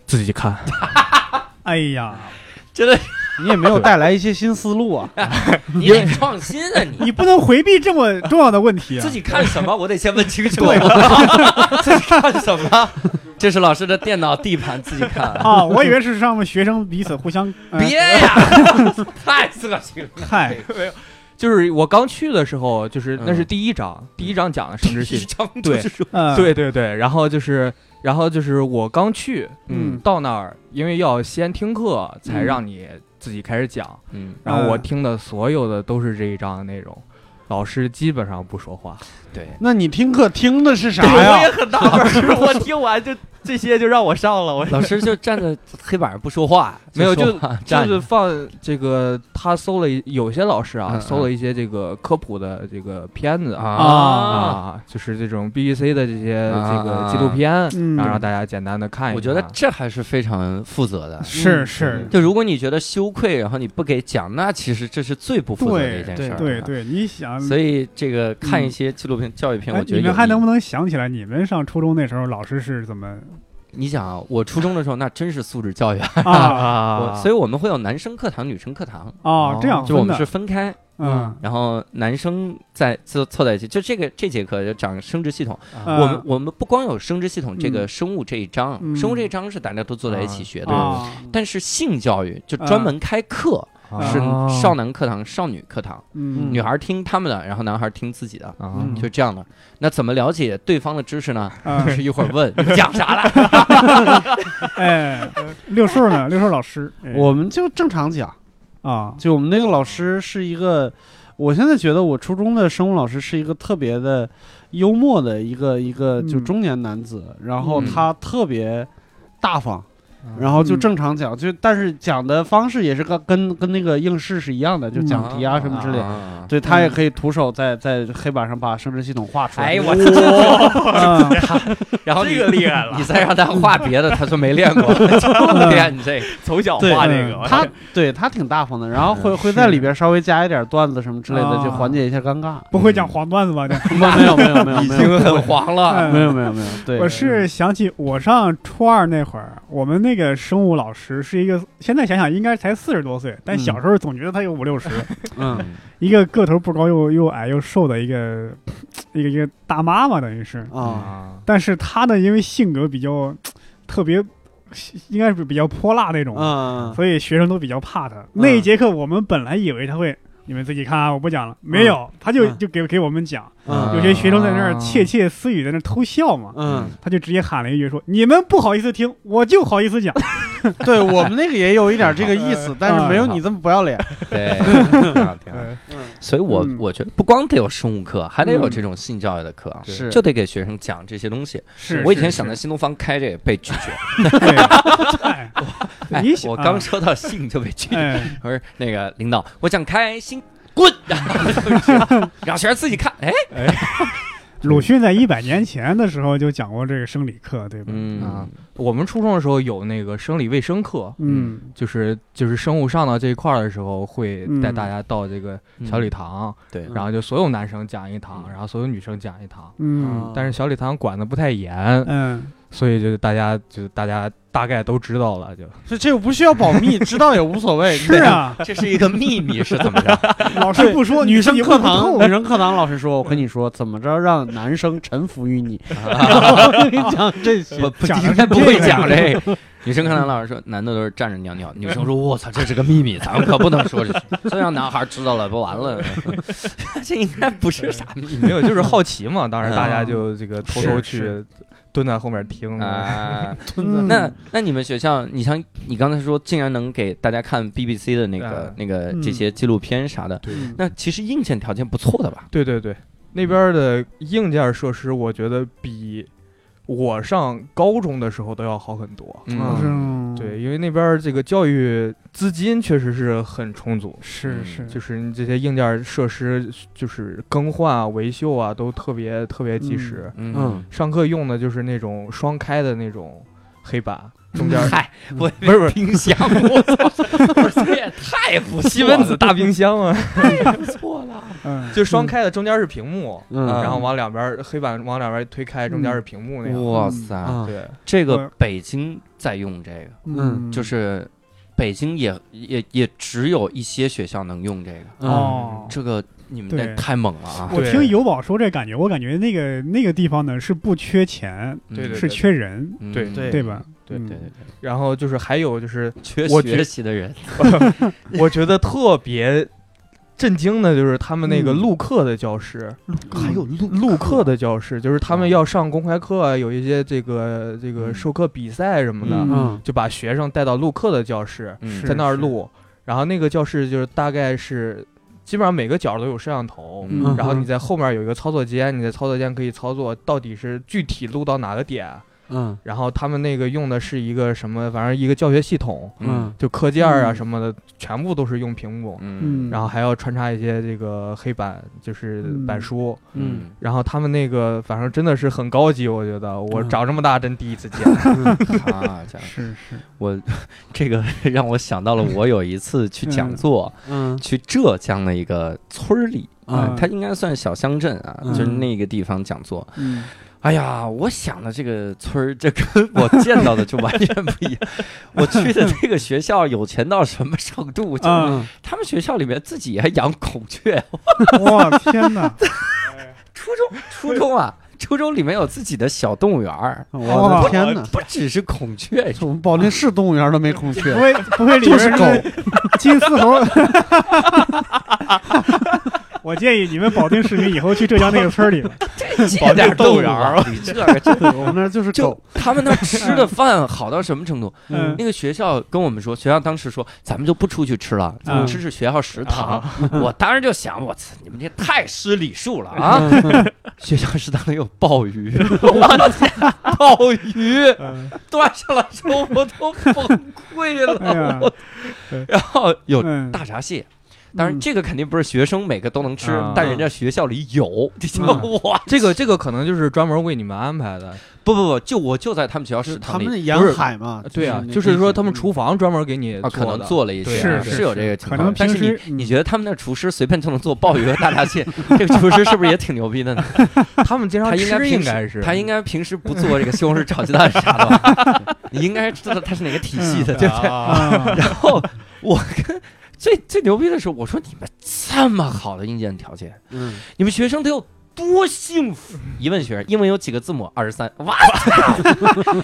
Speaker 4: 自己看，
Speaker 2: 哎呀，
Speaker 1: 真的，
Speaker 3: 你也没有带来一些新思路啊。
Speaker 4: 嗯
Speaker 1: 你得创新啊 你！
Speaker 2: 你不能回避这么重要的问题啊！
Speaker 1: 自己看什么？我得先问清楚。 自
Speaker 4: 啊
Speaker 1: 己看什么？这是老师的电脑地盘，自己看 啊。
Speaker 2: 啊，我以为是让我们学生彼此互相呃
Speaker 1: 别呀， 太恶心了。
Speaker 2: 嗨，
Speaker 4: 就是我刚去的时候，就是
Speaker 1: 嗯
Speaker 4: 那是第一章，第一章讲的生殖系
Speaker 1: 一
Speaker 4: 统。
Speaker 1: 张
Speaker 4: 对
Speaker 1: 就是说，
Speaker 2: 嗯，
Speaker 4: 对对对，然后就是然后就是我刚去
Speaker 2: 嗯
Speaker 4: 到那儿，因为要先听课才让你自己开始讲，
Speaker 1: 嗯，
Speaker 4: 然后我
Speaker 2: 嗯
Speaker 4: 听的所有的都是这一章的内容，老师基本上不说话。
Speaker 1: 对。
Speaker 3: 那你听课听的是啥
Speaker 4: 我也
Speaker 3: 呀？
Speaker 4: 很纳闷儿，我听完就这些 就让我上了，我
Speaker 1: 老师就站在黑板上不说话，
Speaker 4: 没有
Speaker 1: 说话
Speaker 4: 就
Speaker 1: 站
Speaker 4: 是
Speaker 1: 着。
Speaker 4: 放这个他搜了一有些老师
Speaker 1: 嗯
Speaker 4: 啊
Speaker 1: 嗯
Speaker 4: 搜了一些这个科普的这个片子
Speaker 1: 啊
Speaker 4: 啊，就是这种 BBC 的这些
Speaker 1: 啊
Speaker 4: 这个纪录片，
Speaker 2: 嗯
Speaker 4: 然后让大家简单的看一看。
Speaker 1: 我觉得这还是非常负责的。
Speaker 2: 是是，
Speaker 3: 嗯
Speaker 1: 就如果你觉得羞愧，然后你不给讲，那其实这是最不负责的一件事儿。啊
Speaker 2: 对。对，你想，
Speaker 1: 嗯所以这个看一
Speaker 2: 嗯
Speaker 1: 些纪录片、教育片，
Speaker 2: 哎
Speaker 1: 我觉得
Speaker 2: 你
Speaker 1: 有
Speaker 2: 们还
Speaker 1: 意义
Speaker 2: 能不能想起来你们上初中那时候老师是怎 么
Speaker 1: 你想啊，我初中的时候那真是素质教育啊，
Speaker 2: 啊
Speaker 4: 啊
Speaker 1: 我，所以我们会有男生课堂、女生课堂，
Speaker 2: 啊这样
Speaker 1: 就我们
Speaker 2: 分的
Speaker 1: 是？分开，
Speaker 2: 嗯，
Speaker 1: 然后男生在凑凑在一起。就这个这节课就讲生殖系统，
Speaker 2: 嗯
Speaker 1: 我们我们不光有生殖系统这个
Speaker 2: 嗯
Speaker 1: 生物这一章，
Speaker 2: 嗯
Speaker 1: 生物这一章是大家都坐在一起学的，
Speaker 2: 啊
Speaker 1: 但是性教育就专门开课，
Speaker 4: 啊
Speaker 1: 是少男课堂、少女课堂，
Speaker 2: 嗯
Speaker 1: 女孩听他们的，然后男孩听自己的。
Speaker 4: 啊
Speaker 3: 嗯
Speaker 1: 就这样的，那怎么了解对方的知识呢？
Speaker 2: 啊
Speaker 1: 就是一会儿问你讲啥了，
Speaker 2: 哎，六叔 呢？六叔老师，哎
Speaker 3: 我们就正常讲，
Speaker 2: 啊，
Speaker 3: 就我们那个老师是一个，我现在觉得我初中的生物老师是一个特别的幽默的一个一个就
Speaker 2: 嗯
Speaker 3: 中年男子，然后
Speaker 4: 嗯
Speaker 3: 他特别大方，
Speaker 4: 嗯
Speaker 3: 然后就
Speaker 2: 嗯
Speaker 3: 正常讲，就但是讲的方式也是跟跟跟那个应试是一样的，就
Speaker 2: 嗯
Speaker 3: 讲题啊什么之类的。
Speaker 1: 的。
Speaker 3: 对他也可以徒手在在黑板上把生殖系统画出来。
Speaker 1: 哎呦我
Speaker 3: 操！
Speaker 2: 啊，
Speaker 1: 然后你
Speaker 4: 这个厉害了
Speaker 1: 嗯你再让他画别的，他说没练过，就练这个。
Speaker 4: 从小
Speaker 3: 对
Speaker 4: 画这
Speaker 2: 嗯
Speaker 4: 个，我
Speaker 3: 他对他挺大方的，然后会
Speaker 1: 嗯
Speaker 3: 会
Speaker 2: 是
Speaker 3: 在里边稍微加一点段子什么之类的，
Speaker 2: 啊
Speaker 3: 就缓解一下尴尬。
Speaker 2: 不会讲黄段子
Speaker 1: 嗯
Speaker 2: 吧？这
Speaker 3: 没有没有没有
Speaker 1: 已
Speaker 3: 没有
Speaker 1: 经 很黄了。
Speaker 2: 哎
Speaker 3: 没有没有没有，对，
Speaker 2: 我是想起我上初二那会儿，我们那个生物老师是一个，现在想想应该才四十多岁，但
Speaker 3: 嗯
Speaker 2: 小时候总觉得他有五六十，
Speaker 3: 嗯
Speaker 2: 一个个头不高又又矮又瘦的一个一个一个大妈嘛，等于是。
Speaker 3: 啊
Speaker 4: 啊，
Speaker 2: 但是她呢，因为性格比较特别，应该是比较泼辣那种，
Speaker 3: 嗯，
Speaker 2: 所以学生都比较怕她。那一节课我们本来以为她会，你们自己看啊，我不讲了，没有，她就
Speaker 3: 嗯
Speaker 2: 就给给我们讲，
Speaker 3: 嗯
Speaker 2: 有些学生在那儿
Speaker 4: 啊
Speaker 2: 窃窃私语，在那儿偷笑嘛。
Speaker 3: 嗯，
Speaker 2: 她就直接喊了一句说：“你们不好意思听，我就好意思讲。
Speaker 3: 对我们那个也有一点这个意思，但是没有你这么不要脸。
Speaker 1: 对，挺好挺好
Speaker 2: 对
Speaker 1: 所以我
Speaker 2: 嗯
Speaker 1: 我觉得不光得有生物课，还得有这种性教育的课啊，
Speaker 3: 是
Speaker 1: 就得给学生讲这些东西。
Speaker 2: 是
Speaker 1: 我以前想在
Speaker 2: 的，
Speaker 1: 新东方开这个被拒绝，
Speaker 2: 对
Speaker 1: 哎
Speaker 2: 哎你想
Speaker 1: 我刚
Speaker 2: 啊
Speaker 1: 说到性就被拒绝，
Speaker 2: 哎，
Speaker 1: 我说那个领导，我想开心。滚！ 然后就去了让学生自己看。哎，
Speaker 2: 鲁迅在一百年前的时候就讲过这个生理课，对吧？
Speaker 1: 嗯
Speaker 4: 啊，我们初中的时候有那个生理卫生课，
Speaker 2: 嗯
Speaker 4: 就是就是生物上到这一块儿的时候，会带大家到这个小礼堂，
Speaker 1: 对
Speaker 4: 然后就所有男生讲一堂，
Speaker 1: 嗯
Speaker 4: 然后所有女生讲一堂。
Speaker 2: 嗯
Speaker 4: 但是小礼堂管的不太严，
Speaker 2: 嗯，
Speaker 4: 所以就是大家就大家大概都知道了，就
Speaker 3: 这这个不需要保密，知道也无所谓。
Speaker 2: 是啊，
Speaker 1: 这是一个秘密是怎么着？
Speaker 2: 老师不说，
Speaker 3: 女生
Speaker 2: 你
Speaker 3: 课
Speaker 2: 问不
Speaker 3: 堂，
Speaker 2: 透
Speaker 3: 女生课堂老师说：“我跟你说，怎么着让男生臣服于你？我跟你讲这些，
Speaker 1: 我不
Speaker 2: 讲的
Speaker 1: 应
Speaker 2: 是
Speaker 1: 该不会
Speaker 2: 这个
Speaker 1: 讲这 个。女生看到老师说，男的都是站着尿尿，女生说：“ 我操，这是个秘密，咱们可不能说出去，这让男孩知道了不完了。” 这应该不是啥秘密
Speaker 4: 没有就是好奇嘛。当然
Speaker 1: 嗯
Speaker 4: 大家就这个偷偷
Speaker 1: 是
Speaker 2: 是
Speaker 4: 去蹲在后面听。
Speaker 1: 啊。
Speaker 2: 嗯
Speaker 1: 那那你们学校，你像你刚才说，竟然能给大家看 BBC 的那个
Speaker 4: 嗯
Speaker 1: 那个
Speaker 2: 嗯
Speaker 1: 这些纪录片啥的，
Speaker 4: 对
Speaker 1: 那其实硬件条件不错的吧？
Speaker 4: 对对对，那边的硬件设施，我觉得比我上高中的时候都要好很多。
Speaker 3: 嗯
Speaker 2: 啊是
Speaker 1: 嗯，
Speaker 2: 吗，
Speaker 4: 对，因为那边儿这个教育资金确实是很充足，
Speaker 2: 是
Speaker 1: 嗯
Speaker 2: 是，
Speaker 4: 就是你这些硬件设施，就是更换啊、维修啊，都特别特别及时。
Speaker 1: 嗯，
Speaker 4: 上课用的就是那种双开的那种黑板，中间儿
Speaker 1: 嗨，我
Speaker 4: 不是不是
Speaker 1: 冰箱，我操，我这也太 不
Speaker 4: 西门子大冰箱啊，
Speaker 1: 错了。
Speaker 2: 嗯，
Speaker 4: 就双开的，中间是屏幕，啊
Speaker 3: 嗯
Speaker 4: 然后往两边儿黑板往两边儿推开，中间是屏幕那样。
Speaker 1: 哇塞，
Speaker 3: 啊，
Speaker 4: 对，
Speaker 1: 这个
Speaker 2: 我
Speaker 1: 北京在用这个，
Speaker 3: 嗯
Speaker 1: 就是北京也也也只有一些学校能用这个，
Speaker 3: 嗯
Speaker 2: 哦。
Speaker 1: 这个你们这
Speaker 2: 对
Speaker 1: 太猛了啊！
Speaker 2: 我
Speaker 4: 对
Speaker 2: 听尤宝说这感觉，我感觉那个那个地方呢是不缺钱，
Speaker 1: 嗯
Speaker 4: 对对
Speaker 2: 是缺人，
Speaker 1: 嗯
Speaker 4: 对
Speaker 3: 对
Speaker 2: 对吧？
Speaker 4: 对
Speaker 2: 嗯
Speaker 1: 对对，
Speaker 4: 然后就是还有就是，
Speaker 1: 对缺
Speaker 4: 我觉
Speaker 1: 学习的人，
Speaker 4: 我觉得特别震惊的就是他们那个
Speaker 2: 嗯
Speaker 4: 录课的教室，
Speaker 2: 还有
Speaker 1: 录
Speaker 4: 录课的教室，就是他们
Speaker 1: 嗯
Speaker 4: 要上公开课啊，有一些这个这个
Speaker 1: 嗯
Speaker 4: 授课比赛什么的，
Speaker 2: 嗯
Speaker 3: 嗯
Speaker 4: 就把学生带到录课的教室，
Speaker 1: 嗯
Speaker 2: 是
Speaker 4: 在那儿录。然后那个教室就是大概是，基本上每个角都有摄像头，
Speaker 1: 嗯
Speaker 4: 然后你在后面有一个操作间，你在操作间可以操作到底是具体录到哪个点。
Speaker 3: 嗯
Speaker 4: 然后他们那个用的是一个什么，反正一个教学系统，
Speaker 1: 嗯
Speaker 4: 就课件儿啊
Speaker 2: 嗯
Speaker 4: 什么的，全部都是用屏幕，
Speaker 1: 嗯
Speaker 2: 嗯，
Speaker 4: 然后还要穿插一些这个黑板，就是
Speaker 2: 嗯
Speaker 4: 板书。
Speaker 1: 嗯
Speaker 4: 然后他们那个反正真的是很高级，我觉得我
Speaker 3: 嗯
Speaker 4: 长这么大真第一次见。
Speaker 1: 啊，这样
Speaker 2: 是是，
Speaker 1: 我这个 让我想到了，我有一次去讲座，
Speaker 3: 嗯
Speaker 1: 去浙江的一个村儿里啊，
Speaker 2: 嗯
Speaker 1: 它应该算小乡镇啊，
Speaker 3: 嗯
Speaker 1: 就是那个地方讲座。
Speaker 2: 嗯
Speaker 1: 哎呀，我想的这个村儿，这 跟我见到的就完全不一样。我去的那个学校有钱到什么程
Speaker 3: 嗯
Speaker 1: 度？就
Speaker 2: 啊，
Speaker 1: 他们学校里面自己还养孔雀，
Speaker 2: 我天哪，
Speaker 1: 初中初中啊，初中里面有自己的小动物园儿，
Speaker 3: 我的哦天哪！
Speaker 1: 不只是孔雀，
Speaker 3: 我们保定市动物园都没孔雀
Speaker 2: 不，会不会里
Speaker 3: 就
Speaker 2: 边是
Speaker 3: 是狗。
Speaker 2: 金丝猴？我我建议你们保定市民以后去浙江那个村儿里，
Speaker 1: 借点豆芽儿，啊你这个 这
Speaker 3: 我们那儿就是
Speaker 1: 就
Speaker 3: 狗，
Speaker 1: 他们那儿吃的饭好到什么程度？
Speaker 2: 嗯
Speaker 1: 那个学校跟我们说，学校当时说咱们就不出去吃了，咱们
Speaker 2: 嗯
Speaker 1: 吃吃学校食堂。
Speaker 3: 啊
Speaker 1: 我当时就想，我操，你们这太失礼数了啊！ 学校食堂里有鲍鱼， 我天，鲍鱼
Speaker 2: 嗯
Speaker 1: 端上来之后我都崩溃
Speaker 2: 哎呀
Speaker 1: 了。然后有
Speaker 2: 嗯，
Speaker 1: 大闸蟹。当然，这个肯定不是学生每个都能吃，
Speaker 3: 啊
Speaker 4: 嗯
Speaker 1: 但人家学校里有。 你知道吗哇，
Speaker 4: 这个这个可能就是专门为你们安排的，
Speaker 1: 不不不，就我就在他们学校
Speaker 3: 就是
Speaker 1: 食
Speaker 3: 他
Speaker 1: 堂里
Speaker 3: 们沿海嘛，
Speaker 4: 对啊，
Speaker 3: 那嗯
Speaker 4: 就是说他们厨房专门给你
Speaker 1: 啊，可能
Speaker 4: 的
Speaker 1: 做了一些，
Speaker 4: 对
Speaker 2: 啊是
Speaker 1: 是有这个情
Speaker 2: 可
Speaker 1: 况。
Speaker 2: 能
Speaker 1: 但
Speaker 2: 平
Speaker 1: 是你
Speaker 2: 时嗯
Speaker 1: 你觉得他们那厨师随便就能做鲍鱼和大闸 蟹，这个厨师是不是也挺牛逼的呢？
Speaker 4: 他们经常
Speaker 1: 他应该
Speaker 4: 吃
Speaker 1: 平
Speaker 4: 应
Speaker 1: 时
Speaker 4: 该是
Speaker 1: 他 应该平时不做这个西红柿炒鸡蛋啥的吧， 你应该知道他是哪个体系的，对不 对？
Speaker 4: 啊
Speaker 2: 嗯啊，
Speaker 1: 然后我跟最最牛逼的是，我说你们这么好的硬件条件，
Speaker 3: 嗯，
Speaker 1: 你们学生得有多幸福？一问学生，英文有几个字母？二十三。哇， 学生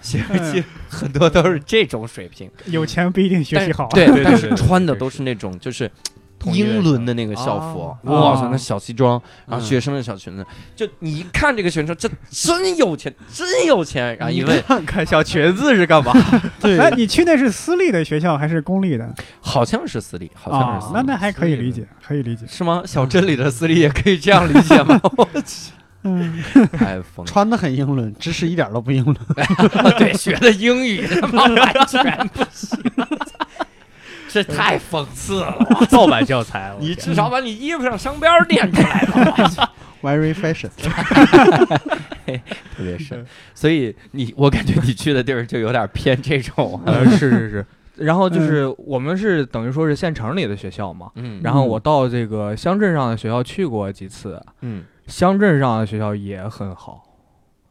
Speaker 1: 其实很多都是这种水平。
Speaker 2: 有钱不一定学习好，啊
Speaker 1: 对，
Speaker 4: 对
Speaker 1: 但
Speaker 4: 对
Speaker 1: 是
Speaker 4: 对
Speaker 1: 穿的
Speaker 4: 是
Speaker 1: 都是那种就是
Speaker 4: 统一的
Speaker 1: 英伦的那个校服，
Speaker 2: 哦
Speaker 1: 哇塞
Speaker 2: 哦，
Speaker 1: 那小西装，然后
Speaker 3: 嗯
Speaker 1: 学生的小裙子，就你一看这个学生，这真有钱，真有钱。然后一问，
Speaker 4: 看看小裙子是干嘛？
Speaker 3: 对
Speaker 2: 哎，你去那是私立的学校还是公立的？
Speaker 1: 好像是私立，好像是
Speaker 2: 啊，
Speaker 1: 私
Speaker 2: 那
Speaker 1: 立。
Speaker 2: 那还可以
Speaker 4: 私立的
Speaker 2: 理解，可以理解。
Speaker 1: 是吗？小镇里的私立也可以这样理解 吗？我去，
Speaker 2: 嗯，
Speaker 1: 太疯了！
Speaker 3: 穿的很英伦，知识一点都不英伦。
Speaker 1: 哦对，学的英语他妈完 全不行，这太讽刺 了！
Speaker 5: 盗版教材，我
Speaker 1: 你至少把你衣服上商标念出来吧。
Speaker 3: Very fashion，
Speaker 1: 特别深。所以你，我感觉你去的地儿就有点偏这种。
Speaker 4: 呃，是是是。然后就是我们是等于说是县城里的学校嘛，
Speaker 1: 嗯
Speaker 4: 然后我到这个乡镇上的学校去过几次，
Speaker 1: 嗯，
Speaker 4: 乡镇上的学校也很好，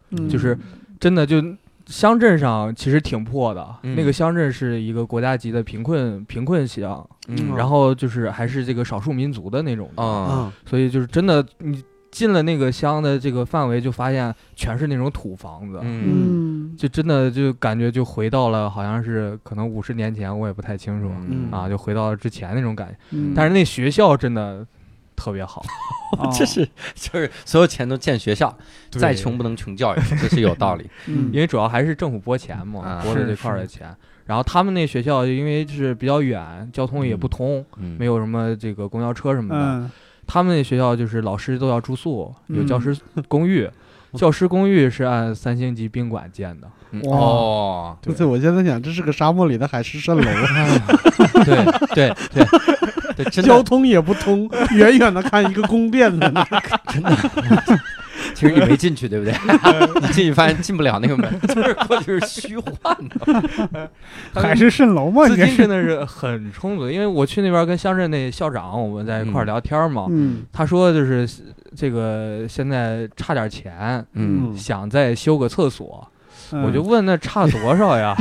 Speaker 2: 嗯
Speaker 4: 就是真的就乡镇上其实挺破的，
Speaker 1: 嗯
Speaker 4: 那个乡镇是一个国家级的贫困贫困乡，
Speaker 1: 嗯，
Speaker 4: 然后就是还是这个少数民族的那种的，
Speaker 1: 啊，
Speaker 3: 嗯，
Speaker 4: 所以就是真的你进了那个乡的这个范围，就发现全是那种土房子，
Speaker 1: 嗯
Speaker 2: 嗯，
Speaker 4: 就真的就感觉就回到了好像是可能五十年前，我也不太清楚、
Speaker 1: 嗯
Speaker 4: 啊，就回到了之前那种感觉。
Speaker 2: 嗯
Speaker 4: 但是那学校真的特别好，
Speaker 2: 哦
Speaker 1: 这是就是所有钱都建学校，
Speaker 4: 对
Speaker 1: 再穷不能穷教育，这是有道理。
Speaker 2: 嗯
Speaker 4: 因为主要还是政府拨钱嘛，
Speaker 1: 啊
Speaker 4: 拨的这块儿的钱。然后他们那学校因为是比较远，交通也不通，
Speaker 1: 嗯
Speaker 4: 没有什么这个公交车什么的。
Speaker 2: 嗯
Speaker 4: 他们那学校就是老师都要住宿，有
Speaker 2: 嗯
Speaker 4: 教师公 寓，教师公寓是按三星级宾馆建的。
Speaker 2: 哇
Speaker 1: 嗯哦，
Speaker 3: 对，我现在想，这是个沙漠里的海市蜃楼，
Speaker 1: 对对对对，真
Speaker 3: 交
Speaker 1: 的
Speaker 3: 通也不通， 远远的看一个宫殿的，
Speaker 1: 真的。其实你没进去，对不对？ 你进去发现进不了那个门， 就是过去是虚幻的。
Speaker 2: 海市蜃楼嘛，
Speaker 4: 资
Speaker 2: 你这
Speaker 4: 金
Speaker 2: 是
Speaker 4: 真的是很充足的，因为我去那边跟乡镇那校长我们在一块儿
Speaker 1: 嗯
Speaker 4: 聊天嘛，
Speaker 2: 嗯
Speaker 4: 他说就是这个现在差点钱，
Speaker 1: 嗯，
Speaker 4: 想再修个厕所，
Speaker 2: 嗯
Speaker 4: 我就问那差多少呀？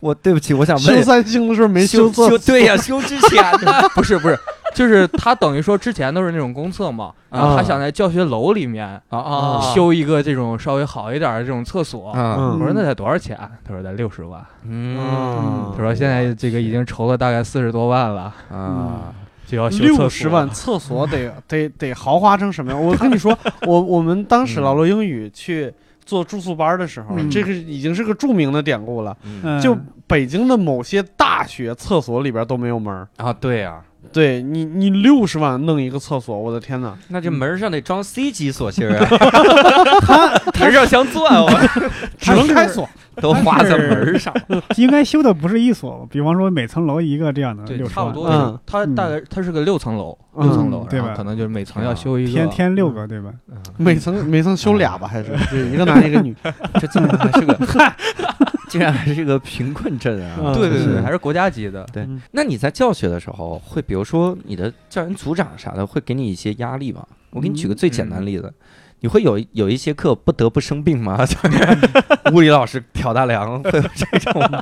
Speaker 1: 我对不起，我想
Speaker 3: 修三星的时候没
Speaker 1: 修
Speaker 3: 错，
Speaker 1: 对呀，修之前呢，
Speaker 4: 不是不是，就是他等于说之前都是那种公厕嘛，然后他想在教学楼里面
Speaker 1: 啊啊，
Speaker 4: 修一个这种稍微好一点的这种厕所。
Speaker 1: 啊，
Speaker 4: 我
Speaker 3: 嗯
Speaker 4: 说那得多少钱？他说得六十万。
Speaker 1: 嗯
Speaker 2: 嗯
Speaker 4: 他说现在这个已经筹了大概四十多万了，
Speaker 1: 啊，
Speaker 5: 就要修
Speaker 3: 六
Speaker 5: 厕
Speaker 3: 十
Speaker 5: 所
Speaker 3: 万，厕所得 得得豪华成什么样？我跟你说，我我们当时
Speaker 1: 嗯
Speaker 3: 老罗英语去做住宿班的时候，
Speaker 2: 嗯
Speaker 3: 这个已经是个著名的典故了。
Speaker 1: 嗯
Speaker 2: 嗯
Speaker 3: 就北京的某些大学厕所里边都没有门儿，
Speaker 1: 啊，对呀，
Speaker 3: 对你你六十万弄一个厕所，我的天哪！
Speaker 1: 那这门上得装 C 级锁芯儿啊，门上镶钻哦，
Speaker 3: 只能开锁，
Speaker 1: 都花在门上。
Speaker 2: 应该修的不是一所，比方说每层楼一个这样的，
Speaker 4: 对，
Speaker 2: 啊六十
Speaker 4: 差不
Speaker 2: 万
Speaker 4: 多
Speaker 3: 嗯
Speaker 4: 是。它大概它是个六层楼，
Speaker 3: 嗯
Speaker 4: 六层楼，
Speaker 2: 对
Speaker 4: 然
Speaker 2: 吧啊
Speaker 4: 后可能就是每层要修一个。
Speaker 2: 天天六个对吧？
Speaker 4: 嗯
Speaker 3: 每层每层修俩吧，还是对一个男一个女，
Speaker 1: 这竟然还是个，竟然还是个贫困镇啊！
Speaker 3: 嗯
Speaker 4: 对对
Speaker 1: 真
Speaker 4: 对，
Speaker 1: 是
Speaker 4: 还是国家级的。
Speaker 1: 对，那你在教学的时候，会比如说你的教研组长啥的，会给你一些压力吗？我给你举个最简单的例子，你会有有一些课不得不生病 吗？就是物理老师挑大梁会有这种 吗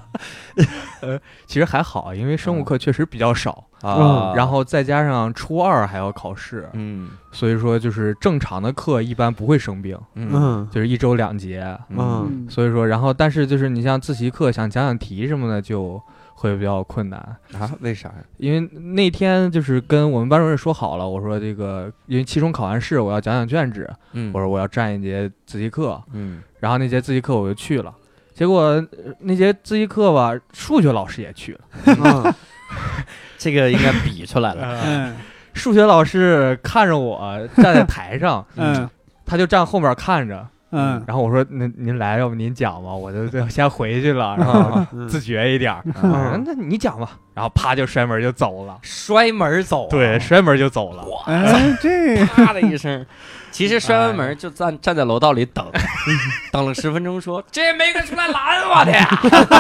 Speaker 4: 其实还好，因为生物课确实比较少，
Speaker 1: 啊？
Speaker 4: 然后再加上初二还要考试，
Speaker 1: 嗯
Speaker 4: 所以说就是正常的课一般不会生病，
Speaker 1: 嗯
Speaker 3: 嗯
Speaker 4: 就是一周两节。
Speaker 1: 嗯
Speaker 3: 嗯
Speaker 4: 所以说，然后但是就是你像自习课想讲讲题什么的，就会比较困难。
Speaker 1: 嗯
Speaker 3: 啊？为啥呀？
Speaker 4: 因为那天就是跟我们班主任说好了，我说这个因为期中考完试我要讲讲卷子，
Speaker 1: 嗯
Speaker 4: 我说我要占一节自习课，
Speaker 1: 嗯
Speaker 4: 然后那节自习课我就去了。结果呃那节自习课吧，数学老师也去了。
Speaker 3: 嗯
Speaker 1: 这个应该比出来了，
Speaker 5: 呃
Speaker 2: 嗯，
Speaker 4: 数学老师看着我站在台上
Speaker 2: 嗯
Speaker 4: 他就站后面看着。
Speaker 2: 嗯，
Speaker 4: 然后我说：“您您来，要不您讲吧，我就就先回去了，然后
Speaker 3: 嗯
Speaker 4: 自觉一点儿。
Speaker 3: 嗯
Speaker 4: 嗯那你讲吧。”然后啪就摔门就走了。
Speaker 1: 摔门走啊，
Speaker 4: 对，摔门就走了。
Speaker 2: 哎， 这
Speaker 1: 啪的一声。其实摔完门就站站在楼道里等，等了十分钟，说这没个出来拦我的呀，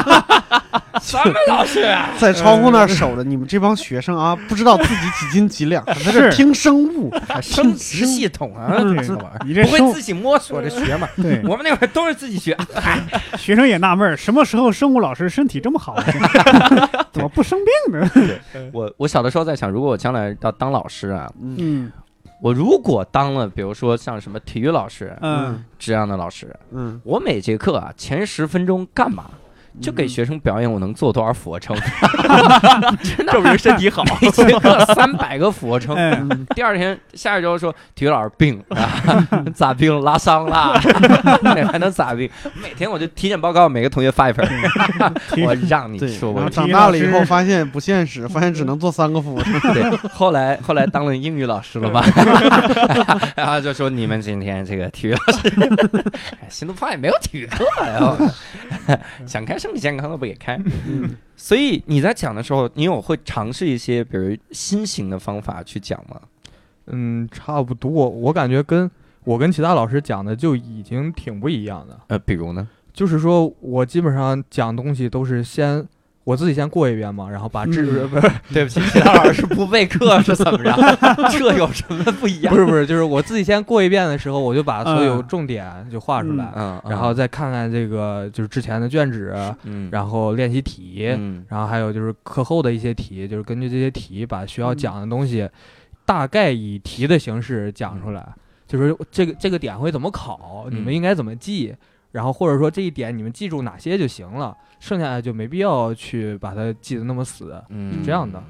Speaker 1: 什么老师啊？
Speaker 3: 在窗户那儿守着，你们这帮学生啊，不知道自己几斤几两，还在这儿
Speaker 2: 是
Speaker 3: 听生物，
Speaker 1: 生殖系 统啊，
Speaker 2: 嗯
Speaker 1: 这玩意儿
Speaker 2: 你这
Speaker 1: 不会
Speaker 2: 生
Speaker 1: 自己摸索着学 嘛？
Speaker 2: 对
Speaker 1: 我们那会儿都是自己学，
Speaker 2: 学生也纳闷儿，什么时候生物老师身体这么好，啊 怎么不生病呢？
Speaker 1: 我我小的时候在想，如果我将来要当老师啊，
Speaker 3: 嗯
Speaker 2: 嗯
Speaker 1: 我如果当了，比如说像什么体育老师
Speaker 2: 嗯
Speaker 1: 这样的老师，
Speaker 3: 嗯，
Speaker 1: 我每节课啊前十分钟干嘛？就给学生表演我能做多少俯卧撑，真 的证明身 体好。每节课哎三百个俯卧撑，
Speaker 2: 哎
Speaker 3: 嗯
Speaker 1: 第二天下一周说体育老师病 了，咋病了？拉伤了， 那还能咋病？每天我就体检报告，每个同学发一份儿，
Speaker 2: 体
Speaker 1: 我让你
Speaker 3: 对。
Speaker 1: 说
Speaker 3: 然
Speaker 1: 我
Speaker 3: 后
Speaker 2: 体
Speaker 3: 长
Speaker 2: 育
Speaker 3: 大
Speaker 2: 老
Speaker 3: 了以
Speaker 2: 师
Speaker 3: 后发现不现实，发现只能做三个俯卧撑。
Speaker 1: 对，后来后来当了英语老师了 吧，然后就说你们今天这个体育老师， 哎新东方也没有体育课呀、 想开身体健康都不给开。
Speaker 3: 嗯
Speaker 1: 所以你在讲的时候，你有会尝试一些比如新型的方法去讲吗？
Speaker 4: 嗯，差不多。我感觉跟我跟其他老师讲的就已经挺不一样的。
Speaker 1: 呃，比如呢？
Speaker 4: 就是说我基本上讲东西都是先我自己先过一遍嘛，然后
Speaker 1: 嗯
Speaker 4: 把知识、 不是
Speaker 1: 对不起，其他老师不备课是怎么着？这有什么不一样
Speaker 4: 不？是不是，就是我自己先过一遍的时候，我就把所有
Speaker 2: 嗯
Speaker 4: 重点就画出来，
Speaker 1: 嗯，嗯
Speaker 4: 然后再看看这个就是之前的卷纸，
Speaker 1: 嗯，
Speaker 4: 然后练习题，
Speaker 1: 嗯
Speaker 4: 然后还有就是课后的一些题，就是根据这些题把需
Speaker 1: 嗯
Speaker 4: 要讲的东西，大概以题的形式讲出来，就是这个这个点会怎么考，
Speaker 1: 嗯
Speaker 4: 你们应该怎么记，然后或者说这一点你们记住哪些就行了，剩下的就没必要去把它记得那么死。
Speaker 1: 嗯
Speaker 4: 这样的。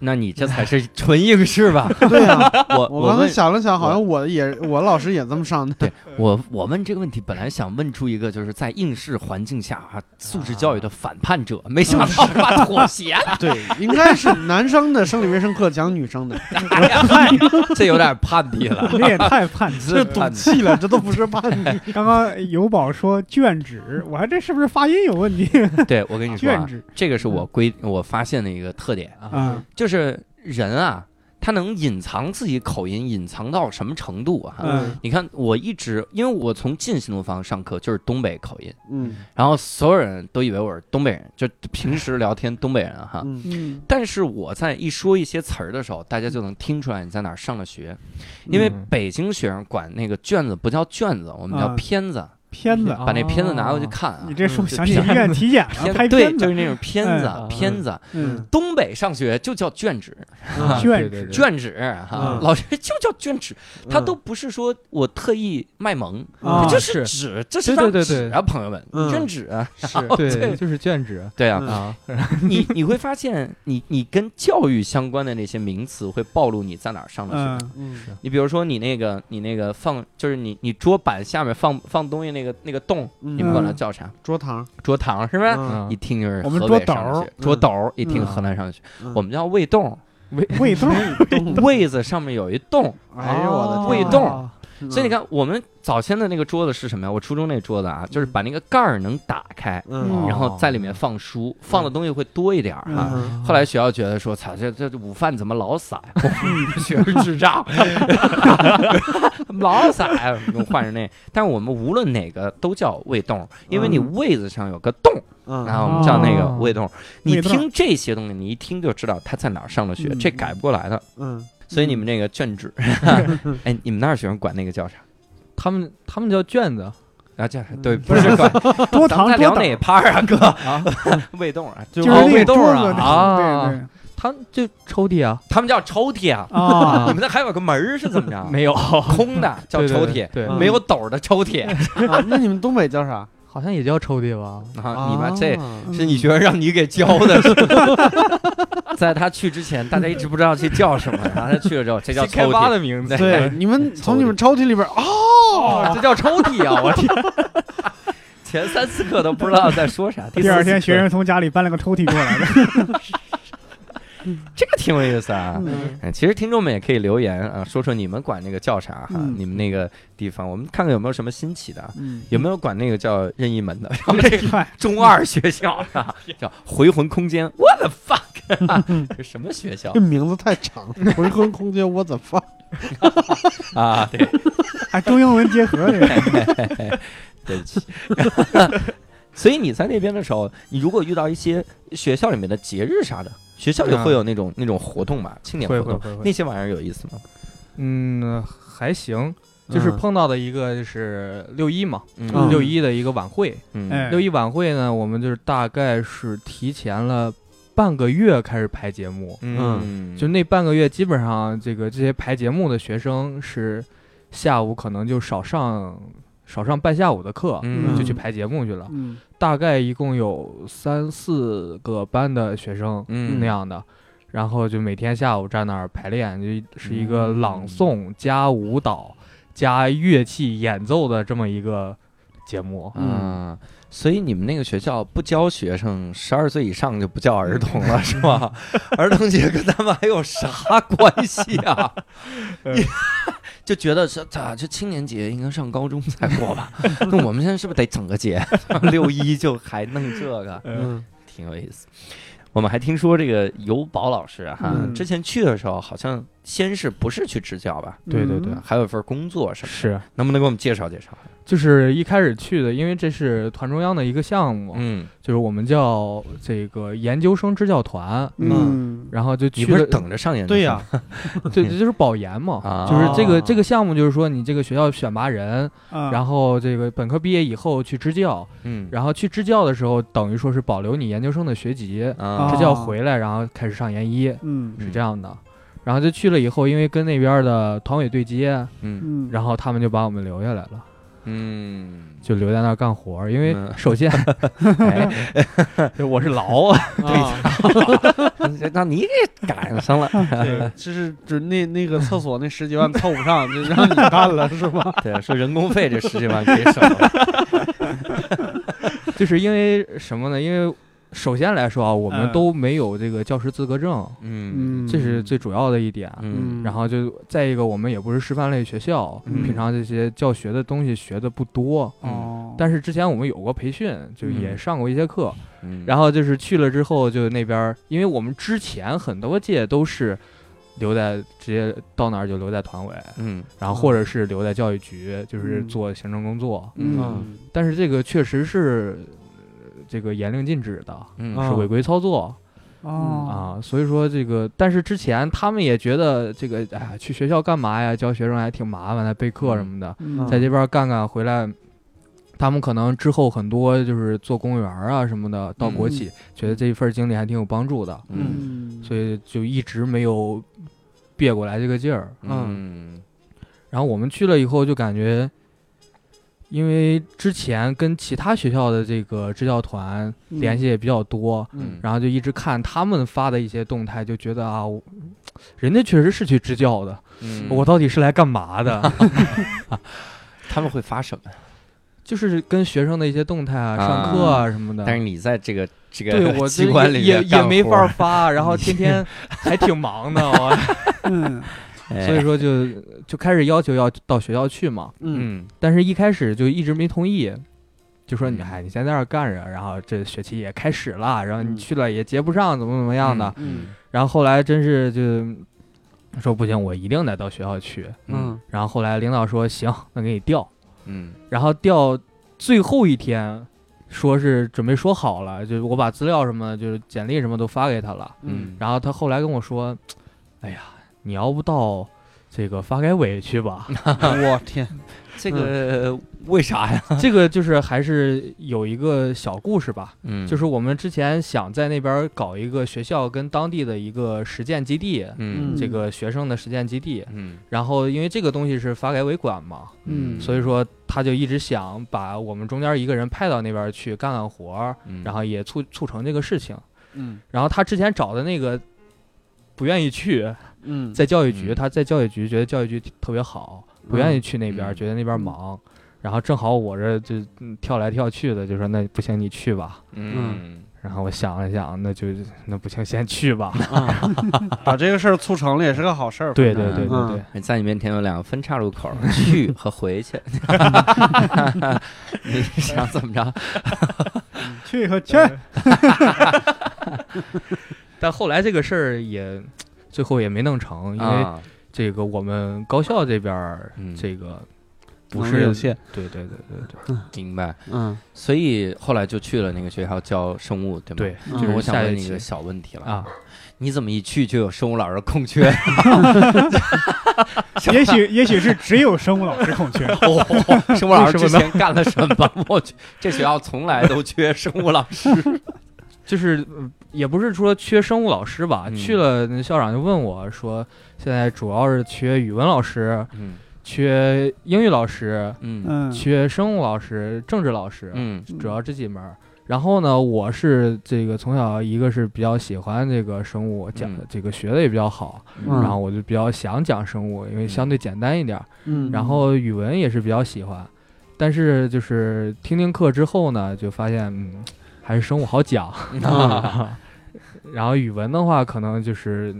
Speaker 1: 那你这才是纯应试 吧？
Speaker 3: 对呀，
Speaker 1: 我
Speaker 3: 我刚才
Speaker 1: 问
Speaker 3: 想了想，好
Speaker 1: 我
Speaker 3: 像我也我老师也这么上的。
Speaker 1: 对我我问这个问题，本来想问出一个就是在应试环境下啊，素质教育的反叛者，没想到他妈妥协了，
Speaker 3: 对， 应该是男生的生理卫生课讲女 生的，
Speaker 1: 哎呀嗨这有点叛逆了，
Speaker 2: 这也太叛逆。
Speaker 1: 这
Speaker 3: 赌 气了，这都不是叛 逆。
Speaker 2: 刚刚尤宝说卷纸，我还这是不是发音有问题？
Speaker 1: 对我跟你说、
Speaker 2: 卷
Speaker 1: 啊，
Speaker 2: 纸
Speaker 1: 这个是我归我发现的一个特点，
Speaker 2: 啊，
Speaker 1: 就是人啊，他能隐藏自己口音，隐藏到什么程度啊？
Speaker 2: 嗯
Speaker 1: 你看，我一直因为我从进新东方上课就是东北口音，
Speaker 3: 嗯
Speaker 1: 然后所有人都以为我是东北人，就平时聊天东北人啊哈。
Speaker 3: 嗯
Speaker 2: 嗯
Speaker 1: 但是我在一说一些词儿的时候，大家就能听出来你在哪儿上了学，因为
Speaker 4: 嗯
Speaker 1: 北京学生管那个卷子不叫卷子，我们叫
Speaker 2: 啊
Speaker 1: 片子，
Speaker 2: 片子，
Speaker 1: 把那片子拿回
Speaker 4: 哦
Speaker 1: 去看啊
Speaker 2: 哦你。这说
Speaker 1: 就
Speaker 2: 想起医
Speaker 1: 片
Speaker 2: 院体检了，
Speaker 1: 片
Speaker 2: 拍
Speaker 1: 对，
Speaker 2: 片
Speaker 1: 就
Speaker 2: 子
Speaker 1: 是，那种片子
Speaker 4: 嗯，
Speaker 1: 片子。
Speaker 2: 嗯，
Speaker 1: 东北上学就叫卷纸，
Speaker 4: 啊
Speaker 2: 卷
Speaker 4: 对对对
Speaker 1: 卷纸哈
Speaker 3: 嗯，
Speaker 1: 老师就叫卷纸，
Speaker 3: 嗯
Speaker 1: 他都不是说我特意卖萌，
Speaker 2: 啊
Speaker 1: 它就是纸，这是
Speaker 4: 对
Speaker 1: 张
Speaker 4: 对对
Speaker 1: 纸啊，朋友们，
Speaker 3: 嗯
Speaker 1: 卷纸啊，
Speaker 3: 是
Speaker 4: 对，
Speaker 1: 对
Speaker 4: 就是卷纸
Speaker 1: 对啊，
Speaker 3: 嗯
Speaker 4: 啊，
Speaker 1: 你你会发现，你你跟教育相关的那些名词会暴露你在哪儿上的学。
Speaker 2: 嗯
Speaker 3: 嗯
Speaker 1: 你比如说，你那个你那个放，就是你你桌板下面放放东西那个那个洞，你们
Speaker 2: 嗯
Speaker 1: 管它叫啥？
Speaker 3: 桌堂，
Speaker 1: 桌堂是啊吧？
Speaker 3: 嗯
Speaker 1: 一听就是
Speaker 2: 我们
Speaker 1: 河北
Speaker 2: 桌斗
Speaker 1: 上学
Speaker 2: 儿，
Speaker 1: 桌斗儿一听
Speaker 2: 嗯
Speaker 1: 河南上学
Speaker 3: 嗯，
Speaker 1: 我们叫胃洞，
Speaker 2: 味道，
Speaker 1: 胃子上面有一洞，哦
Speaker 3: 哎呦我的
Speaker 4: 哦
Speaker 3: 天
Speaker 1: 胃
Speaker 3: 啊
Speaker 1: 洞，
Speaker 3: 嗯
Speaker 1: 所以你，看，我们早先的那个桌子是什么呀？我初中那桌子啊，就是把那个盖儿能打开，
Speaker 3: 嗯
Speaker 2: 嗯
Speaker 1: 然后在里面放书，放的东西会多一点儿哈。
Speaker 2: 嗯
Speaker 1: 啊后来学校觉得说，操，这这午饭怎么老撒呀？ 我
Speaker 4: 嗯
Speaker 1: 们学生智障，老撒呀，我们换成那。但是我们无论哪个都叫胃洞，因为你
Speaker 3: 嗯
Speaker 1: 胃子上有个洞，然
Speaker 3: 嗯，
Speaker 1: 后我们叫那个胃洞。 你
Speaker 2: 胃洞
Speaker 1: 听这些东西，你一听就知道他在哪儿上的学，
Speaker 2: 嗯
Speaker 1: 这改不过来的。
Speaker 3: 嗯，
Speaker 1: 所以你们那个卷 纸， 哎，你们那儿学生管那个叫啥？
Speaker 4: 他们他们叫卷子
Speaker 1: 啊，叫啥？
Speaker 3: 嗯
Speaker 1: 对，不是管。
Speaker 2: 多
Speaker 1: 咱们
Speaker 2: 糖
Speaker 1: 在
Speaker 2: 多
Speaker 1: 聊
Speaker 2: 党，
Speaker 1: 哪趴儿啊，哥？
Speaker 4: 啊，
Speaker 1: 胃洞啊，
Speaker 3: 就
Speaker 2: 就是
Speaker 4: 哦
Speaker 2: 那
Speaker 4: 味
Speaker 2: 个
Speaker 4: 豆
Speaker 2: 桌
Speaker 4: 啊
Speaker 2: 子那
Speaker 4: 啊
Speaker 2: 个，对对
Speaker 4: 他们就抽屉啊，
Speaker 1: 他们叫抽屉啊。
Speaker 2: 啊，
Speaker 1: 你们那还有个门儿是怎么着？啊
Speaker 4: 没有
Speaker 1: 空的叫
Speaker 4: 对对
Speaker 1: 抽
Speaker 4: 对
Speaker 1: 屉，
Speaker 4: 对，
Speaker 3: 嗯
Speaker 1: 没有斗儿的抽屉。
Speaker 3: 啊那你们东北叫啥？
Speaker 6: 好像也叫抽屉吧？
Speaker 1: 啊，你妈这是你学生让你给教的是 吧？在他去之前，大家一直不知道这叫什么，然后他去了之后，这叫
Speaker 4: 新开
Speaker 1: 抽
Speaker 4: 发
Speaker 1: 屉。
Speaker 4: 的名字，
Speaker 3: 对，你们从你们抽屉里边哦，
Speaker 1: 哦，这叫抽屉啊！我天， 前三四课都不知道在说啥，
Speaker 2: 第二天
Speaker 1: 四
Speaker 2: 学
Speaker 1: 课
Speaker 2: 生从家里搬了个抽屉过来 的，
Speaker 1: 这个挺有意思啊。哎其实听众们也可以留言啊，说说你们管那个叫啥哈，
Speaker 3: 嗯
Speaker 1: 你们那个地方，我们看看有没有什么新奇的啊，
Speaker 3: 嗯
Speaker 1: 有没有管那个叫任意门的，然后这个
Speaker 2: 嗨，
Speaker 1: 中二学校啊，叫回魂空间，我的 fuck，啊这什么学校
Speaker 3: 这名字太长了，回魂空间我怎放？
Speaker 1: 啊？对，
Speaker 2: 还中英文结合这个，
Speaker 1: 对不起。 所以你在那边的时候，你如果遇到一些学校里面的节日啥的，学校里会有那种、那种活动嘛，庆典活
Speaker 4: 会
Speaker 1: 动，
Speaker 4: 会会会，
Speaker 1: 那些玩意儿有意思吗？
Speaker 4: 嗯，还行。就是
Speaker 3: 嗯
Speaker 4: 碰到的一个就是六一嘛，
Speaker 3: 嗯
Speaker 4: 六一的一个晚会。
Speaker 1: 嗯
Speaker 2: 哎，
Speaker 4: 六一晚会呢，我们就是大概是提前了半个月开始排节目，
Speaker 1: 嗯，
Speaker 4: 就那半个月基本上这个这些排节目的学生是下午可能就少上少上半下午的课，
Speaker 1: 嗯
Speaker 4: 就去排节目去了。
Speaker 3: 嗯
Speaker 4: 大概一共有三四个班的学生
Speaker 1: 嗯
Speaker 4: 那样的，然后就每天下午站那儿排练，就是一个朗诵加舞蹈加乐器演奏的这么一个节目。
Speaker 1: 啊，所以你们那个学校不教学生，十二岁以上就不叫儿童了，是吧？儿童节跟他们还有啥关系啊？你 就觉得是咋、这青年节应该上高中才过吧？那我们现在是不是得整个节？ 六一就还弄这个，
Speaker 3: 嗯
Speaker 1: 挺有意思。我们还听说这个尤宝老师啊哈，
Speaker 3: 嗯
Speaker 1: 之前去的时候好像先是不是去支教吧？
Speaker 4: 对对对
Speaker 1: 还有一份工作什么的，
Speaker 4: 是，
Speaker 1: 能不能给我们介绍介绍？
Speaker 4: 就是一开始去的，因为这是团中央的一个项目，
Speaker 1: 嗯，
Speaker 4: 就是我们叫这个研究生支教团，
Speaker 3: 嗯，
Speaker 4: 然后就
Speaker 1: 你
Speaker 4: 去
Speaker 1: 不是
Speaker 4: 了，
Speaker 1: 等着上研究
Speaker 3: 对
Speaker 1: 生
Speaker 3: 呀
Speaker 1: 吗，
Speaker 4: 对，这就是保研嘛，
Speaker 1: 啊
Speaker 4: 就是这个这个项目，就是说你这个学校选拔人，
Speaker 2: 啊，
Speaker 4: 然后这个本科毕业以后去支教，
Speaker 1: 嗯，
Speaker 4: 然后去支教的时候，等于说是保留你研究生的学籍，
Speaker 1: 啊
Speaker 4: 支教回来，然后开始上研一，
Speaker 2: 嗯
Speaker 4: 是这样的。然后就去了以后，因为跟那边的团委对接，
Speaker 1: 嗯
Speaker 2: 嗯，
Speaker 4: 然后他们就把我们留下来了，
Speaker 1: 嗯，
Speaker 4: 就留在那儿干活儿。因为
Speaker 1: 嗯
Speaker 4: 首先
Speaker 1: 哎，
Speaker 4: 我是 劳，
Speaker 3: 对，
Speaker 1: 那你给赶上了，
Speaker 3: 就是就是那那个厕所那十几万凑不上，就让你干了是吗？
Speaker 1: 对，说人工费这十几万给省了，
Speaker 4: 就是因为什么呢？因为首先来说啊，我们
Speaker 2: 嗯
Speaker 4: 都没有这个教师资格证，
Speaker 1: 嗯
Speaker 4: 这是最主要的一点。
Speaker 1: 嗯
Speaker 4: 然后就再一个，我们也不是师范类学校，
Speaker 1: 嗯
Speaker 4: 平常这些教学的东西学的不多。
Speaker 2: 哦，
Speaker 4: 但是之前我们有过培训，就
Speaker 1: 嗯
Speaker 4: 也上过一些课。
Speaker 1: 嗯，
Speaker 4: 然后就是去了之后，就那边儿，因为我们之前很多届都是留在直接到哪儿就留在团委，
Speaker 1: 嗯
Speaker 4: 然后或者是留在教育局，就是
Speaker 2: 嗯
Speaker 4: 做行政工作。
Speaker 1: 嗯
Speaker 3: 嗯
Speaker 4: 但是这个确实是呃这个严令禁止的，
Speaker 1: 嗯
Speaker 3: 啊
Speaker 4: 是违规操作。
Speaker 2: 哦
Speaker 4: 啊，所以说这个，但是之前他们也觉得这个，哎呀，去学校干嘛呀？教学生还挺麻烦的，备课什么的，
Speaker 2: 嗯
Speaker 4: 在这边干干回来，他们可能之后很多就是做公务员啊什么的，到国企，觉得这一份经历还挺有帮助的，
Speaker 1: 嗯
Speaker 2: 嗯
Speaker 4: 所以就一直没有憋过来这个劲儿。
Speaker 1: 嗯
Speaker 4: 然后我们去了以后，就感觉，因为之前跟其他学校的这个支教团
Speaker 2: 嗯
Speaker 4: 联系也比较多，
Speaker 1: 嗯，
Speaker 4: 然后就一直看他们发的一些动态，就觉得啊，我人家确实是去支教的，
Speaker 1: 嗯
Speaker 4: 我到底是来干嘛的？
Speaker 1: 他们会发什么？
Speaker 4: 就是跟学生的一些动态啊、
Speaker 1: 啊
Speaker 4: 上课啊什么的。
Speaker 1: 但是你在这个这个
Speaker 4: 对我
Speaker 1: 机
Speaker 4: 这
Speaker 1: 关
Speaker 4: 也
Speaker 1: 里
Speaker 4: 也
Speaker 1: 面干
Speaker 4: 也没
Speaker 1: 活
Speaker 4: 法发，啊 然后天天还挺忙的，我
Speaker 2: 嗯
Speaker 1: 哎
Speaker 4: 所以说就就开始要求要到学校去嘛。
Speaker 3: 嗯
Speaker 1: 嗯
Speaker 4: 但是一开始就一直没同意，就说你哎你先在那儿干着，然后这学期也开始了，然后你
Speaker 3: 嗯
Speaker 4: 去了也结不上，怎么怎么样的。
Speaker 3: 嗯
Speaker 4: 然后后来真是就说不行，我一定得到学校去。
Speaker 1: 嗯
Speaker 3: 嗯
Speaker 4: 然后后来领导说行，那给你调。
Speaker 1: 嗯
Speaker 4: 然后调最后一天，说是准备说好了，就是我把资料什么，就是简历什么都发给他了。
Speaker 1: 嗯，
Speaker 4: 然后他后来跟我说，哎呀，你要不到这个发改委去吧？
Speaker 1: 嗯
Speaker 3: 我天，
Speaker 1: 这个为啥呀？
Speaker 4: 这个就是还是有一个小故事吧，
Speaker 1: 嗯
Speaker 4: 就是我们之前想在那边搞一个学校跟当地的一个实践基地，
Speaker 1: 嗯
Speaker 4: 这个学生的实践基地。
Speaker 1: 嗯
Speaker 4: 然后因为这个东西是发改委管嘛，
Speaker 1: 嗯
Speaker 4: 所以说他就一直想把我们中间一个人派到那边去干干活儿，
Speaker 1: 嗯
Speaker 4: 然后也促促成这个事情。
Speaker 3: 嗯
Speaker 4: 然后他之前找的那个不愿意去，
Speaker 3: 嗯，
Speaker 4: 在教育局，
Speaker 1: 嗯
Speaker 4: 他在教育局觉得教育局特别好，不愿意去那边，
Speaker 1: 嗯
Speaker 4: 觉得那边忙。然后正好我这就嗯跳来跳去的，就说那不行，你去吧。
Speaker 1: 嗯
Speaker 4: 然后我想了想，那就那不行，先去吧。
Speaker 3: 把这个事儿促成了也是个好事儿。
Speaker 4: 对对对对
Speaker 3: 嗯
Speaker 4: 对，
Speaker 1: 在你面前有两个分岔 路口，去和回去，你想怎么着？
Speaker 2: 去和去，
Speaker 4: 但后来这个事儿也最后也没弄成，因为
Speaker 1: 啊，
Speaker 4: 这个我们高校这边儿
Speaker 1: 嗯
Speaker 4: 这个不
Speaker 3: 不
Speaker 4: 是
Speaker 3: 是有限。
Speaker 4: 对对对对对
Speaker 1: 明白。
Speaker 3: 嗯
Speaker 1: 所以后来就去了那个学校教生物，对吗？
Speaker 4: 对，
Speaker 3: 嗯
Speaker 4: 就是
Speaker 1: 我想
Speaker 4: 下
Speaker 1: 问
Speaker 4: 学
Speaker 1: 你一个
Speaker 4: 期
Speaker 1: 小问题了
Speaker 4: 啊，
Speaker 1: 你怎么一去就有生物老师空 缺？
Speaker 2: 也许也许是只有生物老师 空缺，
Speaker 1: 哦，生物老师之前干了什么？我去，这学校从来都缺生物老师。
Speaker 4: 就是呃也不是说缺生物老师吧，
Speaker 1: 嗯
Speaker 4: 去了那校长就问我说，现在主要是缺语文老师、
Speaker 1: 嗯
Speaker 4: 缺英语老师、
Speaker 1: 嗯
Speaker 2: 嗯，
Speaker 4: 缺生物老师、政治老师，
Speaker 1: 嗯
Speaker 4: 主要这几门儿。然后呢，我是这个从小一个是比较喜欢这个生物，讲
Speaker 1: 嗯
Speaker 4: 这个学的也比较好，
Speaker 3: 嗯
Speaker 4: 然后我就比较想讲生物，因为相对简单一点儿。
Speaker 3: 嗯，
Speaker 4: 然后语文也是比较喜欢，但是就是听听课之后呢，就发现嗯，还是生物好讲。 然后语文的话，可能就是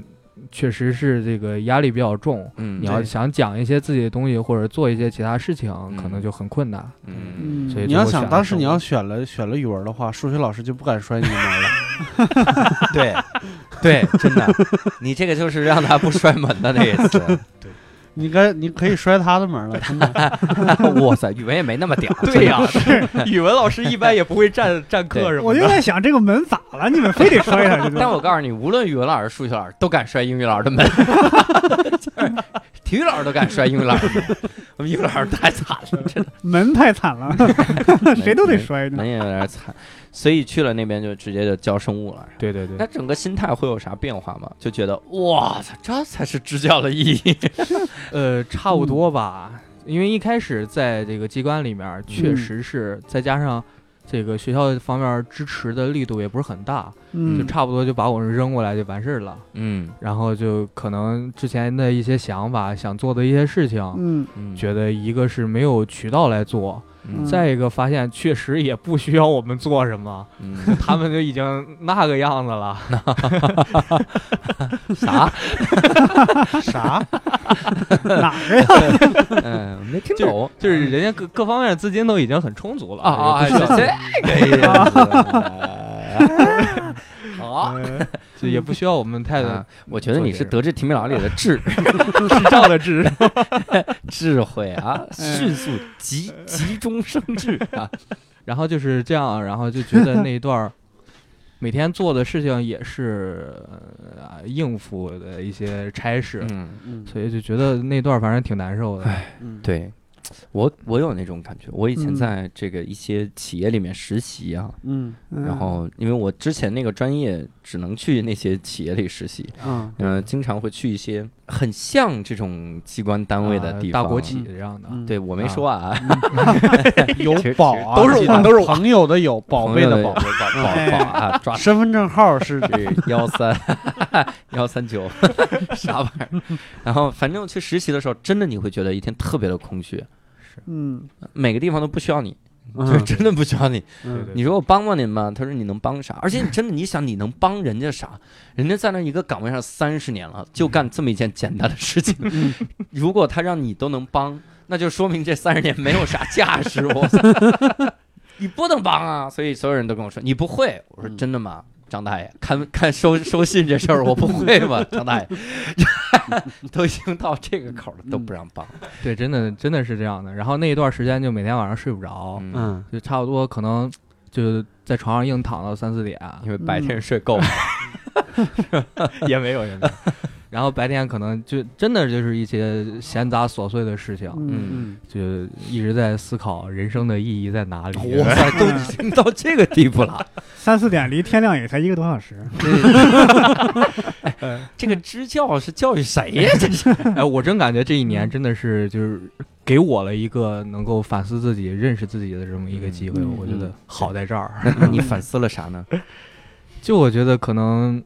Speaker 4: 确实是这个压力比较重。
Speaker 1: 嗯，
Speaker 4: 你要
Speaker 3: 对
Speaker 4: 想讲一些自己的东西，或者做一些其他事情，可能
Speaker 1: 嗯
Speaker 4: 就很困难。
Speaker 1: 嗯，
Speaker 2: 嗯
Speaker 4: 所以
Speaker 3: 你要
Speaker 4: 最后选
Speaker 3: 想
Speaker 4: 了
Speaker 3: 当时
Speaker 4: 生
Speaker 3: 你
Speaker 4: 物
Speaker 3: 要选了选了语文的话，数学老师就不敢摔你门了。
Speaker 1: 对，对，真的，你这个就是让他不摔门的那一次。
Speaker 3: 你该你可以摔他的门了，真的。
Speaker 1: 哇塞，语文也没那么屌。
Speaker 4: 对呀、语文老师一般也不会 占占
Speaker 1: 课
Speaker 4: 什
Speaker 2: 我就在想这个门咋了？你们非得摔下去？对吧
Speaker 1: 但 我告诉你，无论语文老师、数学老师都敢摔英语老师的门，就是体育老师都敢摔英语老师的门。我 们英语老师太惨了，真的，
Speaker 2: 门太惨了， 谁都得摔呢。
Speaker 1: 门也有点惨。所以去了那边就直接就教生物了。
Speaker 4: 对对对
Speaker 1: 那，整个心态会有啥变化吗？就觉得哇塞，这才是支教的意义。
Speaker 4: 呃，差不多吧，因为一开始在这个机关里面，确实是再加上这个学校方面支持的力度也不是很大，就
Speaker 2: 嗯，
Speaker 4: 差不多就把我们扔过来就完事儿了。
Speaker 1: 嗯
Speaker 4: 然后就可能之前的一些想法、想做的一些事情，
Speaker 2: 嗯，
Speaker 1: 嗯
Speaker 4: 觉得一个是没有渠道来做，
Speaker 2: 嗯
Speaker 4: 再一个发现确实也不需要我们做什么，
Speaker 1: 嗯
Speaker 4: 他们就已经那个样子了。
Speaker 1: 啥？
Speaker 3: 啥？
Speaker 2: 哪个呀？
Speaker 1: 嗯，没听懂。
Speaker 4: 就是人家各各方面的资金都已经很充足了
Speaker 1: 啊 啊，
Speaker 4: 也
Speaker 1: 啊
Speaker 4: 不需要
Speaker 1: 这个意思。啊好，
Speaker 2: 嗯
Speaker 4: 就也不需要我们太
Speaker 1: 啊我觉得你是德智体美劳里的 智
Speaker 4: 智障的智。
Speaker 1: 智慧啊，迅速 急急中生智啊。
Speaker 4: 然后就是这样，然后就觉得那一段儿每天做的事情也是、呃、应付的一些差事，
Speaker 1: 嗯，
Speaker 3: 嗯
Speaker 4: 所以就觉得那段儿反正挺难受的。
Speaker 3: 嗯，
Speaker 1: 对。我我有那种感觉，我以前
Speaker 2: 嗯
Speaker 1: 在这个一些企业里面实习啊，
Speaker 3: 嗯
Speaker 1: 然后因为我之前那个专业只能去那些企业里实习，
Speaker 3: 嗯
Speaker 1: 嗯、经常会去一些很像这种机关单位的
Speaker 4: 啊
Speaker 1: 地方，
Speaker 4: 大国企这样的，
Speaker 3: 嗯
Speaker 1: 对我没说啊，
Speaker 3: 有
Speaker 1: 其实
Speaker 3: 宝
Speaker 1: 其实
Speaker 3: 啊，
Speaker 1: 都是
Speaker 3: 记
Speaker 1: 我
Speaker 3: 得
Speaker 1: 都是我
Speaker 3: 朋友的有，宝贝 的
Speaker 1: 宝
Speaker 3: 宝，
Speaker 1: 宝宝 宝啊，抓
Speaker 3: 身份证号是
Speaker 1: 幺三 幺三九啥玩意儿？然后反正去实习的时候，真的你会觉得一天特别的空虚，
Speaker 2: 嗯，
Speaker 1: 每个地方都不需要你，就是
Speaker 3: 嗯
Speaker 1: 真的不需要你。
Speaker 3: 嗯
Speaker 1: 你说我帮帮您吗？他说你能帮啥？而且你真的你想你能帮人家啥？人家在那一个岗位上三十年了，就干这么一件简单的事情。如果他让你都能帮，那就说明这三十年没有啥价值。我操，你不能帮啊！所以所有人都跟我说你不会。我说
Speaker 3: 嗯
Speaker 1: 真的吗？张大爷，看看收收信这事儿，我不会吗？张大爷， 都已经到这个口了，都不让帮。
Speaker 4: 对，真的真的是这样的。然后那一段时间就每天晚上睡不着，
Speaker 1: 嗯，
Speaker 3: 嗯
Speaker 4: 就差不多可能就在床上 硬躺到三四点，啊
Speaker 1: 因为白天睡够了。
Speaker 4: 也没有也没有。 然后白天可能就真的就是一些闲杂琐碎的事情，
Speaker 1: 嗯
Speaker 3: 嗯，
Speaker 4: 就一直在思考人生的意义在哪里。
Speaker 1: 哇塞，都已经到这个地步了。
Speaker 2: 三四点离天亮也才一个多小时，
Speaker 1: 这个支教是教育谁呀？这是
Speaker 4: 哎，我真感觉这一年真的是就是给我了一个能够反思自己、认识自己的这么一个机会，
Speaker 2: 嗯
Speaker 4: 我觉得
Speaker 3: 嗯
Speaker 4: 好在这儿。
Speaker 1: 那 你反思了啥呢？
Speaker 4: 就我觉得可能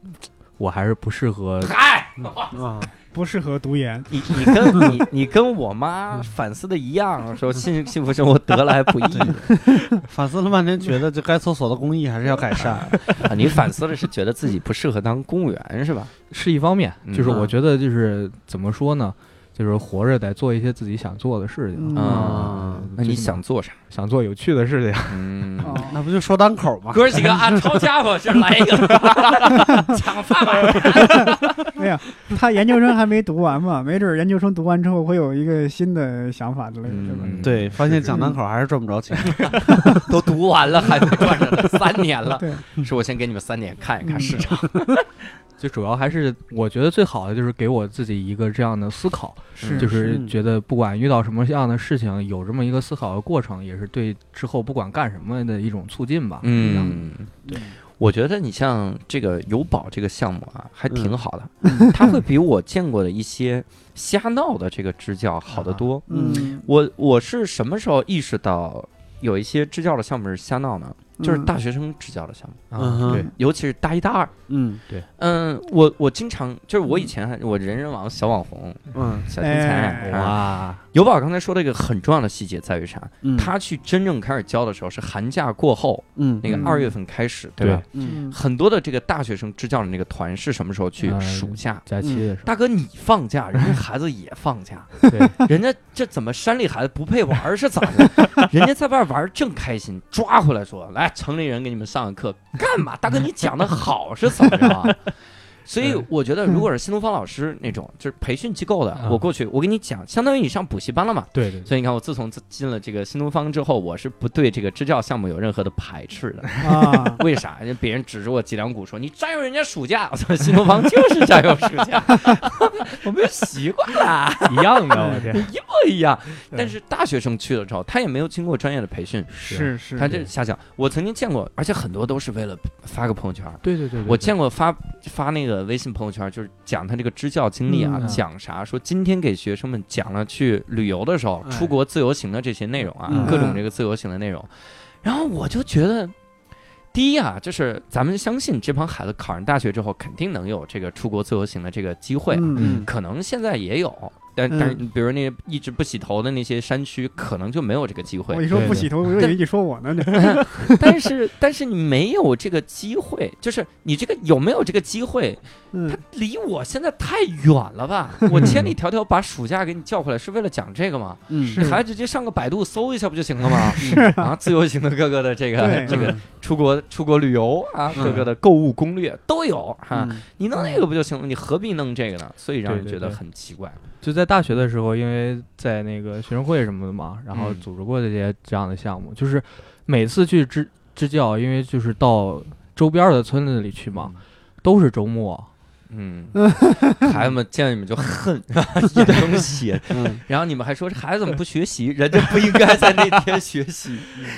Speaker 4: 我还是不适合，
Speaker 1: 嗨，
Speaker 3: 啊，
Speaker 2: 不适合读研。
Speaker 1: 你你 跟你你跟我妈反思的一样，说幸 幸福生活得来不 易
Speaker 3: 反思了半天，觉得这该厕所的工艺还是要改 善。
Speaker 1: 啊。你反思了是觉得自己不适合当公务员是吧？
Speaker 4: 是一方面，
Speaker 1: 嗯
Speaker 4: 就是我觉得就是怎么说呢，就是活着得做一些自己想做的事情，
Speaker 2: 嗯
Speaker 1: 啊，那你想做 啥？
Speaker 4: 想做有趣的事情。
Speaker 1: 嗯。
Speaker 2: 哦
Speaker 3: 那不就说单口吗？
Speaker 1: 哥几个啊，抄家伙，这来一 个抢饭碗。
Speaker 2: 哎呀，他研究生还没读完嘛， 没准儿研究生读完之后会有一个新的想法之类的，对吧？
Speaker 1: 嗯，
Speaker 3: 对，发现讲单口还是赚不着钱。
Speaker 1: 都读完了，还没赚着呢，三年了。嗯
Speaker 2: 对，嗯
Speaker 1: 说我先给你们三年啊看一看市场。
Speaker 4: 就主要还是我觉得最好的就是给我自己一个这样的思考，
Speaker 1: 嗯
Speaker 2: 是
Speaker 4: 就是觉得不管遇到什么样的事情，有这么一个思考的过程，也是对之后不管干什么的一种促进吧。
Speaker 1: 嗯，
Speaker 2: 对，
Speaker 1: 我觉得你像这个友宝这个项目啊，还挺好的，
Speaker 2: 嗯
Speaker 1: 它会比我见过的一些瞎闹的这个支教好得多。
Speaker 2: 嗯，
Speaker 1: 我我是什么时候意识到有一些支教的项目是瞎闹呢？
Speaker 2: 嗯
Speaker 1: 就是大学生支教的项目，
Speaker 3: 嗯
Speaker 4: 啊，
Speaker 3: 哼
Speaker 4: 对，
Speaker 1: 尤其是大一大二。
Speaker 3: 嗯
Speaker 1: 嗯，我我经常就是我以前还我人人网小网红
Speaker 3: 嗯
Speaker 1: 小天才
Speaker 2: 哎
Speaker 1: 啊。
Speaker 4: 哇，
Speaker 1: 友宝刚才说的一个很重要的细节在于啥？
Speaker 3: 嗯，
Speaker 1: 他去真正开始教的时候是寒假过后，
Speaker 3: 嗯
Speaker 1: 那个
Speaker 2: 嗯
Speaker 1: 二月份开始，对吧？
Speaker 3: 嗯
Speaker 2: 嗯
Speaker 1: 很多的这个大学生支教的那个团是什么时候去？
Speaker 4: 嗯
Speaker 1: 暑假。
Speaker 4: 假期的时
Speaker 1: 大哥，你放假，人家孩子也放假，
Speaker 4: 候，对，
Speaker 1: 人家这怎么山里孩子不配玩儿是咋的？人家在外玩儿正开心，抓回来说来城里人给你们上个课，干嘛？大哥，你讲的好是怎么着啊？所以我觉得，如果是新东方老师那种就是培训机构的，
Speaker 4: 嗯
Speaker 1: 我过去我跟你讲，相当于你上补习班了嘛。
Speaker 4: 对对
Speaker 1: 所以你看，我自从自进了这个新东方之后，我是不对这个支教项目有任何的排斥的。
Speaker 2: 啊，
Speaker 1: 为啥？人家别人指着我脊梁骨说：“你占用人家暑假。”我 操，新东方就是占用暑假， 我没有习惯啦，
Speaker 4: 对，一样 的，我天，
Speaker 1: 不一样。
Speaker 2: 对
Speaker 1: 但是大学生去了之后，他也没有经过专业的培训，
Speaker 2: 是是，
Speaker 1: 他这瞎讲。我曾经见过，而且很多都是为了发个朋友圈。
Speaker 4: 对对对，对
Speaker 1: 我见过发发那个微信朋友圈，就是讲他这个支教经历啊，
Speaker 2: 嗯
Speaker 1: 讲啥说今天给学生们讲了去旅游的时候、
Speaker 3: 哎
Speaker 1: 出国自由行的这些内容啊，
Speaker 3: 嗯
Speaker 1: 各种这个自由行的内容，然后我就觉得。第一啊，就是咱们相信这帮孩子考上大学之后，肯定能有这个出国自由行的这个机会，啊
Speaker 2: 嗯
Speaker 1: 可能现在也有，但、
Speaker 2: 嗯
Speaker 1: 但是比如那些一直不洗头的那些山区，可能就没有这个机会。
Speaker 2: 我一说
Speaker 4: 对
Speaker 2: 不
Speaker 4: 对
Speaker 2: 洗头，我以为你说我呢，这
Speaker 1: 但是但是你没有这个机会，就是你这个有没有这个机会，
Speaker 2: 嗯
Speaker 1: 他离我现在太远 了吧？我千里迢迢把暑假给你叫回来，是为了讲这个吗？
Speaker 3: 嗯
Speaker 2: 是
Speaker 1: 你还直接上个百度搜一下不就行 了吗？是啊，自由行的各个的这个
Speaker 2: 对
Speaker 1: 这个出国出国旅游啊，
Speaker 3: 嗯
Speaker 1: 各个的购物攻略都有哈。
Speaker 3: 嗯
Speaker 1: 你弄那个不就行了？你何必弄这个呢？所以让人
Speaker 4: 对
Speaker 1: 觉
Speaker 4: 对
Speaker 1: 得
Speaker 4: 对
Speaker 1: 很奇怪。
Speaker 4: 就在大学的时候，因为在那个学生会什么的嘛，然后
Speaker 1: 嗯
Speaker 4: 组织过这些这样的项目，就是每次去支支教，因为就是到周边儿的村子里去嘛，都是周末。
Speaker 1: 嗯， 孩子们见了你们就恨， 一扔血，
Speaker 3: 嗯
Speaker 1: 然后你们还说这孩子怎么不学习？人家不应该在那天学 习。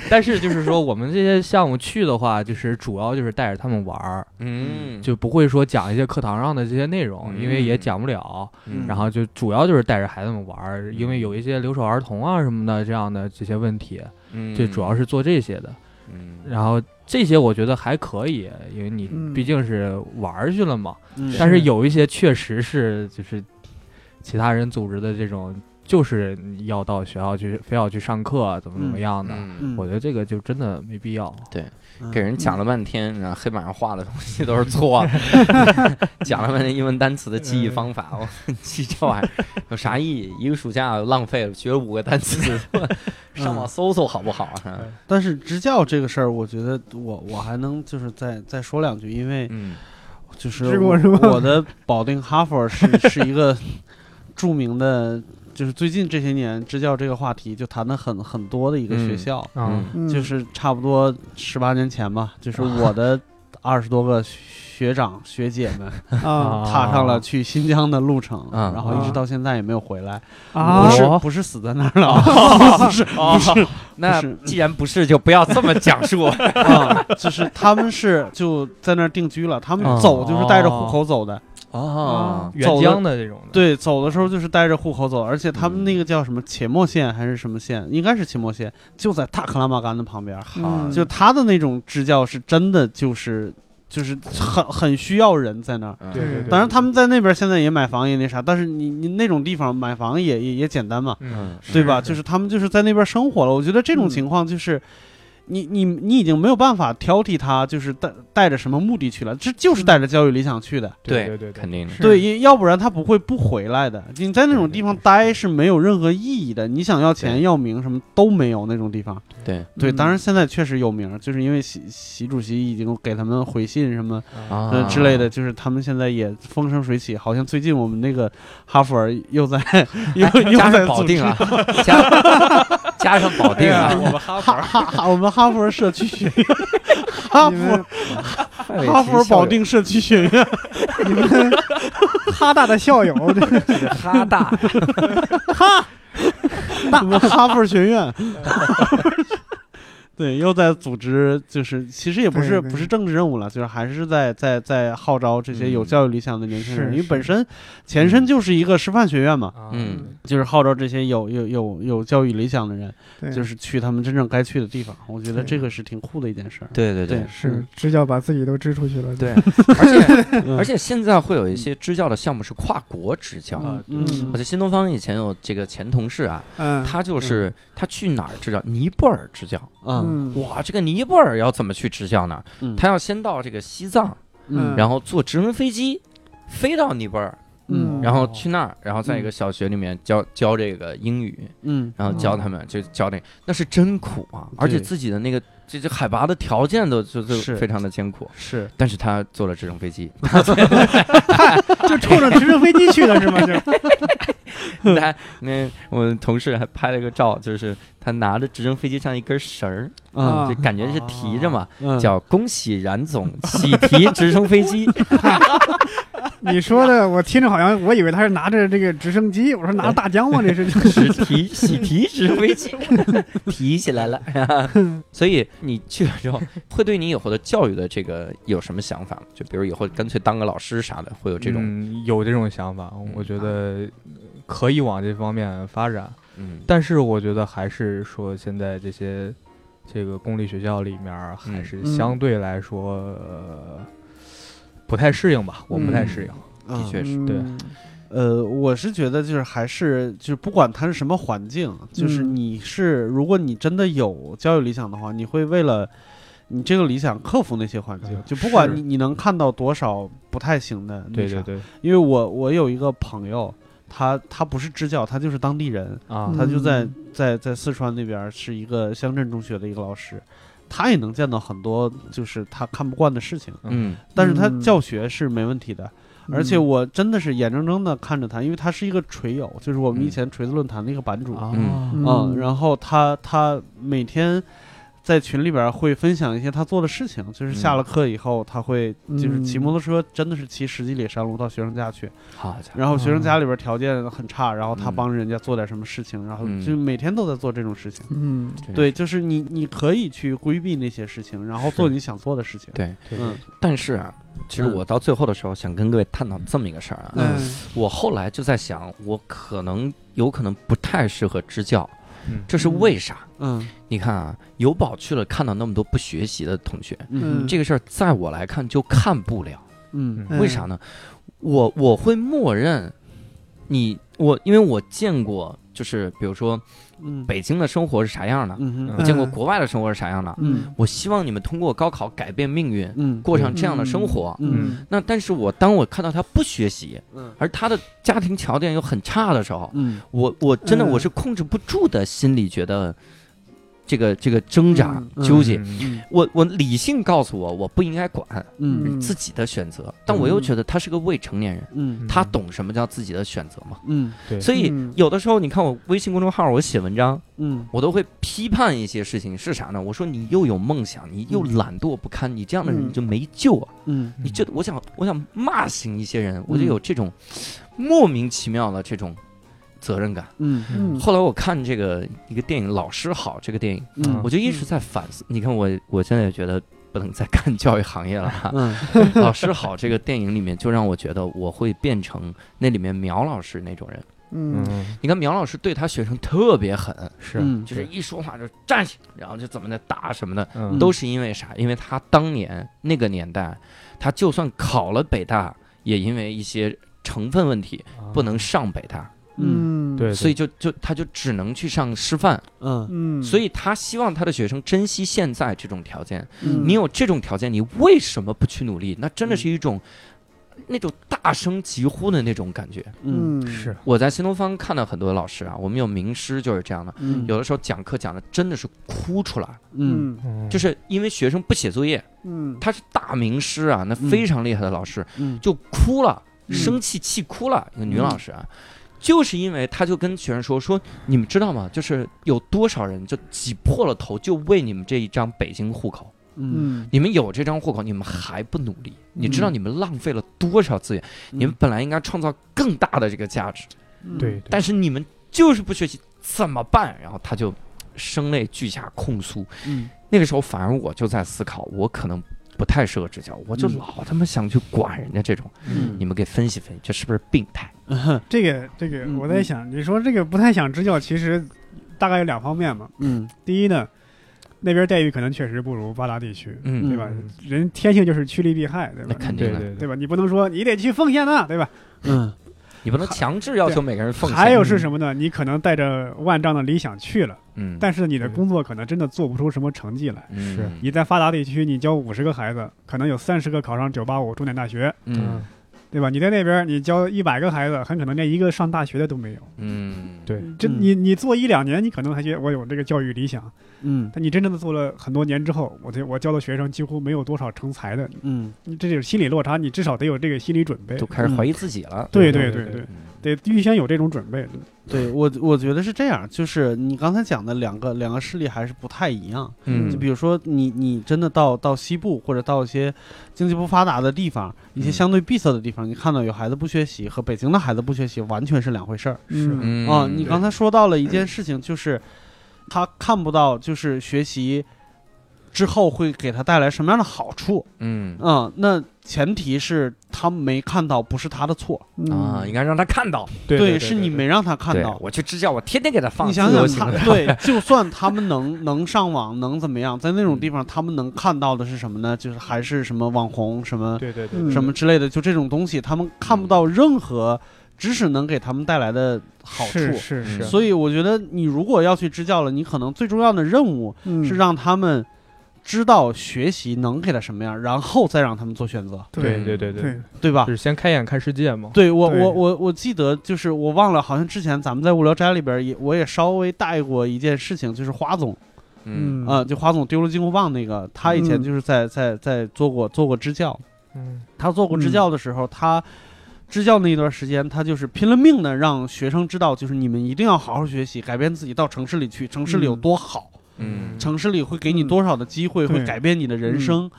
Speaker 4: 但是就是说，我们这些项目去的话，就是主要就是带着他们玩儿，
Speaker 1: 嗯，
Speaker 4: 就不会说讲一些课堂上的这些内容，
Speaker 1: 嗯
Speaker 4: 因为也讲不了。
Speaker 1: 嗯
Speaker 4: 然后就主要就是带着孩子们玩儿，因为有一些留守儿童啊什么的这样的这些问题，就主要是做这些的。
Speaker 1: 嗯
Speaker 4: 然后这些我觉得还可以，因为你
Speaker 2: 嗯
Speaker 4: 毕竟是玩儿去了嘛。
Speaker 3: 嗯
Speaker 4: 但是有一些确实是就是其他人组织的这种，就是要到学校去，非要去上课，怎么怎么样的。
Speaker 1: 嗯
Speaker 3: 嗯
Speaker 4: 我觉得这个就真的没必要。
Speaker 1: 给人讲了半天，然后黑板上画的东西都是错的，讲了半天英文单词的记忆方法，我记这玩意儿啊有啥意义？一个暑假浪费了，学了五个单词，上网搜搜好不好？啊
Speaker 3: 但是支教这个事儿，我觉得我我还能就是再再说两句，因为
Speaker 1: 嗯
Speaker 3: 就是
Speaker 2: 是
Speaker 3: 我
Speaker 2: 过是吗
Speaker 3: 我的保定哈佛是是一个著名的，就是最近这些年支教这个话题就谈的很很多的一个学
Speaker 1: 嗯
Speaker 3: 校，
Speaker 4: 啊，
Speaker 2: 嗯
Speaker 3: 就是差不多十八年前吧，就是我的二十多个学长学姐们
Speaker 2: 啊
Speaker 4: 啊
Speaker 3: 踏上了去新疆的路程，
Speaker 1: 啊
Speaker 3: 然后一直到现在也没有回来。
Speaker 2: 啊
Speaker 3: 不！是不是死在那儿了啊， 不是
Speaker 1: 哦
Speaker 3: 不是
Speaker 1: 那
Speaker 3: 不是
Speaker 1: 既然不是，就不要这么讲述。
Speaker 3: 啊，就是他们是就在那儿定居了，他们
Speaker 1: 哦
Speaker 3: 走就是带着户口走的，
Speaker 1: 哦
Speaker 4: 援疆的这种的，
Speaker 3: 对，走的时候就是带着户口走，而且他
Speaker 2: 嗯
Speaker 3: 们那个叫什么且末县还是什么县，应该是且末县，就在塔克拉玛干的旁边儿，
Speaker 2: 嗯
Speaker 3: 就他的那种支教是真的就是就是很很需要人在那儿。
Speaker 1: 嗯
Speaker 2: 对对对
Speaker 3: 当然，他们在那边现在也买房也那啥，但是你你那种地方买房也也也简 单嘛，
Speaker 1: 嗯
Speaker 4: 嗯，
Speaker 3: 对吧？就是他们就是在那边生活了。我觉得
Speaker 2: 嗯
Speaker 3: 这种情况就是，你你你已经没有办法挑剔他，就是带带着什么目的去了，这
Speaker 2: 嗯
Speaker 3: 就是带着教育理想去的。
Speaker 1: 嗯对
Speaker 4: 对对对
Speaker 1: 肯定的。
Speaker 4: 是
Speaker 3: 对，因要不然他不会不回来的。你在那种地方
Speaker 1: 对对
Speaker 3: 待是没有任何意义的，你想要钱
Speaker 1: 对
Speaker 3: 要名什么都没有那种地方。
Speaker 1: 对
Speaker 3: 对，
Speaker 2: 嗯
Speaker 3: 当然现在确实有名，就是因为习习主席已经给他们回信什么
Speaker 1: 啊
Speaker 3: 呃之类的，就是他们现在也风生水起，好像最近我们那个哈佛儿 又在又又
Speaker 1: 加
Speaker 3: 在
Speaker 1: 上保
Speaker 3: 组织
Speaker 1: 定啊，加加上保定 啊，
Speaker 3: 我们哈佛哈哈，我们哈佛社区学院，哈
Speaker 2: 你
Speaker 3: 佛
Speaker 2: 们
Speaker 3: 哈佛保定社区学院，
Speaker 2: 你们哈大的校友，这
Speaker 1: 哈大，
Speaker 3: 我们哈佛学院。对，又在组织，就是其实也不是
Speaker 2: 对对
Speaker 3: 不是政治任务了，就是还是在在在号召这些有
Speaker 1: 嗯
Speaker 3: 教育理想的年轻人，
Speaker 2: 是
Speaker 3: 因为
Speaker 2: 是
Speaker 3: 本身前身就是一个师范学院嘛，
Speaker 4: 啊
Speaker 1: 嗯，
Speaker 3: 就是号召这些有有有有教育理想的人，
Speaker 2: 对
Speaker 3: 就是去他们真正该去的地方。我觉得
Speaker 2: 对
Speaker 3: 这个是挺酷的一件事儿。
Speaker 1: 对对
Speaker 3: 对，
Speaker 2: 是支教把自己都支出去了，
Speaker 1: 对，而且
Speaker 3: 嗯
Speaker 1: 而且现在会有一些支教的项目是跨国支教。
Speaker 4: 呃
Speaker 2: 嗯
Speaker 3: 嗯
Speaker 1: 我在新东方以前有这个前同事啊，
Speaker 2: 嗯，
Speaker 1: 他就是他去哪儿支教？尼泊尔支教。
Speaker 3: 嗯
Speaker 2: 嗯
Speaker 1: 哇，这个尼泊尔要怎么去支教呢
Speaker 3: 嗯？
Speaker 1: 他要先到这个西藏，
Speaker 2: 嗯
Speaker 1: 然后坐直升飞机飞到尼泊尔，
Speaker 3: 嗯
Speaker 1: 然后
Speaker 4: 哦
Speaker 1: 去那儿，然后在一个小学里面教教这个英语，
Speaker 3: 嗯
Speaker 1: 然后教他们就教那，那是真苦啊！而且自己的那个这这海拔的条件都就就是非常的艰苦。
Speaker 3: 是
Speaker 1: 但是他坐了直升飞机，
Speaker 2: 就冲着直升飞机去的是吗？就
Speaker 1: 他那我的同事还拍了个照，就是他拿着直升飞机上一根绳儿，
Speaker 2: 啊
Speaker 1: 就感觉是提着嘛，
Speaker 3: 嗯
Speaker 1: 叫“恭喜冉总喜提直升飞机
Speaker 2: 你说的，我听着好像，我以为他是拿着这个直升机，我说拿着大疆吗？这是
Speaker 1: 喜提喜提直升飞机”， 提起来了。 所以你去了之后，会对你以后的教育的这个有什么想法吗？就比如以后干脆当个老师啥的，会有这种啊
Speaker 4: 嗯有这种想法，我觉得可以往这方面发展，
Speaker 1: 嗯
Speaker 4: 但是我觉得还是说现在这些这个公立学校里面儿还
Speaker 1: 嗯
Speaker 4: 是相对来说、呃不太适应吧，我不太适应。
Speaker 1: 的确是
Speaker 4: 对
Speaker 2: 嗯
Speaker 3: 呃，我是觉得就是还是就是不管它是什么环境，就是
Speaker 2: 嗯
Speaker 3: 你是如果你真的有教育理想的话，你会为了。你这个理想克服那些环境，
Speaker 4: 嗯
Speaker 3: 就不管
Speaker 4: 是
Speaker 3: 你你能看到多少不太行的，
Speaker 4: 对对，对
Speaker 3: 因为我我有一个朋友，他他不是支教，他就是当地人，
Speaker 4: 啊
Speaker 3: 他就在
Speaker 2: 嗯
Speaker 3: 在在四川那边儿是一个乡镇中学的一个老师，他也能见到很多就是他看不惯的事情，
Speaker 1: 嗯
Speaker 3: 但是他
Speaker 2: 嗯
Speaker 3: 教学是没问题的，而且我真的是眼睁睁的看着他，因为他是一个锤友，就是我们以前锤子论坛的一个版主，
Speaker 4: 啊
Speaker 1: 嗯
Speaker 3: 嗯，然后他他每天。在群里边会分享一些他做的事情，就是下
Speaker 1: 嗯
Speaker 3: 了课以后，他会就是骑
Speaker 2: 嗯
Speaker 3: 摩托车，真的是骑十几里山路到学生家去，
Speaker 1: 好家伙，
Speaker 3: 然后学生家里边条件很差，然后他
Speaker 1: 嗯
Speaker 3: 帮人家做点什么事情，然后
Speaker 1: 嗯
Speaker 3: 就每天都在做这种事情。
Speaker 2: 嗯
Speaker 1: 真
Speaker 3: 对，
Speaker 1: 是
Speaker 3: 就是你你可以去规避那些事情，然后
Speaker 4: 是
Speaker 3: 做你想做的事情。
Speaker 1: 对，
Speaker 4: 对
Speaker 3: 嗯
Speaker 1: 但是啊，其实
Speaker 3: 嗯
Speaker 1: 我到最后的时候想跟各位探讨这么一个事儿啊，
Speaker 2: 嗯
Speaker 1: 我后来就在想，我可能有可能不太适合支教
Speaker 4: 嗯，
Speaker 1: 这是为啥？
Speaker 3: 嗯
Speaker 1: 你看啊，有宝去了，看到那么多不学习的同学，
Speaker 2: 嗯
Speaker 1: 这个事儿在我来看就看不了，
Speaker 3: 嗯
Speaker 2: 嗯
Speaker 1: 为啥呢？我我会默认你我，因为我见过，就是比如说
Speaker 3: 嗯
Speaker 1: 北京的生活是啥样的，
Speaker 3: 嗯
Speaker 1: 我
Speaker 4: 嗯
Speaker 1: 见过
Speaker 2: 嗯
Speaker 1: 国外的生活是啥样的。
Speaker 3: 嗯
Speaker 1: 我希望你们通过高考改变命运，
Speaker 3: 嗯
Speaker 1: 过上这样的生活。
Speaker 3: 嗯
Speaker 1: 那但是我当我看到他不学习，
Speaker 3: 嗯
Speaker 1: 而他的家庭条件又很差的时候，
Speaker 3: 嗯
Speaker 1: 我我真的
Speaker 2: 嗯
Speaker 1: 我是控制不住的，心里觉得这个这个挣扎
Speaker 3: 嗯嗯
Speaker 1: 纠结。
Speaker 3: 嗯
Speaker 1: 我我理性告诉我，我不应该管
Speaker 3: 嗯
Speaker 1: 自己的选择，但我又觉得他是个未成年人，
Speaker 3: 嗯
Speaker 1: 他懂什么叫自己的选择吗？
Speaker 3: 嗯
Speaker 4: 对
Speaker 1: 所以
Speaker 3: 嗯
Speaker 1: 有的时候，你看我微信公众号，我写文章，
Speaker 3: 嗯
Speaker 1: 我都会批判一些事情是啥呢？我说你又有梦想，你又懒惰不堪，你这样的人
Speaker 3: 嗯
Speaker 1: 你就没救啊！
Speaker 3: 嗯
Speaker 1: 你这，我想，我想骂醒一些人，我就有这种莫名其妙的这种责任感。
Speaker 3: 嗯嗯
Speaker 1: 后来我看这个一个电影《老师好》这个电影，
Speaker 3: 嗯
Speaker 1: 我就一直在反思。
Speaker 4: 嗯
Speaker 1: 你看我，我现在也觉得不能再干教育行业 了哈。
Speaker 3: 嗯
Speaker 1: 《老师好》这个电影里面，就让我觉得我会变成那里面苗老师那种人。
Speaker 3: 嗯
Speaker 4: 嗯，
Speaker 1: 你看苗老师对他学生特别狠，
Speaker 4: 是，
Speaker 3: 嗯
Speaker 1: 就是一说话就站起，然后就怎么的打什么的，
Speaker 4: 嗯
Speaker 1: 都是因为啥？因为他当年那个年代，他就算考了北大，也因为一些成分问题不能上北大，
Speaker 3: 嗯
Speaker 2: 嗯，
Speaker 4: 嗯啊对，
Speaker 1: 所以
Speaker 4: 对
Speaker 1: 就就他就只能去上师范。
Speaker 3: 嗯
Speaker 2: 嗯，
Speaker 1: 所以他希望他的学生珍惜现在这种条件。
Speaker 3: 嗯嗯
Speaker 1: 你有这种条件，你为什么不去努力？那真的是一种。那种大声疾呼的那种感觉，
Speaker 3: 嗯
Speaker 4: 是
Speaker 1: 我在新东方看到很多老师啊，我们有名师就是这样的，
Speaker 3: 嗯
Speaker 1: 有的时候讲课讲的真的是哭出来，
Speaker 3: 嗯
Speaker 2: 嗯
Speaker 1: 就是是因为学生不写作业，
Speaker 2: 嗯
Speaker 1: 他是大名师啊，那非常厉害的老师，
Speaker 3: 嗯
Speaker 1: 就哭了，
Speaker 2: 嗯
Speaker 1: 生气气哭了，一个女老师啊。就是因为他就跟学生说说，你们知道吗？就是有多少人就挤破了头，就为你们这一张北京户口。
Speaker 3: 嗯
Speaker 2: 嗯
Speaker 1: 你们有这张户口，你们还不努力？你知道你们浪费了多少资源？你们本来应该创造更大的这个价值，
Speaker 2: 嗯
Speaker 4: 对，
Speaker 1: 但是你们就是不学习，怎么办？然后他就声泪俱下控诉，
Speaker 3: 嗯
Speaker 1: 那个时候反而我就在思考，我可能不太适合支教，我就
Speaker 3: 嗯
Speaker 1: 老他妈想去管人家这种。
Speaker 3: 嗯
Speaker 1: 你们给分析分析，这是不是病态？
Speaker 2: 这个这个
Speaker 3: 嗯
Speaker 2: 我在想，你说这个不太想支教，其实大概有两方面嘛。
Speaker 3: 嗯
Speaker 2: 第一呢，那边待遇可能确实不如发达地区，对
Speaker 1: 嗯，
Speaker 2: 吧
Speaker 4: 嗯？
Speaker 2: 人天性就是趋利避害，对
Speaker 1: 那
Speaker 2: 吧？
Speaker 1: 肯定
Speaker 4: 对
Speaker 1: 的，
Speaker 4: 对
Speaker 2: 对吧？你不能说你得去奉献呐，对吧？
Speaker 3: 嗯
Speaker 1: 你不能强制要求每个人奉献。
Speaker 2: 还有是什么呢？你可能带着万丈的理想去了，
Speaker 1: 嗯，
Speaker 2: 但是你的工作可能真的做不出什么成绩来。
Speaker 1: 嗯
Speaker 4: 是
Speaker 2: 你在发达地区，你教五十个孩子，可能有三十个考上九八五重点大学，
Speaker 1: 嗯
Speaker 2: 对吧？你在那边，你教一百个孩子，很可能连一个上大学的都没有。
Speaker 1: 嗯，
Speaker 4: 对
Speaker 2: 这
Speaker 3: 嗯
Speaker 2: 你你做一两年，你可能还觉得我有这个教育理想，
Speaker 3: 嗯
Speaker 2: 但你真正的做了很多年之后，我这我教的学生几乎没有多少成才的，
Speaker 3: 嗯
Speaker 2: 你这就是心理落差，你至少得有这个心理准备
Speaker 1: 都。开始怀疑自己了。
Speaker 2: 对
Speaker 4: 对
Speaker 2: 对
Speaker 4: 对
Speaker 2: 对，
Speaker 1: 嗯
Speaker 2: 得预先有这种准备。
Speaker 3: 对我我觉得是这样，就是你刚才讲的两个两个事例还是不太一样。就
Speaker 1: 嗯
Speaker 3: 比如说你你真的到到西部或者到一些经济不发达的地方，一些
Speaker 1: 嗯
Speaker 3: 相对闭塞的地方，你看到有孩子不学习和北京的孩子不学习完全是两回事儿
Speaker 2: 嗯
Speaker 1: 嗯
Speaker 3: 啊。你刚才说到了一件事情，就是他看不到就是学习之后会给他带来什么样的好处
Speaker 1: 嗯
Speaker 3: 啊。那前提是他没看到，不是他的错，
Speaker 2: 嗯
Speaker 1: 啊，应该让他看到。
Speaker 4: 对
Speaker 3: 是你没让他看
Speaker 1: 对
Speaker 3: 到。
Speaker 1: 我去支教，我天天给他放嗯
Speaker 3: 你
Speaker 1: 自
Speaker 3: 想
Speaker 1: 由
Speaker 3: 想
Speaker 1: 行
Speaker 3: 他，
Speaker 1: 为。
Speaker 3: 对，就算他们能能上网，能怎么样？在那种地方，他们能看到的是什么呢？就是还是什么网红，什么
Speaker 4: 对对对
Speaker 2: 嗯
Speaker 3: 什么之类的，就这种东西，他们看不到任何知识能给他们带来的好处。
Speaker 2: 是是是，
Speaker 3: 所以我觉得，你如果要去支教了，你可能最重要的任务
Speaker 2: 嗯
Speaker 3: 是让他们知道学习能给他什么样，然后再让他们做选择，
Speaker 4: 对对对
Speaker 2: 对，
Speaker 3: 对吧
Speaker 4: 就？是先开眼看世界嘛，
Speaker 3: 对我
Speaker 2: 对
Speaker 3: 我我我记得就是我忘了，好像之前咱们在无聊斋里边也我也稍微带过一件事情，就是花总。
Speaker 1: 嗯
Speaker 3: 啊、就华总丢了金箍棒那个，他以前
Speaker 2: 嗯
Speaker 3: 就是在、在在做过做过支教，
Speaker 4: 嗯
Speaker 3: 他做过支教的时候，他支教那一段时间，他就是拼了命的让学生知道，就是你们一定要好好学习，改变自己，到城市里去，城市里有
Speaker 2: 嗯
Speaker 3: 多好，
Speaker 1: 嗯
Speaker 3: 城市里会给你
Speaker 2: 嗯
Speaker 3: 多少的机会，会
Speaker 2: 对嗯
Speaker 3: 改变你的人生，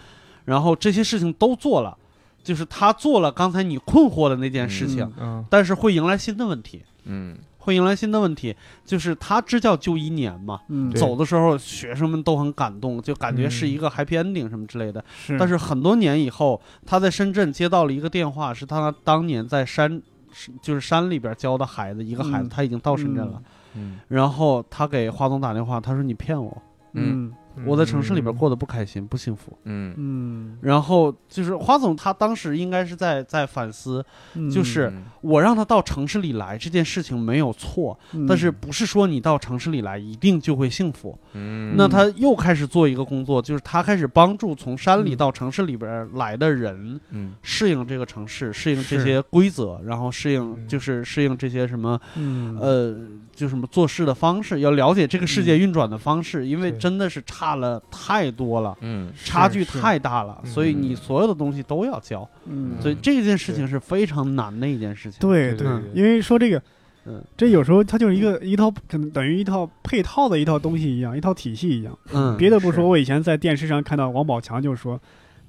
Speaker 3: 然后这些事情都做了，就是他做了刚才你困惑的那件事情，
Speaker 2: 嗯
Speaker 4: 嗯
Speaker 3: 但是会迎来新的问题，
Speaker 1: 嗯
Speaker 3: 会迎来新的问题，就是他支教就一年嘛，
Speaker 2: 嗯
Speaker 4: 对
Speaker 3: 走的时候，学生们都很感动，就感觉是一个 happy ending 什么之类的。
Speaker 2: 是，
Speaker 3: 但是很多年以后，他在深圳接到了一个电话，是他当年在山，是就是山里边教的孩子，一个孩
Speaker 2: 嗯
Speaker 3: 子他已经到深圳了。
Speaker 1: 嗯
Speaker 3: 然后他给华总打电话，他说：“你骗我，
Speaker 1: 嗯
Speaker 2: 嗯
Speaker 3: 我在城市里边过得不开心、不幸福。
Speaker 1: 嗯，
Speaker 2: 嗯，
Speaker 3: 然后就是花总，他当时应该是在在反思，
Speaker 2: 嗯
Speaker 3: 就是
Speaker 1: 嗯
Speaker 3: 我让他到城市里来这件事情没有错，
Speaker 2: 嗯
Speaker 3: 但是不是说你到城市里来一定就会幸福？
Speaker 1: 嗯
Speaker 3: 那他又开始做一个工作，就是他开始帮助从山
Speaker 2: 嗯
Speaker 3: 里到城市里边来的人
Speaker 1: 嗯
Speaker 3: 适应这个城市，适应这
Speaker 2: 是
Speaker 3: 些规则，然后适应
Speaker 4: 嗯
Speaker 3: 就是适应这些什么
Speaker 2: 嗯
Speaker 3: 呃，就什么做事的方式，要了解这个世界运转的方式，因为
Speaker 4: 对
Speaker 3: 真的是差了太多了。
Speaker 1: 嗯
Speaker 3: 差距
Speaker 2: 是
Speaker 3: 太大了，
Speaker 4: 嗯
Speaker 3: 所以你所有的东西都要教，
Speaker 2: 嗯
Speaker 3: 所以这件事情是非常难的一件事情。，
Speaker 2: 对
Speaker 4: 对对对
Speaker 2: 因为说这个
Speaker 3: 嗯。
Speaker 2: 这有时候它就是一个一套，可能等于一套配套的一套东西一样，一套体系一样。
Speaker 3: 嗯，
Speaker 2: 别的不
Speaker 4: 是
Speaker 2: 说，我以前在电视上看到王宝强就说，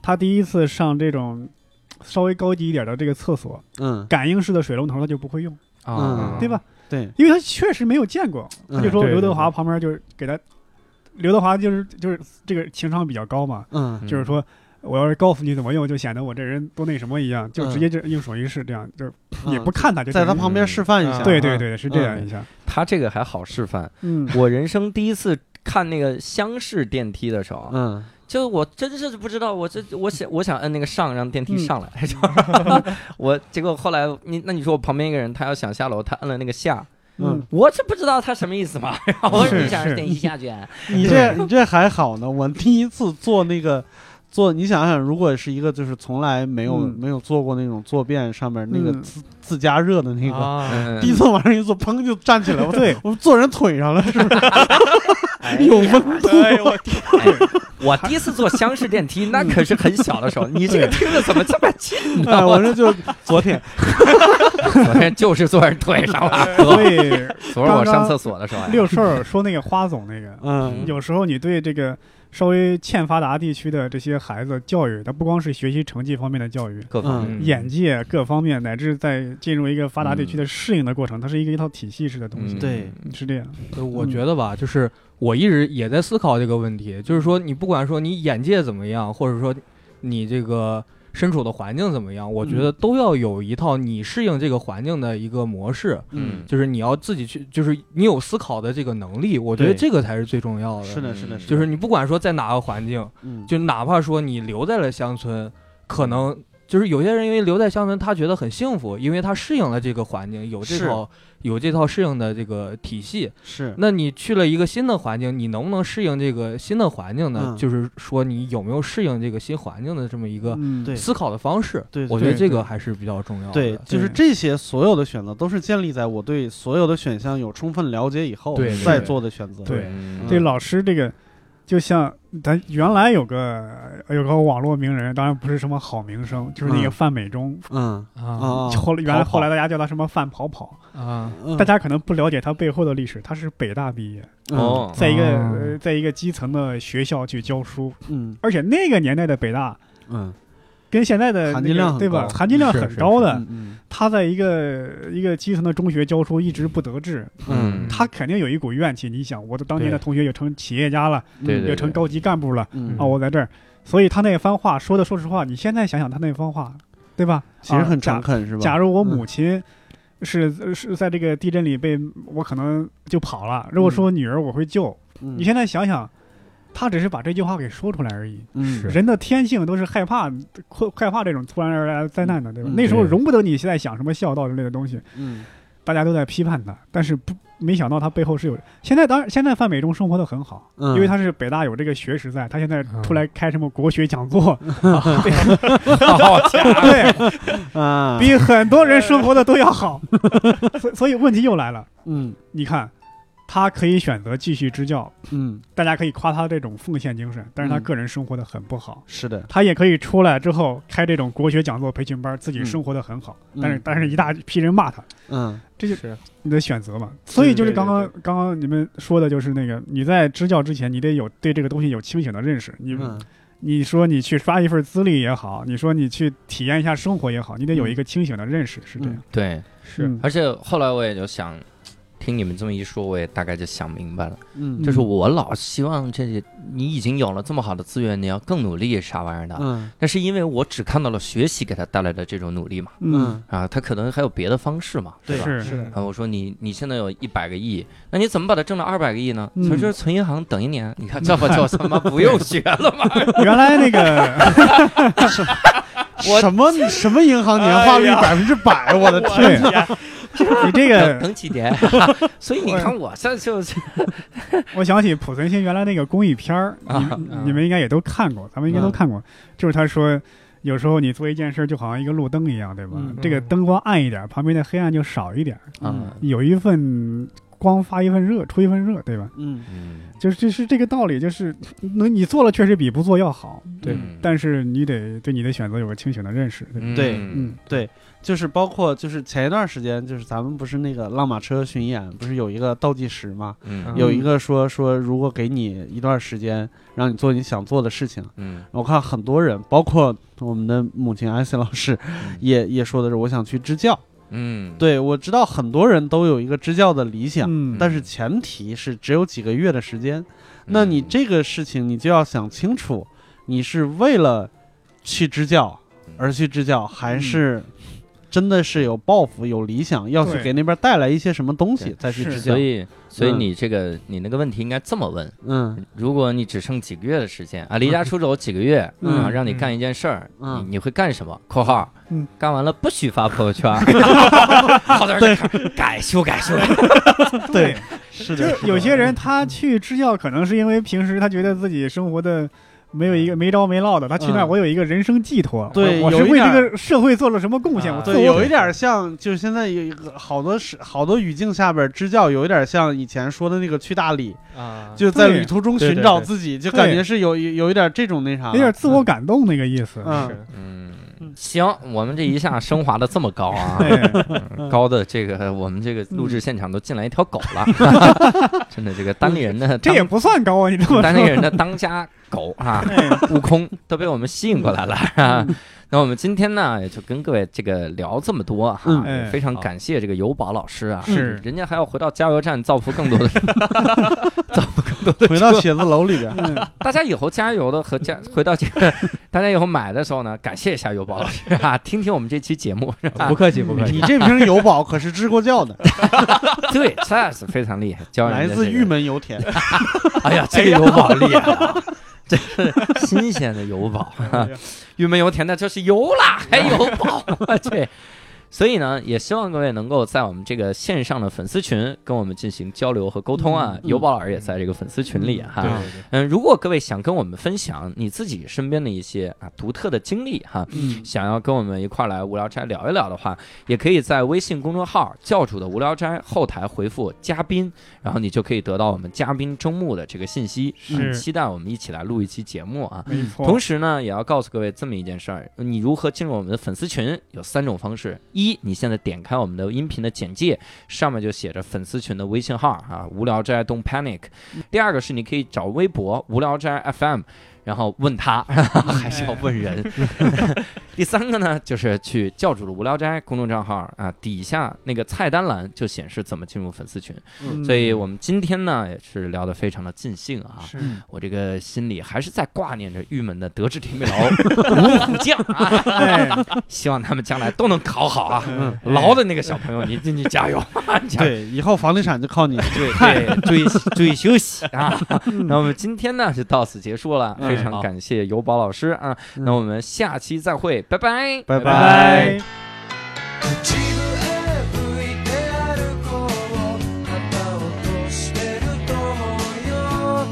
Speaker 2: 他第一次上这种稍微高级一点的这个厕所，
Speaker 3: 嗯，
Speaker 2: 感应式的水龙头他就不会用，
Speaker 4: 啊
Speaker 3: 嗯，
Speaker 2: 对吧？？
Speaker 3: 对，
Speaker 2: 因为他确实没有见过。
Speaker 3: 嗯
Speaker 2: 他就说
Speaker 4: 对对
Speaker 2: 刘德华
Speaker 4: 对
Speaker 2: 旁边就是给他，刘德华就是就是这个情商比较高嘛，
Speaker 3: 嗯
Speaker 2: 就是说我要是告诉你怎么用，就显得我这人多那什么一样，就
Speaker 3: 嗯
Speaker 2: 直接就用手一试，这样就是
Speaker 3: 嗯
Speaker 2: 也不看他，就
Speaker 3: 在
Speaker 2: 这
Speaker 3: 他
Speaker 2: 样
Speaker 3: 旁边示范一下。
Speaker 2: 对对对，是这样
Speaker 3: 嗯
Speaker 2: 一下，
Speaker 1: 他这个还好示范。
Speaker 2: 嗯
Speaker 1: 我人生第一次看那个厢式电梯的时候，
Speaker 3: 嗯，
Speaker 1: 就我真是不知道，我这我想我想摁那个上，让电梯上来。
Speaker 3: 嗯
Speaker 1: 我结果后来你那你说我旁边一个人，他要想下楼，他摁了那个下，
Speaker 2: 嗯，
Speaker 1: 我这不知道他什么意思嘛。然后我
Speaker 2: 是
Speaker 1: 你想
Speaker 2: 是
Speaker 1: 让电梯下去，
Speaker 3: 你这你这还好呢，我第一次做那个。做你想想，如果是一个就是从来没有、
Speaker 2: 嗯
Speaker 3: 没有做过那种坐便上面那个
Speaker 2: 嗯
Speaker 3: 自、自加热的那个，
Speaker 4: 啊，
Speaker 1: 嗯
Speaker 3: 第一次往上一坐，砰就 站起来，我
Speaker 2: 对，
Speaker 3: 我坐人腿上了，是不是？
Speaker 1: 哎
Speaker 3: 有温 度，
Speaker 1: 哎我第一次坐厢式电梯，那可是很小的时候。你这个听着怎么这么近呢？
Speaker 3: 哎，我这就 昨天，
Speaker 1: 昨天就是坐人腿上了。
Speaker 2: 所以
Speaker 1: 昨儿我上厕所的时候，哎
Speaker 2: 六兽儿说那个花总那个，
Speaker 3: 嗯，
Speaker 2: 有时候你对这个稍微欠发达地区的这些孩子教育，他不光是学习成绩方面的教育。
Speaker 1: 各方面
Speaker 4: 嗯
Speaker 2: 眼界各方面，乃至在进入一个发达地区的适应的过程，它是一个一套体系式的东西，
Speaker 3: 嗯对
Speaker 2: 是这样。
Speaker 4: 对呃我觉得吧，就是我一直也在思考这个问题，就是说你不管说你眼界怎么样，或者说你这个身处的环境怎么样，我觉得都要有一套你适应这个环境的一个模式，
Speaker 1: 嗯
Speaker 4: 就是你要自己去，就是你有思考的这个能力，我觉得
Speaker 3: 对
Speaker 4: 这个才是最重要的。
Speaker 3: 是的，是的，
Speaker 1: 嗯
Speaker 4: 就是你不管说在哪个环境，
Speaker 3: 嗯，
Speaker 4: 就哪怕说你留在了乡村，可能就是有些人因为留在乡村，他觉得很幸福，因为他适应了这个环境，有这
Speaker 3: 是
Speaker 4: 套有这套适应的这个体系。
Speaker 3: 是
Speaker 4: 那你去了一个新的环境，你能不能适应这个新的环境呢？
Speaker 3: 嗯
Speaker 4: 就是说你有没有适应这个新环境的这么一个
Speaker 2: 嗯，
Speaker 3: 对
Speaker 4: 思考的方式？
Speaker 3: 对对
Speaker 4: 我觉得
Speaker 2: 对
Speaker 4: 这
Speaker 2: 对
Speaker 4: 个还是比较重要的。
Speaker 3: 对，就是这些所有的选择都是建立在我对所有的选项有充分了解以后
Speaker 4: 对
Speaker 3: 再
Speaker 2: 对
Speaker 3: 做的选择。
Speaker 2: 对
Speaker 1: 嗯
Speaker 2: 这老师这个，就像咱原来有个有个网络名人，当然不是什么好名声，就是那个
Speaker 3: 嗯
Speaker 2: 范美忠。
Speaker 3: 嗯
Speaker 4: 啊
Speaker 3: 啊，
Speaker 2: 后来原来
Speaker 3: 跑跑
Speaker 2: 后来大家叫他什么范跑跑，
Speaker 4: 啊，
Speaker 3: 嗯
Speaker 2: 大家可能不了解他背后的历史，他是北大毕业，
Speaker 3: 嗯
Speaker 1: 哦，
Speaker 2: 在一个
Speaker 4: 哦
Speaker 2: 呃在一个基层的学校去教书，
Speaker 3: 嗯
Speaker 2: 而且那个年代的北大
Speaker 3: 嗯
Speaker 2: 跟现在的那
Speaker 3: 含金
Speaker 2: 个
Speaker 3: 量很
Speaker 2: 对吧
Speaker 3: 高，
Speaker 2: 含金量
Speaker 4: 是
Speaker 2: 很
Speaker 4: 是
Speaker 2: 高的，
Speaker 3: 嗯嗯
Speaker 2: 他在一个一个基层的中学教书，一直不得志，
Speaker 1: 嗯
Speaker 2: 他肯定有一股怨气。你想，我的当年的
Speaker 4: 对
Speaker 2: 同学也成企业家了，
Speaker 1: 对对
Speaker 2: 也成高级干部了，
Speaker 3: 嗯
Speaker 2: 啊，我在这儿，所以他那番话说的，说实话，你现在想想他那番话，对吧？
Speaker 3: 其实
Speaker 2: 啊
Speaker 3: 很诚
Speaker 2: 假
Speaker 3: 恳是吧？
Speaker 2: 假如我
Speaker 3: 嗯
Speaker 2: 母亲是是在这个地震里被我可能就跑了，如果说女儿我会救，
Speaker 3: 嗯
Speaker 2: 你现在想想，他只是把这句话给说出来而已。
Speaker 3: 嗯
Speaker 4: 是
Speaker 2: 人的天性都是害怕、困害怕这种突然而来的灾难的，对吧？
Speaker 3: 嗯
Speaker 2: 那时候
Speaker 4: 对
Speaker 2: 容不得你现在想什么孝道之类的东西，
Speaker 3: 嗯
Speaker 2: 大家都在批判他，但是不没想到他背后是有。现在当然，现在范美忠生活的很好，
Speaker 3: 嗯
Speaker 2: 因为他是北大有这个学识在，他现在
Speaker 4: 嗯
Speaker 2: 出来开什么国学讲座，啊
Speaker 1: 好家伙
Speaker 2: 对
Speaker 3: 啊
Speaker 2: 比很多人生活的都要好。 所以所以问题又来了，
Speaker 3: 嗯
Speaker 2: 你看，他可以选择继续支教，
Speaker 3: 嗯
Speaker 2: 大家可以夸他这种奉献精神，但是他
Speaker 3: 嗯
Speaker 2: 个人生活的很不好。
Speaker 3: 是的，
Speaker 2: 他也可以出来之后开这种国学讲座培训班，自己生活的很好，
Speaker 3: 嗯
Speaker 2: 但是但是一大批人骂他，
Speaker 3: 嗯
Speaker 2: 这就是你的选择嘛。所以就是
Speaker 4: 对
Speaker 2: 刚刚
Speaker 4: 对
Speaker 2: 刚刚你们说的就是那个，你在支教之前，你得有对这个东西有清醒的认识。你、
Speaker 3: 嗯
Speaker 2: 你说你去刷一份资历也好，你说你去体验
Speaker 1: 嗯
Speaker 2: 一下生活也好，你得有一个清醒的认识，是这样。
Speaker 1: 对，
Speaker 4: 是
Speaker 2: 嗯
Speaker 1: 而且后来我也就想，听你们这么一说，我也大概就想明白了。
Speaker 3: 嗯
Speaker 1: 就是我老希望这些，你已经有了这么好的资源，你要更努力啥玩意儿的。啊
Speaker 3: 嗯
Speaker 1: 那是因为我只看到了学习给他带来的这种努力嘛，
Speaker 3: 嗯，
Speaker 1: 啊，他可能还有别的方式嘛，
Speaker 3: 对
Speaker 1: 吧？
Speaker 2: 是
Speaker 4: 嗯
Speaker 5: 是
Speaker 1: 啊，我说你你现在有一百个亿，那你怎么把它挣到二百个亿呢？
Speaker 2: 嗯
Speaker 1: 所以就是存银行等一年，你看这不就他妈不用学了吗？
Speaker 2: 原来那个
Speaker 1: 我
Speaker 3: 什么什么银行年化率
Speaker 5: 哎呀
Speaker 3: 百分之百？我的天！
Speaker 2: 对，你
Speaker 1: 等
Speaker 2: 这 个
Speaker 1: 等几年，所以你看我这就是
Speaker 2: 我想起濮存昕原来那个公益片儿，你
Speaker 1: 啊
Speaker 2: 们你们应该也都看过，咱们应该都看过，就是他说。有时候你做一件事儿就好像一个路灯一样，对吧？
Speaker 3: 嗯
Speaker 2: 这个灯光暗一点，旁边的黑暗就少一点，
Speaker 1: 啊，
Speaker 2: 有一份光发一份热，出一份热，对吧？
Speaker 3: 嗯，
Speaker 1: 嗯，
Speaker 2: 就是这是这个道理，就是能你做了确实比不做要好，
Speaker 3: 对
Speaker 1: 嗯
Speaker 2: 但是你得对你的选择有个清醒的认识，对吧？
Speaker 3: 对
Speaker 2: 嗯，
Speaker 3: 对，就是包括就是前一段时间，就是咱们不是那个浪马车巡演，不是有一个倒计时吗？
Speaker 1: 嗯
Speaker 4: 嗯
Speaker 3: 有一个说说，如果给你一段时间，让你做你想做的事情，
Speaker 1: 嗯
Speaker 3: 我看很多人，包括我们的母亲艾森老师，也也说的是我想去支教。
Speaker 1: 嗯，
Speaker 3: 对我知道很多人都有一个支教的理想，
Speaker 2: 嗯，
Speaker 3: 但是前提是只有几个月的时间。那你这个事情，你就要想清楚，你是为了去支教而去支教，还是真的是有抱负、有理想，要去
Speaker 2: 对
Speaker 3: 给那边带来一些什么东西再去
Speaker 2: 是
Speaker 3: 支教
Speaker 1: 所？以所以
Speaker 3: 嗯
Speaker 1: 你这个你那个问题应该这么问。
Speaker 3: 嗯
Speaker 1: 如果你只剩几个月的时间啊，离家出走几个月
Speaker 3: 嗯
Speaker 1: 啊，让你干一件事儿，
Speaker 3: 嗯
Speaker 1: 你你会干什么？（括号）
Speaker 2: 嗯
Speaker 1: 干完了不许发朋友圈。好的，改修改修。
Speaker 2: 嗯对，
Speaker 3: 是
Speaker 2: 就
Speaker 3: 的，
Speaker 2: 是有些人他去支教，可能是因为平时他觉得自己生活的。没有一个没着没落的，他去那儿，
Speaker 3: 嗯
Speaker 2: 我有一个人生寄托，
Speaker 3: 对
Speaker 2: 我我是
Speaker 3: 有一
Speaker 2: 为
Speaker 3: 点
Speaker 2: 这
Speaker 3: 儿
Speaker 2: 个社会做了什么贡献，
Speaker 4: 啊
Speaker 2: 我自
Speaker 3: 对，
Speaker 2: 我
Speaker 3: 有一点像，就是现在有一个好多是好多语境下边支教，有一点像以前说的那个去大理，
Speaker 4: 啊，
Speaker 3: 就在
Speaker 2: 对
Speaker 3: 旅途中
Speaker 5: 对
Speaker 3: 寻
Speaker 5: 对
Speaker 3: 找
Speaker 5: 对
Speaker 3: 自己，就
Speaker 2: 对
Speaker 3: 感觉是有有有一点这种那啥了，
Speaker 2: 有点自我感动那个意思，
Speaker 3: 嗯
Speaker 1: 嗯，行，我们这一下升华的这么高啊，
Speaker 2: 对，
Speaker 1: 嗯高的这个我们这个录制现场都进来一条狗了，真的这个单立人的
Speaker 2: 这
Speaker 1: 当
Speaker 2: 也不算高啊，你
Speaker 3: 嗯
Speaker 2: 这么
Speaker 1: 单立
Speaker 2: 说，
Speaker 1: 人 的当家狗啊，
Speaker 3: 哎
Speaker 1: 悟空都被我们吸引过来了。啊
Speaker 3: 嗯
Speaker 1: 那我们今天呢，也就跟各位这个聊这么多哈、
Speaker 3: 嗯
Speaker 2: 哎
Speaker 1: 非常感谢这个尤宝老师啊，
Speaker 2: 是
Speaker 1: 人家还要回到加油站造福更多的人，造福更多的
Speaker 3: 回到
Speaker 1: 车
Speaker 3: 写字楼里边。
Speaker 2: 嗯
Speaker 1: 大家以后加油的和加回到这个，大家以后买的时候呢，感谢一下尤宝老师啊，听听我们这期节目，是吧
Speaker 4: 不客气不
Speaker 2: 嗯
Speaker 4: 客气
Speaker 3: 你，这瓶油宝可是支过教的，
Speaker 1: 对，这是非常厉害，教人
Speaker 3: 来
Speaker 1: 家
Speaker 3: 自
Speaker 1: 这个
Speaker 3: 玉门油田。
Speaker 1: 哎呀，这个油宝厉害了，这是新鲜的油宝，啊玉门油田的就是油啦，还油宝，我去。所以呢，也希望各位能够在我们这个线上的粉丝群跟我们进行交流和沟通啊。
Speaker 3: 嗯
Speaker 1: 油宝老师也在这个粉丝群里哈、
Speaker 4: 对对对，
Speaker 1: 嗯，如果各位想跟我们分享你自己身边的一些啊独特的经历哈，
Speaker 3: 嗯
Speaker 1: 想要跟我们一块儿来无聊斋聊一聊的话，也可以在微信公众号“教主的无聊斋”后台回复“嘉宾”，然后你就可以得到我们嘉宾征募的这个信息。
Speaker 2: 是
Speaker 1: 嗯期待我们一起来录一期节目啊！
Speaker 2: 没错，
Speaker 1: 同时呢，也要告诉各位这么一件事儿：你如何进入我们的粉丝群？有三种方式：一，你现在点开我们的音频的简介，上面就写着粉丝群的微信号啊，无聊斋 Don't Panic。第二个是你可以找微博无聊斋 FM。然后问他， 还是要问人。 第三个呢，就是去教主的无聊斋公众账号啊，底下那个菜单栏就显示怎么进入粉丝群。
Speaker 2: 嗯
Speaker 1: 所以我们今天呢也是聊得非常的尽兴啊，
Speaker 2: 是
Speaker 1: 我这个心里还是在挂念着郁闷的德智体美劳五虎将啊，
Speaker 2: 哎，
Speaker 1: 希望他们将来都能考好啊。
Speaker 3: 嗯，
Speaker 1: 劳的那个小朋友，你你你加油，你加油
Speaker 3: 对，以后房地产就靠你。
Speaker 1: 对对，注意注意休息啊。那我们今天呢就到此结束了，
Speaker 3: 嗯
Speaker 1: 非常感谢尤宝老师啊。那我们下期再会，拜拜。
Speaker 3: 拜
Speaker 2: 拜拜。
Speaker 6: 「口笛吹いて歩こう」「旗落としてると思うよ」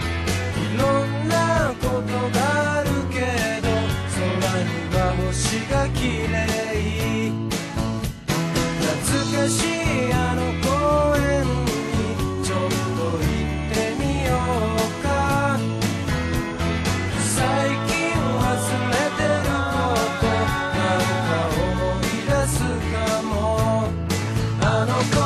Speaker 6: 「いろんなことがあるけど空には星がきれい」「懐かしいあの公園にちょっと行ってみようか」最近忘れてることなんか思い出すかもあの頃